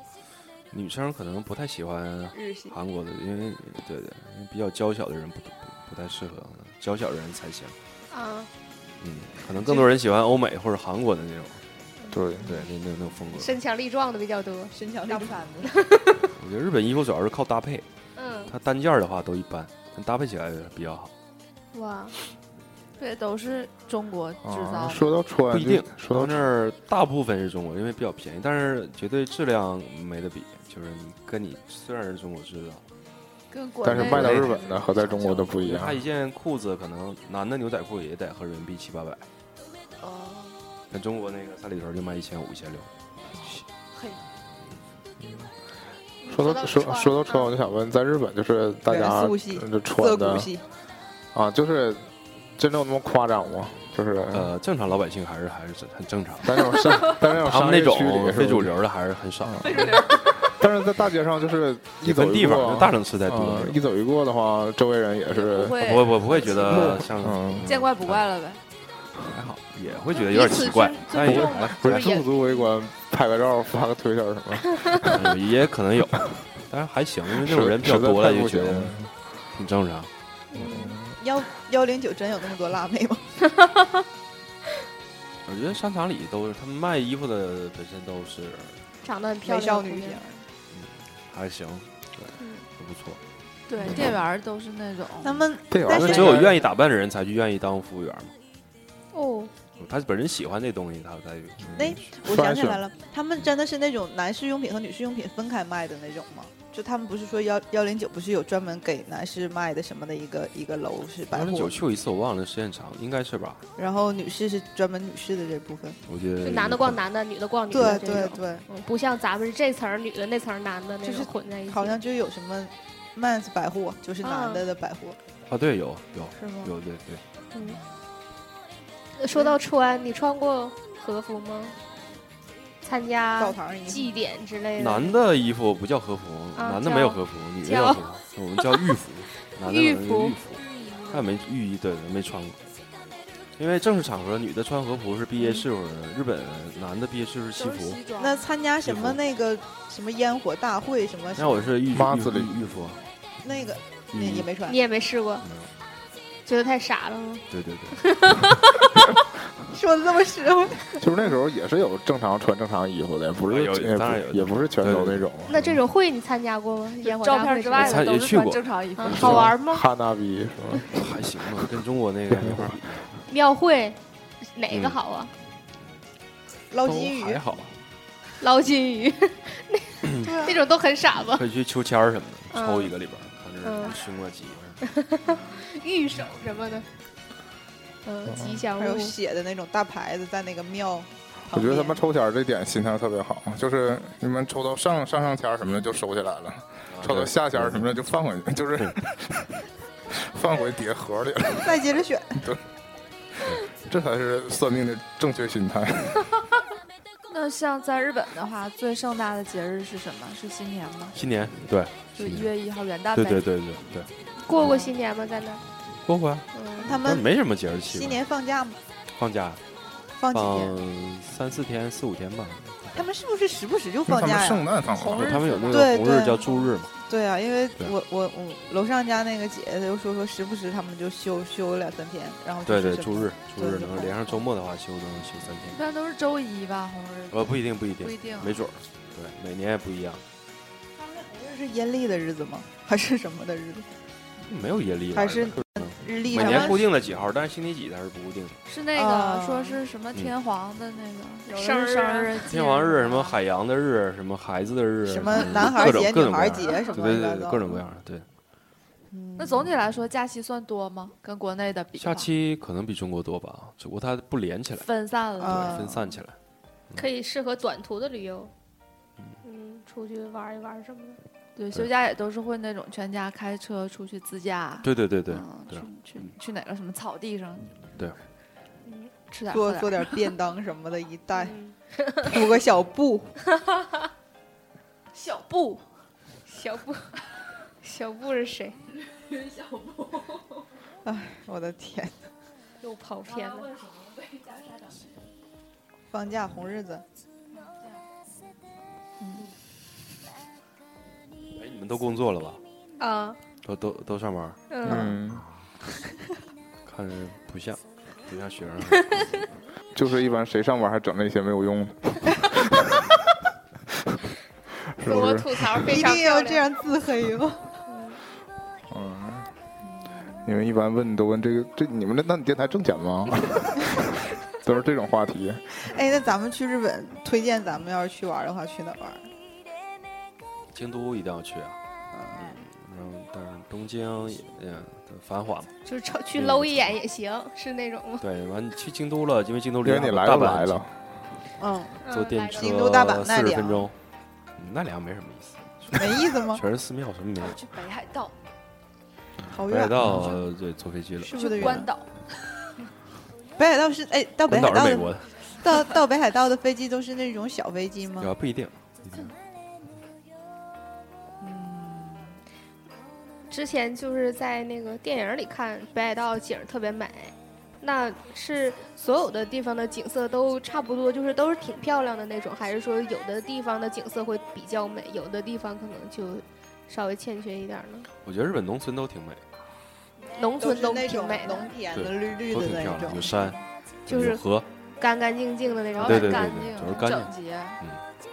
[SPEAKER 5] 女生可能不太喜欢
[SPEAKER 7] 日系
[SPEAKER 5] 韩国的，因为对对，因为比较娇小的人不不不太适合，娇小的人才行。
[SPEAKER 4] 啊，
[SPEAKER 5] 嗯，可能更多人喜欢欧美或者韩国的那种，
[SPEAKER 2] 对
[SPEAKER 5] 对，，那那那种风格。
[SPEAKER 4] 身强力壮的比较多。
[SPEAKER 8] 身强力壮，
[SPEAKER 5] 我觉得日本衣服主要是靠搭配，
[SPEAKER 4] 嗯，
[SPEAKER 5] 它单件儿的话都一般，但搭配起来比较好。
[SPEAKER 4] 哇，
[SPEAKER 6] 对，都是中国制
[SPEAKER 2] 啊，
[SPEAKER 6] 造
[SPEAKER 2] 说到穿，
[SPEAKER 5] 不一定
[SPEAKER 2] 就，说
[SPEAKER 5] 说
[SPEAKER 2] 到
[SPEAKER 5] 到那儿大部分是中国，因为比较便宜，但是绝对质量没得比，就是你跟你虽然是中国制造，
[SPEAKER 7] 跟国
[SPEAKER 2] 但是
[SPEAKER 7] 内
[SPEAKER 2] 卖到
[SPEAKER 7] 的
[SPEAKER 2] 日本的和在中国的不一样
[SPEAKER 5] 它一件裤子可能男的牛仔裤也得合人民币七八百，
[SPEAKER 7] 哦，
[SPEAKER 5] 但中国那个三里屯就卖一千五、一千六。
[SPEAKER 2] 说到说说到穿，我
[SPEAKER 4] 嗯
[SPEAKER 2] 就想问，在日本就是大家
[SPEAKER 8] 元素系
[SPEAKER 2] 嗯就
[SPEAKER 8] 涩
[SPEAKER 2] 穿
[SPEAKER 8] 谷
[SPEAKER 2] 的
[SPEAKER 8] 系，
[SPEAKER 2] 啊，就是真正那么夸张吗？就是
[SPEAKER 5] 呃，正常老百姓还是还是很正常，
[SPEAKER 2] 但那种 商，但那种
[SPEAKER 5] 他
[SPEAKER 2] 商
[SPEAKER 5] 们那
[SPEAKER 2] 业
[SPEAKER 5] 种
[SPEAKER 2] 区里
[SPEAKER 5] 非主，流的还是很
[SPEAKER 2] 是
[SPEAKER 5] 少
[SPEAKER 2] 吧，啊但是在大街上就是一
[SPEAKER 5] 也
[SPEAKER 2] 走
[SPEAKER 5] 分
[SPEAKER 2] 一
[SPEAKER 5] 地方，
[SPEAKER 2] 过
[SPEAKER 5] 就大城市才多
[SPEAKER 2] 啊
[SPEAKER 5] 那，种。
[SPEAKER 2] 一走一过的话，周围人也是
[SPEAKER 6] 不会
[SPEAKER 5] 我我不会觉得像
[SPEAKER 2] 嗯
[SPEAKER 6] 见怪不怪了呗。
[SPEAKER 5] 还好，也会觉得有点奇怪
[SPEAKER 6] 彼，此
[SPEAKER 5] 但
[SPEAKER 6] 尊
[SPEAKER 5] 也
[SPEAKER 6] 重
[SPEAKER 5] 还
[SPEAKER 2] 不
[SPEAKER 5] 好
[SPEAKER 2] 是驻足围观，拍个照，发个推特什么，
[SPEAKER 5] 嗯也可能有，但是还行，因为那种人比较
[SPEAKER 2] 实在
[SPEAKER 5] 多了，
[SPEAKER 2] 太
[SPEAKER 5] 就
[SPEAKER 2] 不
[SPEAKER 5] 觉
[SPEAKER 2] 行
[SPEAKER 5] 得
[SPEAKER 2] 了嗯
[SPEAKER 5] 挺正常。
[SPEAKER 4] 嗯
[SPEAKER 8] 幺幺零九真有那么多辣妹吗？
[SPEAKER 5] 我觉得商场里都是他们卖衣服的本身都是
[SPEAKER 4] 长得很漂
[SPEAKER 8] 美
[SPEAKER 4] 亮
[SPEAKER 8] 少
[SPEAKER 4] 的姑
[SPEAKER 8] 女
[SPEAKER 4] 娘，
[SPEAKER 8] 型，
[SPEAKER 5] 还行，对
[SPEAKER 4] 嗯，
[SPEAKER 5] 都不错。
[SPEAKER 6] 对，这玩意儿都是那种
[SPEAKER 3] 他们
[SPEAKER 2] 这玩意
[SPEAKER 3] 但
[SPEAKER 5] 那
[SPEAKER 3] 是
[SPEAKER 5] 只有
[SPEAKER 2] 儿
[SPEAKER 5] 愿意打扮的人才去愿意当服务员嘛。
[SPEAKER 4] 哦，
[SPEAKER 5] 他本人喜欢这东西，他才
[SPEAKER 3] 那我想起来了，他们真的是那种男士用品和女士用品分开卖的那种吗？就他们不是说幺幺零九不是有专门给男士卖的什么的一个一个楼是百
[SPEAKER 5] 八十
[SPEAKER 3] 货
[SPEAKER 5] 九，去过一次，我忘了时间长，应该是吧？
[SPEAKER 3] 然后女士是专门女士的这部分。
[SPEAKER 5] 我觉得
[SPEAKER 4] 就男的逛，男的，女的逛女
[SPEAKER 3] 对
[SPEAKER 4] 的这
[SPEAKER 3] 对
[SPEAKER 4] 种，
[SPEAKER 3] 对，
[SPEAKER 4] 嗯，不像咱们是这层儿女的，那层儿男的，那
[SPEAKER 3] 就是
[SPEAKER 4] 种混在一起。
[SPEAKER 3] 好像就有什么 mans 百货，就是男的的
[SPEAKER 4] 嗯
[SPEAKER 3] 百货，
[SPEAKER 5] 啊，对，有有
[SPEAKER 3] 是吗？
[SPEAKER 5] 有，对对，
[SPEAKER 4] 呃说到穿，你穿过和服吗？参
[SPEAKER 3] 澡
[SPEAKER 4] 加
[SPEAKER 3] 堂一
[SPEAKER 4] 祭典之类的？
[SPEAKER 5] 男的衣服不叫和服，
[SPEAKER 4] 啊
[SPEAKER 5] 男的没有和服，女的
[SPEAKER 4] 叫
[SPEAKER 5] 叫和服，我们叫浴服，男的
[SPEAKER 4] 浴
[SPEAKER 5] 可能
[SPEAKER 4] 服
[SPEAKER 5] 是浴服，但没浴衣，对，没穿过。因为正式场合，女的穿和服是毕业式服，日本男的毕业式是西
[SPEAKER 6] 都是
[SPEAKER 5] 服，
[SPEAKER 6] 西装。
[SPEAKER 3] 那参加什么那个什么烟火大会什么什
[SPEAKER 5] 那我是浴嗯
[SPEAKER 2] 妈
[SPEAKER 5] 浴
[SPEAKER 2] 子里
[SPEAKER 5] 浴浴服，
[SPEAKER 3] 那个
[SPEAKER 5] 浴
[SPEAKER 3] 那
[SPEAKER 5] 衣
[SPEAKER 3] 也没穿
[SPEAKER 4] 你，也没试过，
[SPEAKER 5] 嗯
[SPEAKER 4] 觉得太傻了吗？
[SPEAKER 5] 对对对。
[SPEAKER 3] 说的这么实惠，
[SPEAKER 2] 就是那时候也是有正常穿正常衣服的，不是
[SPEAKER 5] 有
[SPEAKER 2] 也不
[SPEAKER 5] 当然有
[SPEAKER 2] 也不是全都那种。
[SPEAKER 4] 那这种会你参加过吗？烟火
[SPEAKER 6] 照
[SPEAKER 4] 大
[SPEAKER 6] 片
[SPEAKER 4] 会
[SPEAKER 6] 之
[SPEAKER 4] 什么
[SPEAKER 6] 外
[SPEAKER 4] 的
[SPEAKER 5] 参
[SPEAKER 6] 的
[SPEAKER 5] 也
[SPEAKER 6] 都是
[SPEAKER 5] 去
[SPEAKER 6] 穿
[SPEAKER 5] 过
[SPEAKER 6] 正常衣服
[SPEAKER 4] 嗯。好玩吗？
[SPEAKER 2] 哈纳比是吧？
[SPEAKER 5] 还行吧，跟中国 那个没法比，
[SPEAKER 4] 庙会哪
[SPEAKER 2] 嗯
[SPEAKER 4] 个好啊？
[SPEAKER 3] 捞金
[SPEAKER 5] 都
[SPEAKER 3] 鱼
[SPEAKER 5] 还好，
[SPEAKER 4] 捞金 鱼，那那种都很傻吧？
[SPEAKER 5] 可以去秋千儿什么的，
[SPEAKER 4] 嗯
[SPEAKER 5] 抽一个里边儿，看这
[SPEAKER 4] 嗯
[SPEAKER 5] 是胸啊几
[SPEAKER 3] 啊
[SPEAKER 4] 玉手什么的，嗯，吉祥
[SPEAKER 3] 还有
[SPEAKER 4] 物。
[SPEAKER 3] 写的那种大牌子在那个庙
[SPEAKER 2] 我
[SPEAKER 3] 旁边。
[SPEAKER 2] 觉得他们抽签儿这点心态特别好，就是你们抽到上上上签儿什么的就收起来了，抽到下签儿什么的就放回去， 就是放回碟盒里了。
[SPEAKER 3] 再接着选，
[SPEAKER 2] 这才是算命的正确心态。
[SPEAKER 6] 那像在日本的话，最盛大的节日是什么？是新年吗？
[SPEAKER 5] 新年，对
[SPEAKER 6] 就
[SPEAKER 5] 新年
[SPEAKER 6] 一月一号元旦呗。
[SPEAKER 5] 对对对对对，
[SPEAKER 4] 过过新年吗？在那儿？
[SPEAKER 5] 过过呀，
[SPEAKER 4] 嗯，
[SPEAKER 3] 他
[SPEAKER 5] 不是
[SPEAKER 3] 们
[SPEAKER 5] 没什么节日气
[SPEAKER 3] 新
[SPEAKER 5] 氛，
[SPEAKER 3] 年放假吗？
[SPEAKER 5] 放假
[SPEAKER 3] 放几
[SPEAKER 5] 放
[SPEAKER 3] 天？
[SPEAKER 5] 三四天四五天吧，
[SPEAKER 3] 他们是不是时不时就
[SPEAKER 2] 那
[SPEAKER 3] 放
[SPEAKER 2] 他们
[SPEAKER 3] 假呀？
[SPEAKER 2] 圣诞 放
[SPEAKER 6] 红
[SPEAKER 2] 完
[SPEAKER 6] 日
[SPEAKER 2] 了，
[SPEAKER 5] 他们有那
[SPEAKER 3] 哦对
[SPEAKER 5] 个红
[SPEAKER 3] 对
[SPEAKER 5] 日叫猪日嘛，
[SPEAKER 3] 对啊，因为
[SPEAKER 5] 对
[SPEAKER 3] 我我我楼上家那个姐，她就说说时不时他们就休休两三天，然后就
[SPEAKER 5] 对
[SPEAKER 3] 是
[SPEAKER 5] 对
[SPEAKER 3] 什么
[SPEAKER 5] 猪日猪日
[SPEAKER 3] 对
[SPEAKER 5] 能连上周末的话休能休三
[SPEAKER 6] 一
[SPEAKER 5] 天，
[SPEAKER 6] 般都是周一吧，红日
[SPEAKER 5] 呃不一定不一定
[SPEAKER 6] 不一定。
[SPEAKER 5] 没准儿，对每年也不一样，
[SPEAKER 3] 是阴历的日子吗？ 还是什么的日子？
[SPEAKER 5] 没有耶历
[SPEAKER 3] 还是
[SPEAKER 5] 嗯
[SPEAKER 3] 日历
[SPEAKER 5] 每
[SPEAKER 3] 上
[SPEAKER 5] 年
[SPEAKER 3] 面
[SPEAKER 5] 固定了几号，但是星期几它是不固定的，
[SPEAKER 6] 是那
[SPEAKER 3] 啊
[SPEAKER 6] 个说是什么天皇的那个有的是
[SPEAKER 4] 生日啊
[SPEAKER 6] 生日、
[SPEAKER 5] 嗯天王日什么
[SPEAKER 6] 海。
[SPEAKER 5] 海洋的日什么孩子的日
[SPEAKER 3] 啊什么
[SPEAKER 5] 的
[SPEAKER 3] 男孩
[SPEAKER 5] 嗯各种
[SPEAKER 3] 节、
[SPEAKER 5] 各
[SPEAKER 3] 女
[SPEAKER 5] 种各
[SPEAKER 3] 孩
[SPEAKER 5] 样的
[SPEAKER 3] 节什么
[SPEAKER 5] 对
[SPEAKER 3] 的，
[SPEAKER 5] 对对各种各样的对。
[SPEAKER 3] 嗯。
[SPEAKER 6] 那总体来说，假期算多吗？跟国内的比的
[SPEAKER 5] 假
[SPEAKER 6] 话，
[SPEAKER 5] 期可能比中国多吧，只不过它不连起来，
[SPEAKER 6] 分散了。
[SPEAKER 3] 啊
[SPEAKER 5] 对，分散起来。
[SPEAKER 4] 可以适合短途的旅游，嗯，出去玩一玩什么的。
[SPEAKER 6] 对，休假也都是会那种全家开车出去自驾。
[SPEAKER 5] 对对对对，
[SPEAKER 6] 嗯，
[SPEAKER 5] 对
[SPEAKER 6] 去去去哪个什么草地上？
[SPEAKER 5] 对，
[SPEAKER 6] 嗯，吃点
[SPEAKER 3] 做
[SPEAKER 6] 喝
[SPEAKER 3] 做
[SPEAKER 6] 点。
[SPEAKER 3] 点便当什么的，一带
[SPEAKER 4] 嗯，
[SPEAKER 3] 铺个小布，
[SPEAKER 6] 小布，
[SPEAKER 4] 小布， 小布是 谁？
[SPEAKER 3] 我的天！
[SPEAKER 4] 又跑偏了。
[SPEAKER 3] 放假红日子，
[SPEAKER 5] 哎，你们都工作了吧？
[SPEAKER 4] 啊，
[SPEAKER 5] 都都都上班？
[SPEAKER 4] 嗯，
[SPEAKER 2] 嗯，
[SPEAKER 5] 看着不像，不像学生。
[SPEAKER 2] 就是一般谁上班还整那些没有用的， 是
[SPEAKER 4] 自
[SPEAKER 2] 不
[SPEAKER 4] 我
[SPEAKER 2] 是？
[SPEAKER 4] 吐槽非
[SPEAKER 3] 一
[SPEAKER 4] 常
[SPEAKER 3] 定要
[SPEAKER 4] 漂
[SPEAKER 3] 这
[SPEAKER 4] 亮。
[SPEAKER 3] 样自黑吗？
[SPEAKER 2] 嗯，你们一般问都问这个，这你们那那你电台挣钱 吗？ 都是这种话题。
[SPEAKER 3] 哎，那咱们去日本，推荐咱们要是去玩的话，去哪儿玩？
[SPEAKER 5] 京都一定要去啊，然后但是东京也嗯繁华嘛。
[SPEAKER 4] 就是瞅去搂一眼也行，是那种吗？
[SPEAKER 5] 对，完你去京都了，因为京都离
[SPEAKER 2] 因为你来
[SPEAKER 5] 大
[SPEAKER 2] 都
[SPEAKER 5] 阪
[SPEAKER 2] 来 了，
[SPEAKER 3] 嗯，
[SPEAKER 5] 坐电车
[SPEAKER 3] 京都大阪啊奈
[SPEAKER 5] 四
[SPEAKER 3] 良
[SPEAKER 5] 十分钟，嗯奈良没什么意思，
[SPEAKER 3] 没意思吗？
[SPEAKER 5] 全是寺庙什么没有。
[SPEAKER 6] 去北海道，
[SPEAKER 3] 好
[SPEAKER 5] 北海
[SPEAKER 3] 远，
[SPEAKER 5] 道啊呃对坐飞机了，
[SPEAKER 3] 是不是得
[SPEAKER 6] 去
[SPEAKER 3] 远
[SPEAKER 6] 关？岛，
[SPEAKER 3] 北海道是哎，到北
[SPEAKER 5] 关
[SPEAKER 3] 海
[SPEAKER 5] 岛
[SPEAKER 3] 道
[SPEAKER 5] 是美
[SPEAKER 3] 的
[SPEAKER 5] 国的，
[SPEAKER 3] 到到北海道的飞机都是那种小飞机吗？
[SPEAKER 5] 啊不一定。
[SPEAKER 4] 之前就是在那个电影里看北海道景儿特别美，那是所有的地方的景色都差不多，就是都是挺漂亮的那种，还是说有的地方的景色会比较美，有的地方可能就稍微欠缺一点儿呢？
[SPEAKER 5] 我觉得日本农村都挺美，
[SPEAKER 4] 农村
[SPEAKER 3] 都是那
[SPEAKER 4] 挺
[SPEAKER 3] 种
[SPEAKER 4] 美的
[SPEAKER 3] 农，田
[SPEAKER 5] 对
[SPEAKER 3] 的绿绿
[SPEAKER 5] 都
[SPEAKER 3] 的
[SPEAKER 5] 挺漂
[SPEAKER 3] 那
[SPEAKER 5] 亮，有
[SPEAKER 3] 种，
[SPEAKER 5] 山，
[SPEAKER 4] 就是
[SPEAKER 5] 有河，
[SPEAKER 4] 干干净净的那
[SPEAKER 6] 然后
[SPEAKER 4] 种。
[SPEAKER 5] 对对
[SPEAKER 6] 很
[SPEAKER 5] 对
[SPEAKER 6] 干
[SPEAKER 5] 对
[SPEAKER 6] 净，
[SPEAKER 5] 就是干净
[SPEAKER 6] 整洁，
[SPEAKER 4] 嗯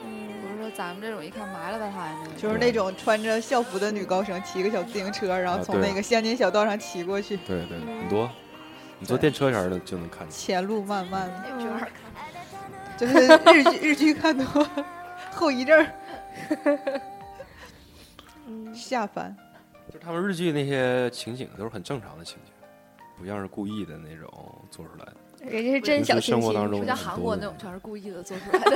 [SPEAKER 6] 不是说咱们这种一看埋了吧他那
[SPEAKER 3] 就是那种穿着校服的女高生骑个小自行车，然后
[SPEAKER 5] 啊
[SPEAKER 3] 从
[SPEAKER 5] 对
[SPEAKER 3] 那个乡间小道上骑过去，
[SPEAKER 5] 对对，很多，
[SPEAKER 3] 嗯
[SPEAKER 5] 你坐电车前儿的就能看见。
[SPEAKER 3] 前路漫漫，
[SPEAKER 4] 卷
[SPEAKER 5] 嗯
[SPEAKER 4] 儿
[SPEAKER 3] 就是日剧日剧看多了，后遗症儿
[SPEAKER 4] 嗯，
[SPEAKER 3] 下凡。
[SPEAKER 5] 就他们日剧那些情景都是很正常的情景，不像是故意的那种做出来的。
[SPEAKER 4] 人家是真小清
[SPEAKER 5] 生活当
[SPEAKER 4] 新，
[SPEAKER 5] 中
[SPEAKER 6] 不像
[SPEAKER 5] 很
[SPEAKER 6] 韩
[SPEAKER 5] 多
[SPEAKER 6] 国
[SPEAKER 5] 的
[SPEAKER 6] 那种全是故意的做出来的。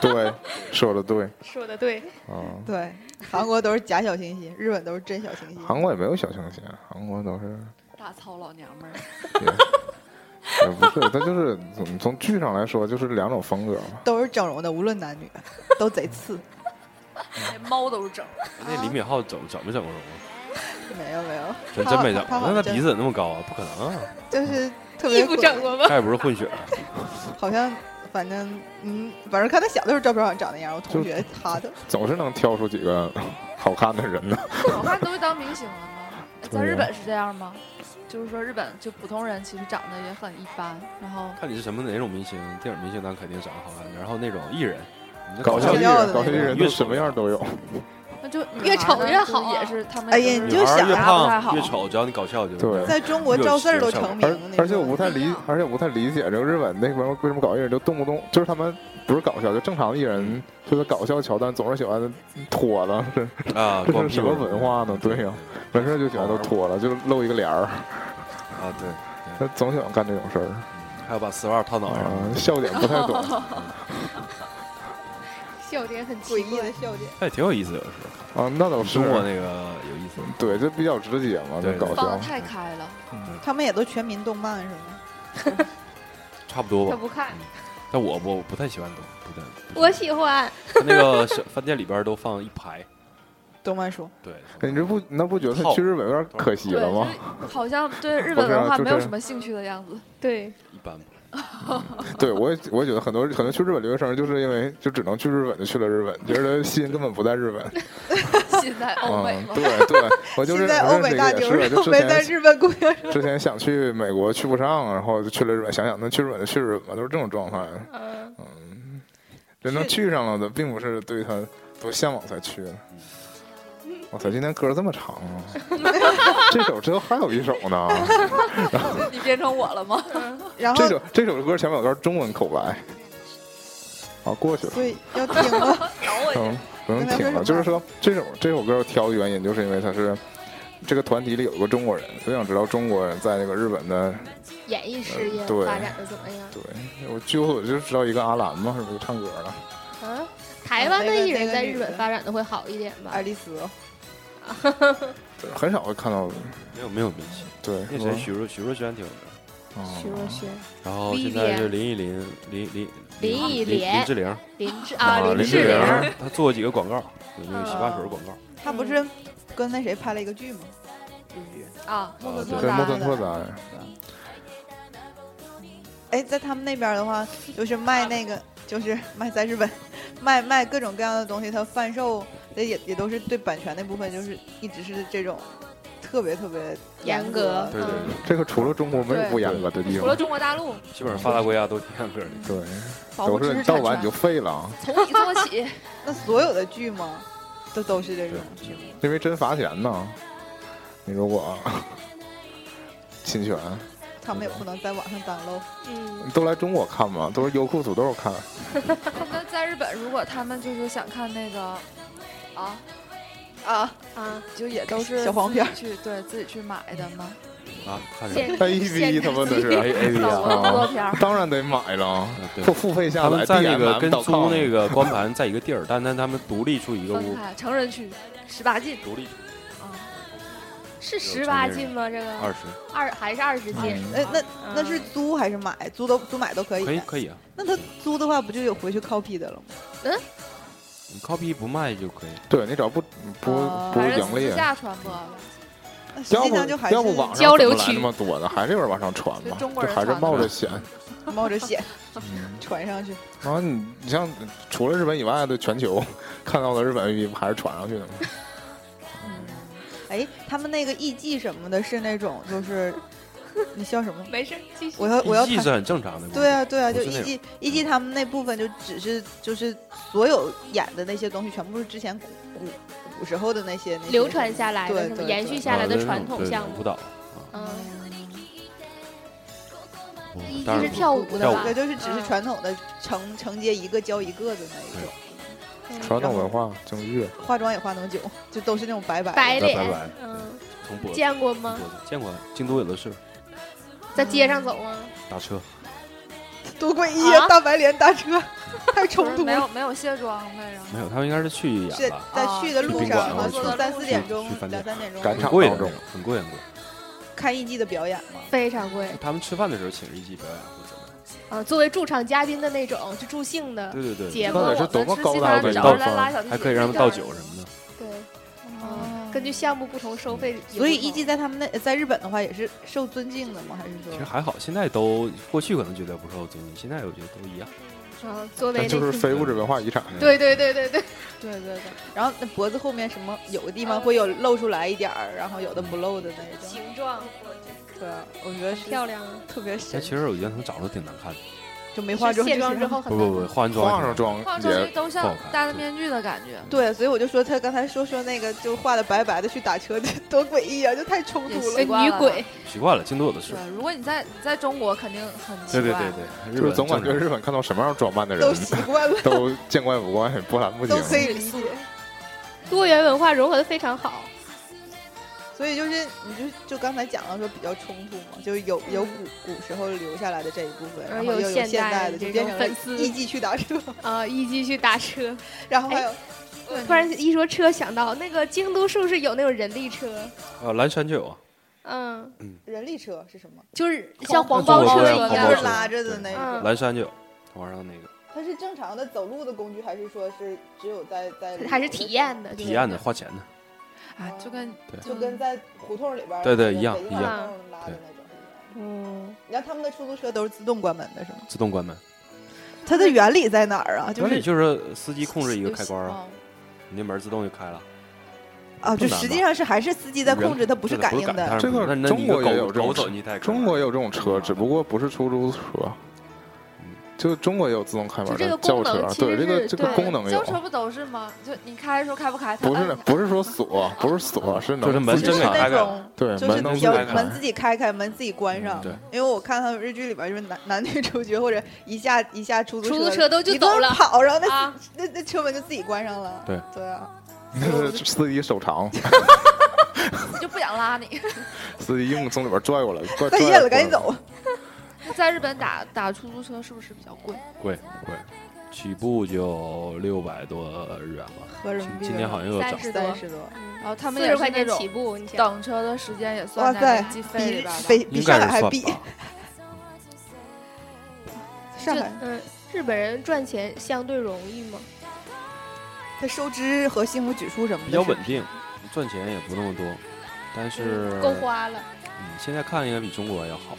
[SPEAKER 2] 对，说的对
[SPEAKER 4] 说的对，
[SPEAKER 2] 啊。
[SPEAKER 5] 哦
[SPEAKER 3] 对，韩国都是假小清新，日本都是真小清新。
[SPEAKER 2] 韩国也没有小清新，啊韩国都是
[SPEAKER 6] 大糙老娘 们儿，
[SPEAKER 2] 也不是，它就是从从剧上来说，就是两种风格嘛。
[SPEAKER 3] 都是整容的，无论男女，都贼次。
[SPEAKER 6] 连猫都是整。
[SPEAKER 5] 那李敏镐整整没整过容啊？
[SPEAKER 3] 没有没有，
[SPEAKER 5] 真
[SPEAKER 3] 他
[SPEAKER 5] 真没
[SPEAKER 3] 他
[SPEAKER 5] 整
[SPEAKER 3] 他
[SPEAKER 5] 过，
[SPEAKER 3] 好
[SPEAKER 5] 那他
[SPEAKER 3] 像
[SPEAKER 5] 鼻子怎么那么高啊？不可能啊！
[SPEAKER 3] 就是特别
[SPEAKER 4] 衣服整过吗？
[SPEAKER 5] 他也不是混血儿，
[SPEAKER 3] 好像反正嗯，反正看他小的时候照片好像长那样，我同学他的
[SPEAKER 2] 总是能挑出几个 好看的人的。
[SPEAKER 6] 我看都会当明星了吗？哎在
[SPEAKER 2] 对呀
[SPEAKER 6] 日本是这样吗？就是说日本就普通人其实长得也很一般，然后
[SPEAKER 5] 看你是什么哪种明星，电影明星咱肯定长得好看，然后那种艺人，你这
[SPEAKER 2] 搞笑艺
[SPEAKER 3] 搞笑
[SPEAKER 2] 人，
[SPEAKER 3] 的
[SPEAKER 2] 搞笑艺人
[SPEAKER 5] 那
[SPEAKER 2] 都
[SPEAKER 5] 种
[SPEAKER 2] 什么样都有。
[SPEAKER 6] 那就女
[SPEAKER 4] 越
[SPEAKER 6] 孩
[SPEAKER 4] 丑
[SPEAKER 6] 呢
[SPEAKER 4] 越
[SPEAKER 6] 就
[SPEAKER 4] 好啊
[SPEAKER 6] 也是他们
[SPEAKER 3] 哎
[SPEAKER 6] 就
[SPEAKER 3] 呀
[SPEAKER 6] 是
[SPEAKER 3] 你
[SPEAKER 5] 女
[SPEAKER 3] 就
[SPEAKER 5] 孩儿
[SPEAKER 3] 想
[SPEAKER 5] 越
[SPEAKER 6] 啊不太
[SPEAKER 5] 胖
[SPEAKER 6] 好
[SPEAKER 5] 越丑，只要你搞笑就
[SPEAKER 2] 对
[SPEAKER 3] 在中国赵四儿都成名
[SPEAKER 2] 而
[SPEAKER 3] 了那
[SPEAKER 2] 而且我
[SPEAKER 3] 种
[SPEAKER 2] 不太理，而且我不太理解这个日本那边为什么搞艺人就动不动就是他们不是搞笑，就正常的艺人就是搞笑桥段总是喜欢脱了，是
[SPEAKER 5] 啊，
[SPEAKER 2] 这
[SPEAKER 5] 光
[SPEAKER 2] 是
[SPEAKER 5] 屁
[SPEAKER 2] 什么
[SPEAKER 5] 股
[SPEAKER 2] 文化呢对呀没事就喜欢都脱了，就露一个帘儿，
[SPEAKER 5] 啊，对，
[SPEAKER 2] 他总喜欢干这种事儿
[SPEAKER 5] 还有把丝袜套脑上，
[SPEAKER 2] 啊，笑点不太啊懂。
[SPEAKER 4] 笑点很
[SPEAKER 3] 诡
[SPEAKER 4] 奇
[SPEAKER 3] 异
[SPEAKER 4] 怪
[SPEAKER 3] 的，笑点。
[SPEAKER 5] 那也挺有意思，有时候
[SPEAKER 2] 啊，那倒是
[SPEAKER 5] 中，国那个有意思，
[SPEAKER 2] 对，这比较直接嘛，这
[SPEAKER 5] 对
[SPEAKER 2] 搞
[SPEAKER 6] 放的
[SPEAKER 2] 笑。
[SPEAKER 6] 太开了。
[SPEAKER 4] 嗯
[SPEAKER 3] 他们也都全民动漫是吗？
[SPEAKER 5] 差不多
[SPEAKER 4] 他
[SPEAKER 5] 吧。
[SPEAKER 4] 不看，
[SPEAKER 5] 但我我不太喜欢懂，不太。不
[SPEAKER 4] 我喜欢，
[SPEAKER 5] 他 那个小饭店里边儿都放一排，
[SPEAKER 3] 动漫书，
[SPEAKER 5] 对，
[SPEAKER 2] 哎你这不，那不觉得他
[SPEAKER 5] 套
[SPEAKER 2] 去日本有点可惜
[SPEAKER 6] 对，
[SPEAKER 2] 了
[SPEAKER 6] 就
[SPEAKER 2] 吗？
[SPEAKER 6] 是好像对日
[SPEAKER 2] 我
[SPEAKER 6] 本
[SPEAKER 2] 知道
[SPEAKER 6] 文化
[SPEAKER 2] 就
[SPEAKER 6] 没有
[SPEAKER 2] 是
[SPEAKER 6] 什么兴趣的样子。
[SPEAKER 4] 对，
[SPEAKER 5] 一般吧。
[SPEAKER 2] 对，我也我也觉得很多很多去日本留学生就是因为就只能去日本就去了日本，觉得心根本不在日本。
[SPEAKER 6] 现在欧
[SPEAKER 2] 啊
[SPEAKER 6] 美，嘛，
[SPEAKER 2] 对 对，我就
[SPEAKER 3] 哦
[SPEAKER 2] 是
[SPEAKER 3] 现在
[SPEAKER 2] 我
[SPEAKER 3] 欧
[SPEAKER 2] 认
[SPEAKER 3] 美
[SPEAKER 2] 识一
[SPEAKER 3] 大
[SPEAKER 2] 个也
[SPEAKER 3] 妞
[SPEAKER 2] 是，
[SPEAKER 3] 儿，
[SPEAKER 2] 就
[SPEAKER 3] 欧
[SPEAKER 2] 之
[SPEAKER 3] 美在
[SPEAKER 2] 前
[SPEAKER 3] 日本姑娘，
[SPEAKER 2] 之前想去美国去不上，然后就去了日本，想想那去日本就去日本吧，都是这种状态。
[SPEAKER 4] 嗯，
[SPEAKER 2] 人能去上了的，并不是对他多向往才去的。我操，今天歌这么长啊！ 这首之后还有一首呢，
[SPEAKER 6] 你变成我了吗？
[SPEAKER 3] 然后
[SPEAKER 2] 这首这首歌前面有段中文口白，好过去了。
[SPEAKER 3] 所以要听了。
[SPEAKER 2] 嗯，不用
[SPEAKER 3] 刚才
[SPEAKER 2] 听
[SPEAKER 3] 说什
[SPEAKER 2] 了。
[SPEAKER 3] 么
[SPEAKER 2] 就是说，这首这首歌我挑的原因，就是因为它是这个团体里有一个中国人，所以想知道中国人在那个日本的
[SPEAKER 4] 演艺
[SPEAKER 5] 呃
[SPEAKER 4] 事业
[SPEAKER 2] 嗯对
[SPEAKER 4] 发展的怎么样？
[SPEAKER 2] 对。我据我所知，知道一个阿兰嘛，是不是唱歌的？
[SPEAKER 4] 啊，台湾的
[SPEAKER 3] 那个
[SPEAKER 4] 艺人
[SPEAKER 3] 那个
[SPEAKER 4] 在
[SPEAKER 3] 女
[SPEAKER 4] 日
[SPEAKER 3] 的
[SPEAKER 4] 本发展的哎会好一点吧
[SPEAKER 3] 爱？丽丝，
[SPEAKER 2] 对很少会看到。
[SPEAKER 5] 没有没有名气，
[SPEAKER 2] 对，嗯
[SPEAKER 5] 那谁许若许若瑄挺有名儿，
[SPEAKER 4] 徐若瑄、
[SPEAKER 5] 然后现
[SPEAKER 4] Vivian
[SPEAKER 5] 在是林忆莲林林
[SPEAKER 4] 林忆莲
[SPEAKER 5] 林志玲
[SPEAKER 4] 林志啊，
[SPEAKER 5] 林
[SPEAKER 4] 志
[SPEAKER 5] 玲
[SPEAKER 4] 玲，
[SPEAKER 5] 儿，她做过几个广告，有那个洗发水广告，
[SPEAKER 3] 她不是跟那谁拍了一个剧吗？
[SPEAKER 6] 啊，
[SPEAKER 5] 啊
[SPEAKER 6] 木
[SPEAKER 5] 对
[SPEAKER 6] 村
[SPEAKER 2] 对，木
[SPEAKER 6] 拓
[SPEAKER 2] 村拓
[SPEAKER 6] 哉，
[SPEAKER 2] 哉，
[SPEAKER 3] 哎，在他们那边儿的话，就是卖那个，就是卖在日本， 卖卖各种各样的东西，它贩售的也也都是对版权那部分，就是一直是这种特别特别
[SPEAKER 4] 严
[SPEAKER 3] 格
[SPEAKER 4] 格，
[SPEAKER 5] 对对
[SPEAKER 4] 嗯，
[SPEAKER 2] 这个除了中国没有不严格的地
[SPEAKER 6] 除
[SPEAKER 2] 方
[SPEAKER 6] 了。中国大陆，
[SPEAKER 5] 基本上发达国家都挺像歌的。
[SPEAKER 2] 对，
[SPEAKER 6] 保护
[SPEAKER 2] 都
[SPEAKER 6] 知
[SPEAKER 2] 是
[SPEAKER 6] 识
[SPEAKER 2] 你到
[SPEAKER 6] 产
[SPEAKER 2] 晚你就
[SPEAKER 6] 权，
[SPEAKER 2] 废了，啊，
[SPEAKER 6] 从你做 起。
[SPEAKER 3] 那所有的剧吗？都都是这种。
[SPEAKER 2] 因为真罚钱呢。你如果侵权，
[SPEAKER 3] 他们也不能在网上当喽。
[SPEAKER 4] 嗯，
[SPEAKER 2] 都来中国看嘛，都是优酷、土豆看。
[SPEAKER 6] 那在日本，如果他们就是想看那个啊啊，
[SPEAKER 4] 啊，
[SPEAKER 6] 就也都是
[SPEAKER 3] 小黄
[SPEAKER 6] 自己
[SPEAKER 3] 片儿
[SPEAKER 6] 去对自己去买的吗？
[SPEAKER 5] 啊，看着
[SPEAKER 4] 现
[SPEAKER 2] A V 他们的是
[SPEAKER 5] A A V
[SPEAKER 6] 小
[SPEAKER 5] 啊，
[SPEAKER 6] 黄
[SPEAKER 2] 啊
[SPEAKER 6] 多片儿，
[SPEAKER 2] 当然得买了，
[SPEAKER 5] 啊对
[SPEAKER 2] 付。付费下
[SPEAKER 5] 他
[SPEAKER 2] 载
[SPEAKER 5] 们在那
[SPEAKER 2] DMM.com。
[SPEAKER 5] 个跟租那个光盘在一个地儿，但但他们独立出一个
[SPEAKER 6] 分
[SPEAKER 5] 屋，
[SPEAKER 6] 开成人区，十八禁
[SPEAKER 5] 独立出
[SPEAKER 6] 啊，
[SPEAKER 4] 是十八禁吗？这个
[SPEAKER 5] 二十，
[SPEAKER 4] 二还是二十禁？
[SPEAKER 3] 那哎那
[SPEAKER 4] 嗯
[SPEAKER 3] 那是租还是买？租都租买都可以。
[SPEAKER 5] 可以可以啊，
[SPEAKER 3] 那他租的话，不就有回去 copy 的了吗？
[SPEAKER 5] 你 copy 不卖就可以。
[SPEAKER 2] 对你只要不不
[SPEAKER 3] 哦
[SPEAKER 2] 不
[SPEAKER 6] 反正
[SPEAKER 2] 盈利
[SPEAKER 5] 啊
[SPEAKER 6] 私，下传播了。
[SPEAKER 3] 那实
[SPEAKER 2] 要
[SPEAKER 3] 际
[SPEAKER 2] 不
[SPEAKER 3] 上就还是
[SPEAKER 2] 要不网上
[SPEAKER 4] 交流
[SPEAKER 2] 怎么来
[SPEAKER 4] 区
[SPEAKER 2] 那么多的，还是有人往上传嘛，
[SPEAKER 6] 就中国人
[SPEAKER 2] 还是
[SPEAKER 6] 传的
[SPEAKER 2] 冒着险。 嗯
[SPEAKER 3] 冒着险传上去。
[SPEAKER 2] 然后你你像除了日本以外的全球看到的日本 A P P 还是传上去的嘛，
[SPEAKER 3] 哎，他们那个艺伎什么的，是那种就是你笑什么？
[SPEAKER 4] 没事，继续。
[SPEAKER 3] 我要我要
[SPEAKER 5] 艺
[SPEAKER 3] 谈
[SPEAKER 5] 伎是很正常的。
[SPEAKER 3] 对啊，，对啊，
[SPEAKER 5] 不
[SPEAKER 3] 就是
[SPEAKER 5] 那
[SPEAKER 3] 一
[SPEAKER 5] 种
[SPEAKER 3] 季一季他们那部分就只是就是所有演的那些东西，全部是之前古古古时候的那些那些
[SPEAKER 4] 流传下来的
[SPEAKER 3] 对
[SPEAKER 4] 什么
[SPEAKER 3] 对
[SPEAKER 4] 延
[SPEAKER 3] 对
[SPEAKER 4] 续下来
[SPEAKER 5] 啊对
[SPEAKER 4] 的
[SPEAKER 5] 那
[SPEAKER 4] 传
[SPEAKER 5] 种
[SPEAKER 4] 统
[SPEAKER 5] 对
[SPEAKER 4] 项
[SPEAKER 5] 对
[SPEAKER 4] 目
[SPEAKER 5] 舞，蹈，
[SPEAKER 4] 嗯，
[SPEAKER 5] 嗯
[SPEAKER 4] 一
[SPEAKER 5] 当
[SPEAKER 4] 一
[SPEAKER 5] 然
[SPEAKER 4] 是
[SPEAKER 5] 不
[SPEAKER 4] 跳舞的
[SPEAKER 5] 跳舞
[SPEAKER 4] 吧
[SPEAKER 3] 对，？就是只是
[SPEAKER 4] 嗯
[SPEAKER 3] 传统的承承接一个教一个的那一种，
[SPEAKER 2] 传统文化正月，
[SPEAKER 3] 化妆也化那么久，就都是那种白白的
[SPEAKER 4] 白
[SPEAKER 5] 拜
[SPEAKER 4] 脸
[SPEAKER 5] 拜，
[SPEAKER 4] 嗯，
[SPEAKER 5] 从脖子
[SPEAKER 4] 见过
[SPEAKER 5] 从
[SPEAKER 4] 吗？
[SPEAKER 5] 脖子见过，京都有的是
[SPEAKER 4] 在街上走啊？
[SPEAKER 5] 打车，
[SPEAKER 3] 多诡异啊！
[SPEAKER 4] 啊
[SPEAKER 3] 大白脸搭车， 太
[SPEAKER 6] 不
[SPEAKER 3] 冲
[SPEAKER 6] 是
[SPEAKER 3] 突
[SPEAKER 6] 没
[SPEAKER 3] 了。
[SPEAKER 6] 有没有卸妆呗，然后
[SPEAKER 5] 没有，他们应该是去
[SPEAKER 3] 是
[SPEAKER 5] 演吧，
[SPEAKER 3] 在
[SPEAKER 6] 啊
[SPEAKER 3] 去的
[SPEAKER 5] 去
[SPEAKER 3] 路
[SPEAKER 5] 宾
[SPEAKER 3] 上，
[SPEAKER 5] 馆
[SPEAKER 3] 什
[SPEAKER 5] 啊
[SPEAKER 3] 么
[SPEAKER 5] 去
[SPEAKER 3] 三四点
[SPEAKER 5] 去
[SPEAKER 3] 钟
[SPEAKER 5] 去饭、
[SPEAKER 3] 两
[SPEAKER 5] 店
[SPEAKER 3] 三点钟
[SPEAKER 2] 赶
[SPEAKER 5] 很
[SPEAKER 2] 场
[SPEAKER 5] 贵的
[SPEAKER 2] 当
[SPEAKER 5] 那
[SPEAKER 2] 中
[SPEAKER 5] 种，很贵很贵。
[SPEAKER 3] 看艺伎的表演嘛。
[SPEAKER 4] 非常贵
[SPEAKER 5] 他们吃饭的时候请一起表演或者怎么样。
[SPEAKER 4] 啊！作为驻场嘉宾的那种，就助兴的，
[SPEAKER 5] 对对对，
[SPEAKER 4] 结
[SPEAKER 2] 那
[SPEAKER 4] 婚
[SPEAKER 2] 得是多么高大的
[SPEAKER 5] 对
[SPEAKER 6] 找
[SPEAKER 5] 到
[SPEAKER 6] 人来拉小提琴，
[SPEAKER 5] 还可以让他们倒酒什么的。
[SPEAKER 4] 对，哦嗯根据项目不同，收费也不同。
[SPEAKER 3] 所以艺伎在他们那在日本的话也是受尊敬的吗？还是
[SPEAKER 5] 其实
[SPEAKER 3] 说
[SPEAKER 5] 还好，现在都过去可能觉得不受尊敬，现在我觉得都一样。嗯
[SPEAKER 4] 啊，作为
[SPEAKER 2] 那
[SPEAKER 4] 那
[SPEAKER 2] 就是
[SPEAKER 4] 个
[SPEAKER 2] 非物质文化遗 产。
[SPEAKER 4] 对对对对对，
[SPEAKER 3] 对对对？然后那脖子后面什么有的地方会有露出来一点儿，然后有的不露的那种。
[SPEAKER 4] 形状
[SPEAKER 3] 对，我觉得是
[SPEAKER 4] 漂亮啊，
[SPEAKER 3] 特别
[SPEAKER 5] 但
[SPEAKER 3] 神
[SPEAKER 5] 其，实我觉得他们长得挺难看的，
[SPEAKER 3] 就没化妆
[SPEAKER 4] 卸妆之后，很
[SPEAKER 5] 不不不，化完妆
[SPEAKER 2] 化上妆
[SPEAKER 6] 化妆就
[SPEAKER 2] 也
[SPEAKER 6] 都
[SPEAKER 5] 不
[SPEAKER 6] 像
[SPEAKER 5] 好看
[SPEAKER 6] 戴了面具的感觉，
[SPEAKER 3] 对，所以我就说他刚才说说那个就画的白白的去打车， 多诡异啊！就太冲突
[SPEAKER 6] 也
[SPEAKER 3] 了
[SPEAKER 6] 习。
[SPEAKER 4] 呃
[SPEAKER 6] 惯
[SPEAKER 4] 女
[SPEAKER 6] 了
[SPEAKER 4] 鬼，
[SPEAKER 5] 习惯了，京都有的是。
[SPEAKER 6] 对，如果你在你在中国肯定很奇
[SPEAKER 5] 对
[SPEAKER 6] 怪，
[SPEAKER 5] 对对对，日
[SPEAKER 2] 就是
[SPEAKER 5] 本
[SPEAKER 2] 总感觉
[SPEAKER 5] 正常
[SPEAKER 2] 日本看到什么样装扮的人
[SPEAKER 3] 都习惯了，
[SPEAKER 2] 都见怪不怪，波澜不惊
[SPEAKER 3] 都。可以理解。
[SPEAKER 4] 多元文化融合的非常好。
[SPEAKER 3] 所以就是你就就刚才讲到说比较冲突嘛，就是有有古古时候留下来的这一部分，
[SPEAKER 4] 然
[SPEAKER 3] 然后
[SPEAKER 4] 后呃有
[SPEAKER 3] 又有
[SPEAKER 4] 现
[SPEAKER 3] 现
[SPEAKER 4] 代
[SPEAKER 3] 代
[SPEAKER 4] 的
[SPEAKER 3] 的，
[SPEAKER 4] 这
[SPEAKER 3] 就变
[SPEAKER 4] 种
[SPEAKER 3] 成
[SPEAKER 4] 粉丝
[SPEAKER 3] 了艺伎去打 车，
[SPEAKER 4] 啊，艺伎去打车，
[SPEAKER 3] 然后还有
[SPEAKER 4] 我突然一说车想到那个京都是不是有那种人力车？
[SPEAKER 5] 啊，蓝山就有啊，
[SPEAKER 4] 嗯，
[SPEAKER 3] 人力车是什么？
[SPEAKER 4] 就是像黄包
[SPEAKER 5] 黄包
[SPEAKER 4] 车
[SPEAKER 5] 车
[SPEAKER 4] 一
[SPEAKER 3] 就
[SPEAKER 5] 黄哦包
[SPEAKER 3] 是
[SPEAKER 5] 车
[SPEAKER 4] 样，
[SPEAKER 3] 拉着的那
[SPEAKER 4] 嗯
[SPEAKER 3] 种。
[SPEAKER 5] 蓝山就有，往上那个
[SPEAKER 3] 它是正常的走路的工具，还是说是只有在在
[SPEAKER 4] 还是体验的，
[SPEAKER 5] 体验的，花钱的，
[SPEAKER 6] 啊，就跟
[SPEAKER 3] 就跟在胡同里边儿
[SPEAKER 5] 对对
[SPEAKER 3] 那个
[SPEAKER 5] 一样
[SPEAKER 3] 北京
[SPEAKER 5] 一
[SPEAKER 3] 老
[SPEAKER 4] 样
[SPEAKER 3] 胡同拉的那种。
[SPEAKER 4] 嗯，
[SPEAKER 3] 你看他们的出租车都是自动关门的，是吗？
[SPEAKER 5] 自动关门，
[SPEAKER 3] 它的原理在哪儿啊？就
[SPEAKER 5] 原
[SPEAKER 3] 是
[SPEAKER 5] 理就是司机控制一个
[SPEAKER 6] 有
[SPEAKER 5] 开关啊，，你那门自动就开了。
[SPEAKER 3] 啊，就
[SPEAKER 5] 不难
[SPEAKER 3] 实
[SPEAKER 5] 吧
[SPEAKER 3] 际上是还是司机在控制，它不是感应的。
[SPEAKER 2] 这个中国也有这种
[SPEAKER 5] 狗走进去太
[SPEAKER 2] 中国也有这种车，只不过
[SPEAKER 5] 过
[SPEAKER 2] 不是出租车。就中国也有自动开门
[SPEAKER 4] 就这
[SPEAKER 2] 的
[SPEAKER 4] 个
[SPEAKER 2] 轿
[SPEAKER 4] 功
[SPEAKER 2] 车
[SPEAKER 4] 能，其
[SPEAKER 2] 对
[SPEAKER 4] 实
[SPEAKER 2] 这个
[SPEAKER 4] 是
[SPEAKER 2] 这个
[SPEAKER 4] 对
[SPEAKER 2] 功能有
[SPEAKER 6] 轿，车不都是吗？就你开的时候开不开？它
[SPEAKER 2] 不是
[SPEAKER 6] 摁
[SPEAKER 2] 不是说锁，不是锁，是能
[SPEAKER 5] 就是门
[SPEAKER 2] 自己
[SPEAKER 5] 真给
[SPEAKER 2] 开
[SPEAKER 5] 开
[SPEAKER 3] 那
[SPEAKER 5] 开
[SPEAKER 3] 种
[SPEAKER 5] 了，
[SPEAKER 2] 对
[SPEAKER 3] 就是
[SPEAKER 2] 门能自
[SPEAKER 3] 有
[SPEAKER 2] 己
[SPEAKER 5] 开嗯
[SPEAKER 3] 门自己开开，门自己关上。
[SPEAKER 5] 对，
[SPEAKER 3] 因为我看他们日剧里边，就是男男女主角或者一下一下出租
[SPEAKER 4] 出租车都就
[SPEAKER 3] 一顿
[SPEAKER 4] 走了
[SPEAKER 3] 跑，然后那、
[SPEAKER 4] 啊
[SPEAKER 3] 那那车门就自己关上了。
[SPEAKER 5] 对
[SPEAKER 3] 对啊，
[SPEAKER 2] 司机手长，
[SPEAKER 6] 就不想拉你。
[SPEAKER 2] 司机硬从里边拽过来，
[SPEAKER 5] 呃
[SPEAKER 2] 拽
[SPEAKER 3] 再见了，赶紧。走。
[SPEAKER 6] 在日本打打出租车是不是比较贵？
[SPEAKER 5] 贵贵，起步就六百多日元吧。
[SPEAKER 3] 合人民币
[SPEAKER 5] 今天好像又涨
[SPEAKER 4] 三，十多
[SPEAKER 3] 啊三，十多，
[SPEAKER 6] 然嗯后他们
[SPEAKER 4] 四
[SPEAKER 6] 也
[SPEAKER 4] 十
[SPEAKER 6] 是
[SPEAKER 4] 块
[SPEAKER 6] 那
[SPEAKER 4] 钱
[SPEAKER 6] 种
[SPEAKER 4] 起步，你想，
[SPEAKER 6] 等车的时间也
[SPEAKER 3] 哇
[SPEAKER 6] 算在
[SPEAKER 3] 塞
[SPEAKER 6] 那个计，费里
[SPEAKER 3] 比比比
[SPEAKER 6] 边儿吧。
[SPEAKER 5] 应该
[SPEAKER 3] 上
[SPEAKER 5] 是
[SPEAKER 3] 海还
[SPEAKER 5] 算吧
[SPEAKER 3] 比。上海，
[SPEAKER 4] 嗯，日本人赚钱相对容易吗？
[SPEAKER 3] 它收支和幸福指数什么的
[SPEAKER 5] 比较
[SPEAKER 3] 是
[SPEAKER 5] 稳定，赚钱也不那么多，但是
[SPEAKER 4] 嗯够花了，
[SPEAKER 5] 嗯，现在看应该比中国要好，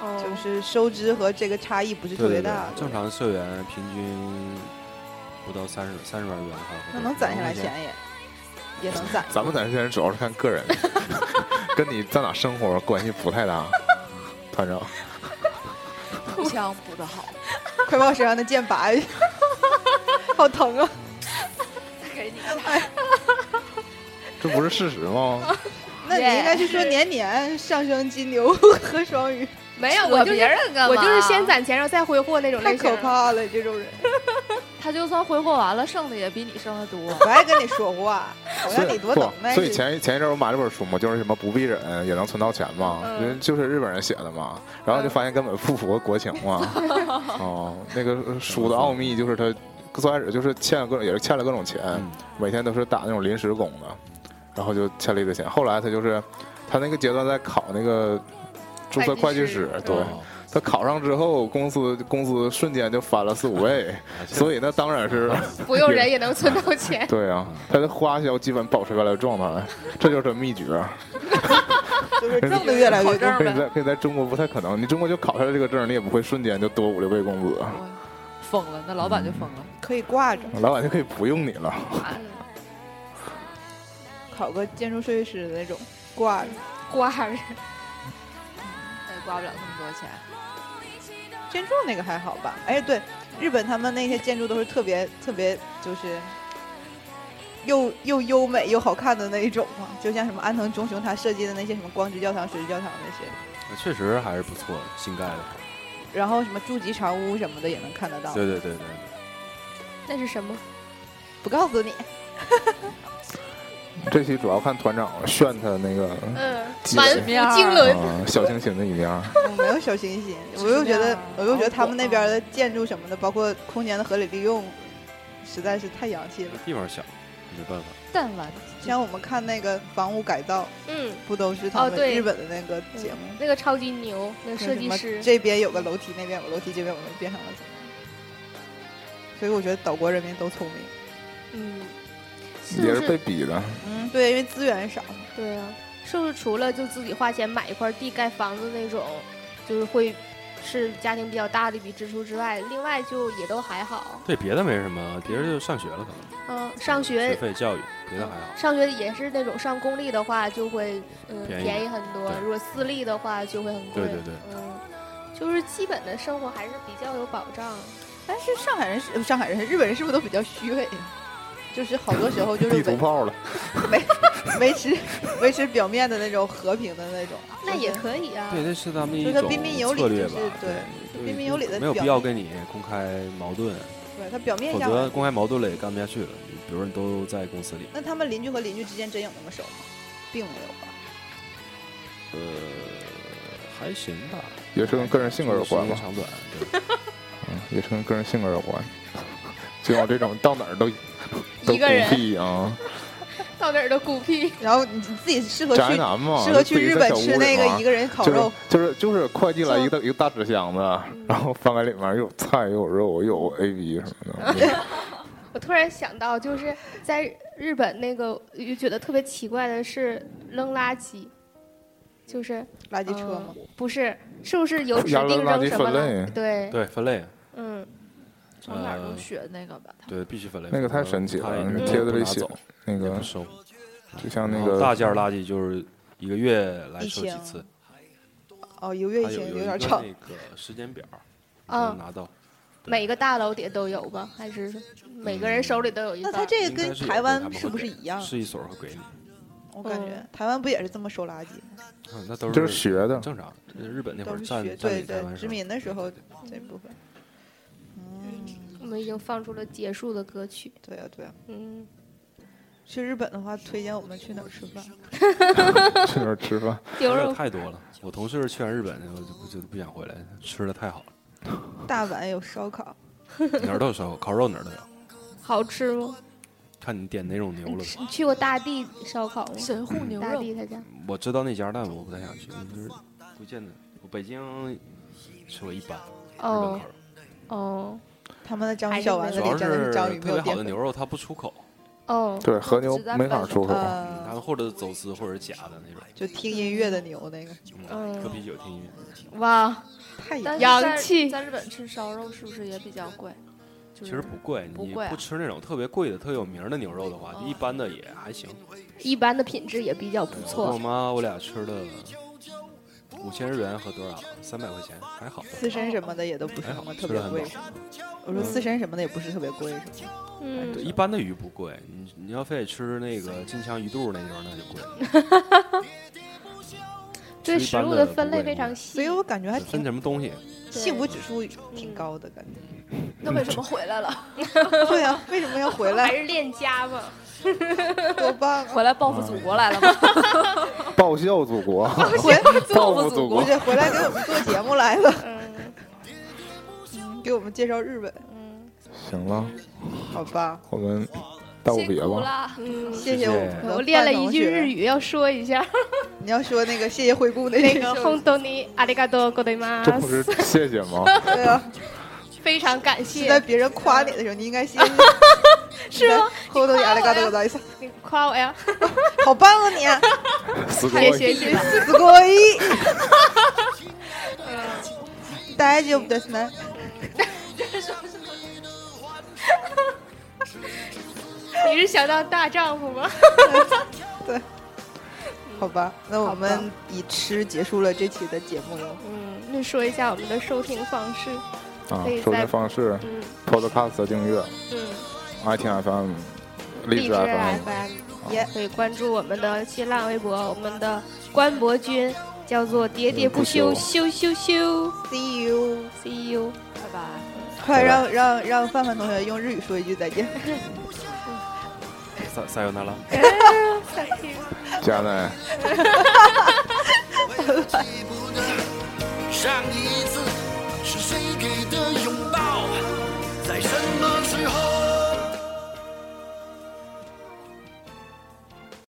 [SPEAKER 4] 哦，
[SPEAKER 3] 就是收支和这个差异不是
[SPEAKER 5] 对
[SPEAKER 3] 特
[SPEAKER 5] 对
[SPEAKER 3] 别
[SPEAKER 5] 对
[SPEAKER 3] 大，对
[SPEAKER 5] 正常社员平均不到三十三十万元哈，
[SPEAKER 3] 那能攒下来钱也也能攒。
[SPEAKER 2] 咱们在这人主要是看个 人，跟你在哪生活关系不太大。团长，
[SPEAKER 6] 互相补的好，
[SPEAKER 3] 快把我身上的剑拔 一下，好疼啊！
[SPEAKER 6] 给你
[SPEAKER 2] 这不是事实吗？
[SPEAKER 3] 那你应该是说年年上升金牛 和双 鱼，
[SPEAKER 4] 没有，我
[SPEAKER 6] 我
[SPEAKER 4] 就
[SPEAKER 6] 别
[SPEAKER 4] 是
[SPEAKER 6] 人干嘛？
[SPEAKER 4] 我就是先，攒钱，然后再挥霍那种
[SPEAKER 3] 太
[SPEAKER 4] 类型
[SPEAKER 3] 可
[SPEAKER 4] 的。
[SPEAKER 3] 怕了，这种人。
[SPEAKER 6] 他就算挥霍完了，剩的也比你剩的多。
[SPEAKER 3] 我爱跟你说 话，我
[SPEAKER 2] 所
[SPEAKER 3] 让
[SPEAKER 2] 以
[SPEAKER 3] 你多
[SPEAKER 2] 不
[SPEAKER 3] 懂耐
[SPEAKER 2] 所以
[SPEAKER 3] 心。
[SPEAKER 2] 前一前一阵儿我买了本书嘛，就是什么不必忍也能存到钱嘛，
[SPEAKER 4] 嗯
[SPEAKER 2] 人就是日本人写的嘛，然后就发现根本不符合国情嘛。 哦，那个书的奥秘就是他最开始就是欠了各种也是欠了各种钱，
[SPEAKER 5] 嗯，
[SPEAKER 2] 每天都是打那种临时工的，然后就欠了一堆钱。后来他就是他那个阶段在考那个注册会计师嗯
[SPEAKER 4] 会计师，
[SPEAKER 2] 对
[SPEAKER 5] 哦
[SPEAKER 2] 他考上之后，公司工资瞬间就翻了四五 倍，所以那当然是。。
[SPEAKER 4] 不用人也能存到 钱
[SPEAKER 2] 对啊，他的花销基本保持原来的状态，这就是秘诀。
[SPEAKER 3] 就是 挣的越来越
[SPEAKER 6] 考证
[SPEAKER 3] 多，
[SPEAKER 2] 可以
[SPEAKER 6] 呗，
[SPEAKER 2] 在可以在中国不太可能，你中国就考下来这个证，你也不会瞬间就多五六倍工资，
[SPEAKER 6] 疯了，那老板就疯了。
[SPEAKER 3] 可以挂着，
[SPEAKER 2] 老板就可以不用你了。
[SPEAKER 3] 考个建筑设计师的那种挂着。
[SPEAKER 4] 瓜儿，
[SPEAKER 6] 哎花不了那么多钱。
[SPEAKER 3] 建筑那个还好吧？哎，对，日本他们那些建筑都是特别特别，就是又又优美又好看的那一种嘛，就像什么安藤忠雄他设计的那些什么光之教堂、水之教堂那些，
[SPEAKER 5] 确实还是不错，新盖的。
[SPEAKER 3] 然后什么筑吉长屋什么的也能看得到。
[SPEAKER 5] 对对对对对，
[SPEAKER 4] 那是什么？
[SPEAKER 3] 不告诉你，
[SPEAKER 2] 这期主要看团长炫他那个
[SPEAKER 4] 嗯，
[SPEAKER 2] 几
[SPEAKER 4] 满
[SPEAKER 2] 个
[SPEAKER 4] 腹经纶。
[SPEAKER 2] 啊
[SPEAKER 5] 哦
[SPEAKER 2] 小清新的一面儿。
[SPEAKER 3] 我没有小清新，我又觉得我又觉得他们那哦边的建筑什么的，包括空间的合理利用，实在是太洋气了。
[SPEAKER 5] 地方小，没办法。
[SPEAKER 9] 弹丸
[SPEAKER 3] 像我们看那个房屋改造，
[SPEAKER 4] 嗯，
[SPEAKER 3] 不都是他
[SPEAKER 4] 哦
[SPEAKER 3] 们
[SPEAKER 4] 对
[SPEAKER 3] 日本的那个节目？
[SPEAKER 4] 那个超级牛，那个设计师。
[SPEAKER 3] 这边有个楼梯，那边有个楼梯，这边我们变成了怎么样？所以我觉得岛国人民都聪明。
[SPEAKER 4] 嗯，是
[SPEAKER 2] 也
[SPEAKER 4] 不
[SPEAKER 2] 是被
[SPEAKER 4] 是？
[SPEAKER 2] 逼的，
[SPEAKER 3] 嗯，对，因为资源少。
[SPEAKER 4] 对啊，是不是除了就自己花钱买一块地盖房子那种，就是会是家庭比较大的一笔支出之外，另外就也都还好。
[SPEAKER 5] 对，别的没什么，别的就上学了，可能
[SPEAKER 4] 嗯，上
[SPEAKER 5] 学
[SPEAKER 4] 学
[SPEAKER 5] 费、教育，别的还好。
[SPEAKER 4] 上学也是那种上公立的话就会嗯
[SPEAKER 5] 便宜
[SPEAKER 4] 便宜很多
[SPEAKER 5] 对，
[SPEAKER 4] 如果私立的话就会很贵。
[SPEAKER 5] 对对对
[SPEAKER 4] 嗯，就是基本的生活还是比较有保障。
[SPEAKER 3] 但是上海人是呃上海人是日本人是不是都比较虚伪呀？就是好多时候就是
[SPEAKER 2] 地图
[SPEAKER 3] 维
[SPEAKER 2] 炮了。
[SPEAKER 3] 维持维持表面的那种和平的那种。
[SPEAKER 4] 那
[SPEAKER 3] 就是
[SPEAKER 4] 也可以啊。
[SPEAKER 5] 对，这是咱们一
[SPEAKER 3] 就
[SPEAKER 5] 种
[SPEAKER 3] 是彬彬有礼
[SPEAKER 5] 策略
[SPEAKER 3] 就
[SPEAKER 5] 吧
[SPEAKER 3] 是。
[SPEAKER 5] 对
[SPEAKER 3] 彬彬有礼的
[SPEAKER 5] 没有
[SPEAKER 3] 表
[SPEAKER 5] 必要
[SPEAKER 3] 现
[SPEAKER 5] 跟你公开矛盾，
[SPEAKER 3] 对他表面
[SPEAKER 5] 否
[SPEAKER 3] 上
[SPEAKER 5] 则公开矛盾了也干不下去了。你比如你都在公司里，
[SPEAKER 3] 那他们邻居和邻居之间真有那么熟吗？并没有吧。
[SPEAKER 5] 呃，还行吧，
[SPEAKER 2] 也是跟个人性格有关
[SPEAKER 5] 吧
[SPEAKER 2] 吧，
[SPEAKER 5] 长短。 对
[SPEAKER 2] 嗯也是跟个人性格有关。就像我这种到哪儿都都
[SPEAKER 4] 一个人
[SPEAKER 2] 孤僻啊，
[SPEAKER 4] 到哪儿都孤僻。
[SPEAKER 3] 然后你自己适合
[SPEAKER 2] 宅
[SPEAKER 3] 去
[SPEAKER 2] 男嘛，
[SPEAKER 3] 适合
[SPEAKER 2] 就
[SPEAKER 3] 去
[SPEAKER 2] 自己
[SPEAKER 3] 日
[SPEAKER 2] 在
[SPEAKER 3] 本
[SPEAKER 2] 小
[SPEAKER 3] 吃
[SPEAKER 2] 屋
[SPEAKER 3] 那
[SPEAKER 2] 里嘛
[SPEAKER 3] 个一个人烤
[SPEAKER 2] 就是
[SPEAKER 3] 肉，
[SPEAKER 2] 就是就是快递来一个一个大纸箱子，然后翻开里面又有菜又有肉又有 A B 什么的，
[SPEAKER 4] 我突然想到，就是在日本那个，就觉得特别奇怪的是扔垃圾，就是
[SPEAKER 3] 垃圾车吗？
[SPEAKER 4] 嗯不是，是不是有指
[SPEAKER 2] 要
[SPEAKER 4] 定
[SPEAKER 2] 扔垃
[SPEAKER 4] 扔
[SPEAKER 2] 圾
[SPEAKER 4] 什么
[SPEAKER 2] 分类
[SPEAKER 4] 垃对，
[SPEAKER 5] 对，分类，
[SPEAKER 4] 嗯，
[SPEAKER 6] 从哪儿都
[SPEAKER 5] 呃
[SPEAKER 6] 学那个吧，
[SPEAKER 5] 对，必须分类。
[SPEAKER 2] 那个
[SPEAKER 5] 否则
[SPEAKER 2] 太神奇
[SPEAKER 5] 他
[SPEAKER 2] 了
[SPEAKER 5] 也是，
[SPEAKER 2] 帖子
[SPEAKER 5] 嗯不
[SPEAKER 2] 里
[SPEAKER 5] 拿
[SPEAKER 2] 写
[SPEAKER 5] 走
[SPEAKER 2] 那
[SPEAKER 5] 也不
[SPEAKER 2] 个
[SPEAKER 5] 收。
[SPEAKER 2] 就像
[SPEAKER 5] 然
[SPEAKER 2] 那
[SPEAKER 5] 后
[SPEAKER 2] 个
[SPEAKER 5] 大件儿垃圾就是一个月来
[SPEAKER 3] 疫
[SPEAKER 5] 收几
[SPEAKER 3] 情
[SPEAKER 5] 次，
[SPEAKER 3] 哦，一个月
[SPEAKER 5] 它
[SPEAKER 3] 以
[SPEAKER 5] 有
[SPEAKER 3] 前
[SPEAKER 5] 有一
[SPEAKER 3] 有点
[SPEAKER 5] 个
[SPEAKER 3] 长。啊
[SPEAKER 5] 那个时间表，
[SPEAKER 4] 嗯
[SPEAKER 5] 能拿到。
[SPEAKER 4] 每个大楼底下都有吧？还是每个人手里都有一
[SPEAKER 3] 那
[SPEAKER 4] 袋
[SPEAKER 3] 他
[SPEAKER 4] 儿？
[SPEAKER 3] 这个
[SPEAKER 5] 应该
[SPEAKER 3] 跟
[SPEAKER 5] 是有
[SPEAKER 3] 台
[SPEAKER 5] 的他
[SPEAKER 3] 湾
[SPEAKER 5] 们
[SPEAKER 3] 是
[SPEAKER 5] 会
[SPEAKER 3] 不是
[SPEAKER 5] 给
[SPEAKER 3] 一样？
[SPEAKER 5] 是一所会给你，
[SPEAKER 3] 我感觉
[SPEAKER 4] 嗯
[SPEAKER 3] 台湾不也是这么收垃圾吗？
[SPEAKER 5] 嗯那都
[SPEAKER 2] 这
[SPEAKER 5] 是
[SPEAKER 2] 是学的，
[SPEAKER 5] 正常。日本那会
[SPEAKER 3] 都
[SPEAKER 5] 儿
[SPEAKER 3] 是
[SPEAKER 5] 占
[SPEAKER 3] 学
[SPEAKER 5] 占
[SPEAKER 3] 对
[SPEAKER 5] 领台
[SPEAKER 3] 对
[SPEAKER 5] 湾
[SPEAKER 3] 殖
[SPEAKER 5] 时候
[SPEAKER 3] 民的时候这部分。嗯，
[SPEAKER 4] 我们已经放出了结束的歌曲。
[SPEAKER 3] 对呀、对呀、啊
[SPEAKER 4] 嗯，
[SPEAKER 3] 去日本的话，推荐我们去哪儿吃饭？
[SPEAKER 2] 去那儿吃饭。
[SPEAKER 4] 牛
[SPEAKER 5] 吃的
[SPEAKER 4] 肉
[SPEAKER 5] 太多了。我同事去完日本，我就不就不想回来，吃的太好了，
[SPEAKER 3] 大阪有烧烤，
[SPEAKER 5] 哪儿都有烧烤，烤肉哪儿都有。
[SPEAKER 4] 好吃吗？
[SPEAKER 5] 看你点哪种牛了。
[SPEAKER 4] 你去过大地烧烤吗？
[SPEAKER 6] 神户牛
[SPEAKER 4] 大
[SPEAKER 6] 肉
[SPEAKER 4] 地他家
[SPEAKER 5] 我知道那家，但我不太想去，就是推荐的。我北京吃过一般，日本
[SPEAKER 4] 哦
[SPEAKER 5] 烤肉，
[SPEAKER 4] 哦
[SPEAKER 3] 他们的章鱼小丸
[SPEAKER 4] 还
[SPEAKER 3] 子
[SPEAKER 5] 主
[SPEAKER 3] 里
[SPEAKER 5] 要
[SPEAKER 3] 真的
[SPEAKER 5] 是
[SPEAKER 3] 是章鱼没
[SPEAKER 5] 特别
[SPEAKER 3] 有
[SPEAKER 5] 好
[SPEAKER 3] 淀
[SPEAKER 5] 的
[SPEAKER 3] 粉
[SPEAKER 5] 牛。肉它不出口，
[SPEAKER 4] 哦，
[SPEAKER 2] 对，和牛
[SPEAKER 6] 只在
[SPEAKER 2] 没法出口，
[SPEAKER 5] 它
[SPEAKER 3] 呃，
[SPEAKER 5] 或者是走私或者是假的那种。
[SPEAKER 3] 就听音乐的牛那个，哦
[SPEAKER 5] 嗯，喝啤酒听音乐。
[SPEAKER 4] 哇，
[SPEAKER 3] 太
[SPEAKER 6] 但
[SPEAKER 3] 洋
[SPEAKER 4] 洋
[SPEAKER 6] 是在
[SPEAKER 4] 气
[SPEAKER 6] 在日本吃烧肉是不是也比较贵？就
[SPEAKER 5] 其
[SPEAKER 6] 是
[SPEAKER 5] 实不贵，
[SPEAKER 6] 不
[SPEAKER 5] 你
[SPEAKER 6] 贵啊
[SPEAKER 5] 不吃那种特别贵的、特有名儿的牛肉的话，
[SPEAKER 4] 哦
[SPEAKER 5] 一般的也还行。
[SPEAKER 4] 一般的品质也比较不
[SPEAKER 5] 我跟我
[SPEAKER 4] 错。
[SPEAKER 5] 妈我俩吃的五千日元合多少？三百块钱，还好，
[SPEAKER 3] 刺身什么
[SPEAKER 4] 哦
[SPEAKER 3] 的也都不是
[SPEAKER 5] 还
[SPEAKER 3] 什
[SPEAKER 5] 好，
[SPEAKER 3] 么
[SPEAKER 5] 哎吃
[SPEAKER 3] 特别
[SPEAKER 5] 的很
[SPEAKER 3] 贵
[SPEAKER 5] 饱。。
[SPEAKER 3] 我说刺身什么的也不是特别贵，
[SPEAKER 4] 嗯
[SPEAKER 5] 对，，一般的鱼不贵，你你要非得吃那个金枪鱼肚那地方，那就贵。
[SPEAKER 4] 对
[SPEAKER 5] 吃一
[SPEAKER 4] 食
[SPEAKER 5] 般
[SPEAKER 4] 物
[SPEAKER 5] 的
[SPEAKER 4] 的分
[SPEAKER 5] 不
[SPEAKER 4] 类
[SPEAKER 5] 会
[SPEAKER 4] 非常
[SPEAKER 5] 不
[SPEAKER 3] 所以
[SPEAKER 4] 细。
[SPEAKER 3] 我感觉还
[SPEAKER 5] 分
[SPEAKER 3] 挺
[SPEAKER 5] 什么东西？
[SPEAKER 3] 幸福指数
[SPEAKER 4] 嗯
[SPEAKER 3] 挺高的感觉。
[SPEAKER 6] 那为什么回来了？
[SPEAKER 3] 对啊，为什么要回
[SPEAKER 4] 还
[SPEAKER 3] 来？
[SPEAKER 4] 是恋家吧，
[SPEAKER 3] 多棒啊！
[SPEAKER 6] 回来报复祖国来了吗？
[SPEAKER 2] 报效祖国，
[SPEAKER 3] 回
[SPEAKER 2] 报复 祖
[SPEAKER 3] 不
[SPEAKER 2] 国。
[SPEAKER 3] 是回来给我们做节目来了，
[SPEAKER 4] 嗯
[SPEAKER 3] 给我们介绍日本，
[SPEAKER 4] 嗯
[SPEAKER 2] 行了，
[SPEAKER 3] 好吧？
[SPEAKER 2] 我们道个别吧。
[SPEAKER 6] 啦！
[SPEAKER 4] 嗯，
[SPEAKER 3] 谢
[SPEAKER 5] 谢
[SPEAKER 3] 我们的
[SPEAKER 4] 我练了
[SPEAKER 3] 范
[SPEAKER 4] 一
[SPEAKER 3] 同
[SPEAKER 4] 句
[SPEAKER 3] 学
[SPEAKER 4] 日。语，要说一下
[SPEAKER 3] 你要说那个谢谢惠顾那
[SPEAKER 4] 那
[SPEAKER 3] 个
[SPEAKER 4] 个“红豆尼阿里嘎多ございま
[SPEAKER 2] 这不
[SPEAKER 4] す
[SPEAKER 2] 是谢谢吗？
[SPEAKER 3] 对啊，
[SPEAKER 4] 非常感
[SPEAKER 3] 是在
[SPEAKER 4] 谢。
[SPEAKER 3] 别人夸你的时候，你应该 谢谢。
[SPEAKER 4] 是吗？
[SPEAKER 3] 后头压力嘎多大意思，
[SPEAKER 4] 你夸我呀？
[SPEAKER 3] 好棒啊你！
[SPEAKER 2] 死国
[SPEAKER 4] 谢谢你。
[SPEAKER 3] すご い。大丈夫ですね。
[SPEAKER 4] 你是想当大丈夫吗？
[SPEAKER 3] 对，好吧，那我
[SPEAKER 4] 好吧
[SPEAKER 3] 们以吃结束了这期的节目了。
[SPEAKER 4] 嗯，那说一下我们的收听方式，
[SPEAKER 2] 啊
[SPEAKER 4] 可以，
[SPEAKER 2] 收
[SPEAKER 4] 在
[SPEAKER 2] 听方式
[SPEAKER 4] 嗯
[SPEAKER 2] ：Podcast 的订阅、
[SPEAKER 4] 嗯，
[SPEAKER 2] iTunes FM、
[SPEAKER 4] 荔
[SPEAKER 2] 荔
[SPEAKER 4] 枝啊
[SPEAKER 2] 枝
[SPEAKER 3] 啊
[SPEAKER 2] FM。
[SPEAKER 4] FM，
[SPEAKER 3] 耶
[SPEAKER 4] 可以关注我们的新浪微博，我们的官博君叫做喋喋嗯不休，
[SPEAKER 2] 不
[SPEAKER 4] 休休休
[SPEAKER 3] See you，
[SPEAKER 4] ，see you。
[SPEAKER 10] 拜拜。
[SPEAKER 3] 快
[SPEAKER 5] 拜拜
[SPEAKER 3] 让让让范范同学用日语说一句再见。
[SPEAKER 5] 撒撒由那拉。
[SPEAKER 2] 亲爱的。
[SPEAKER 11] 上一次是谁给的勇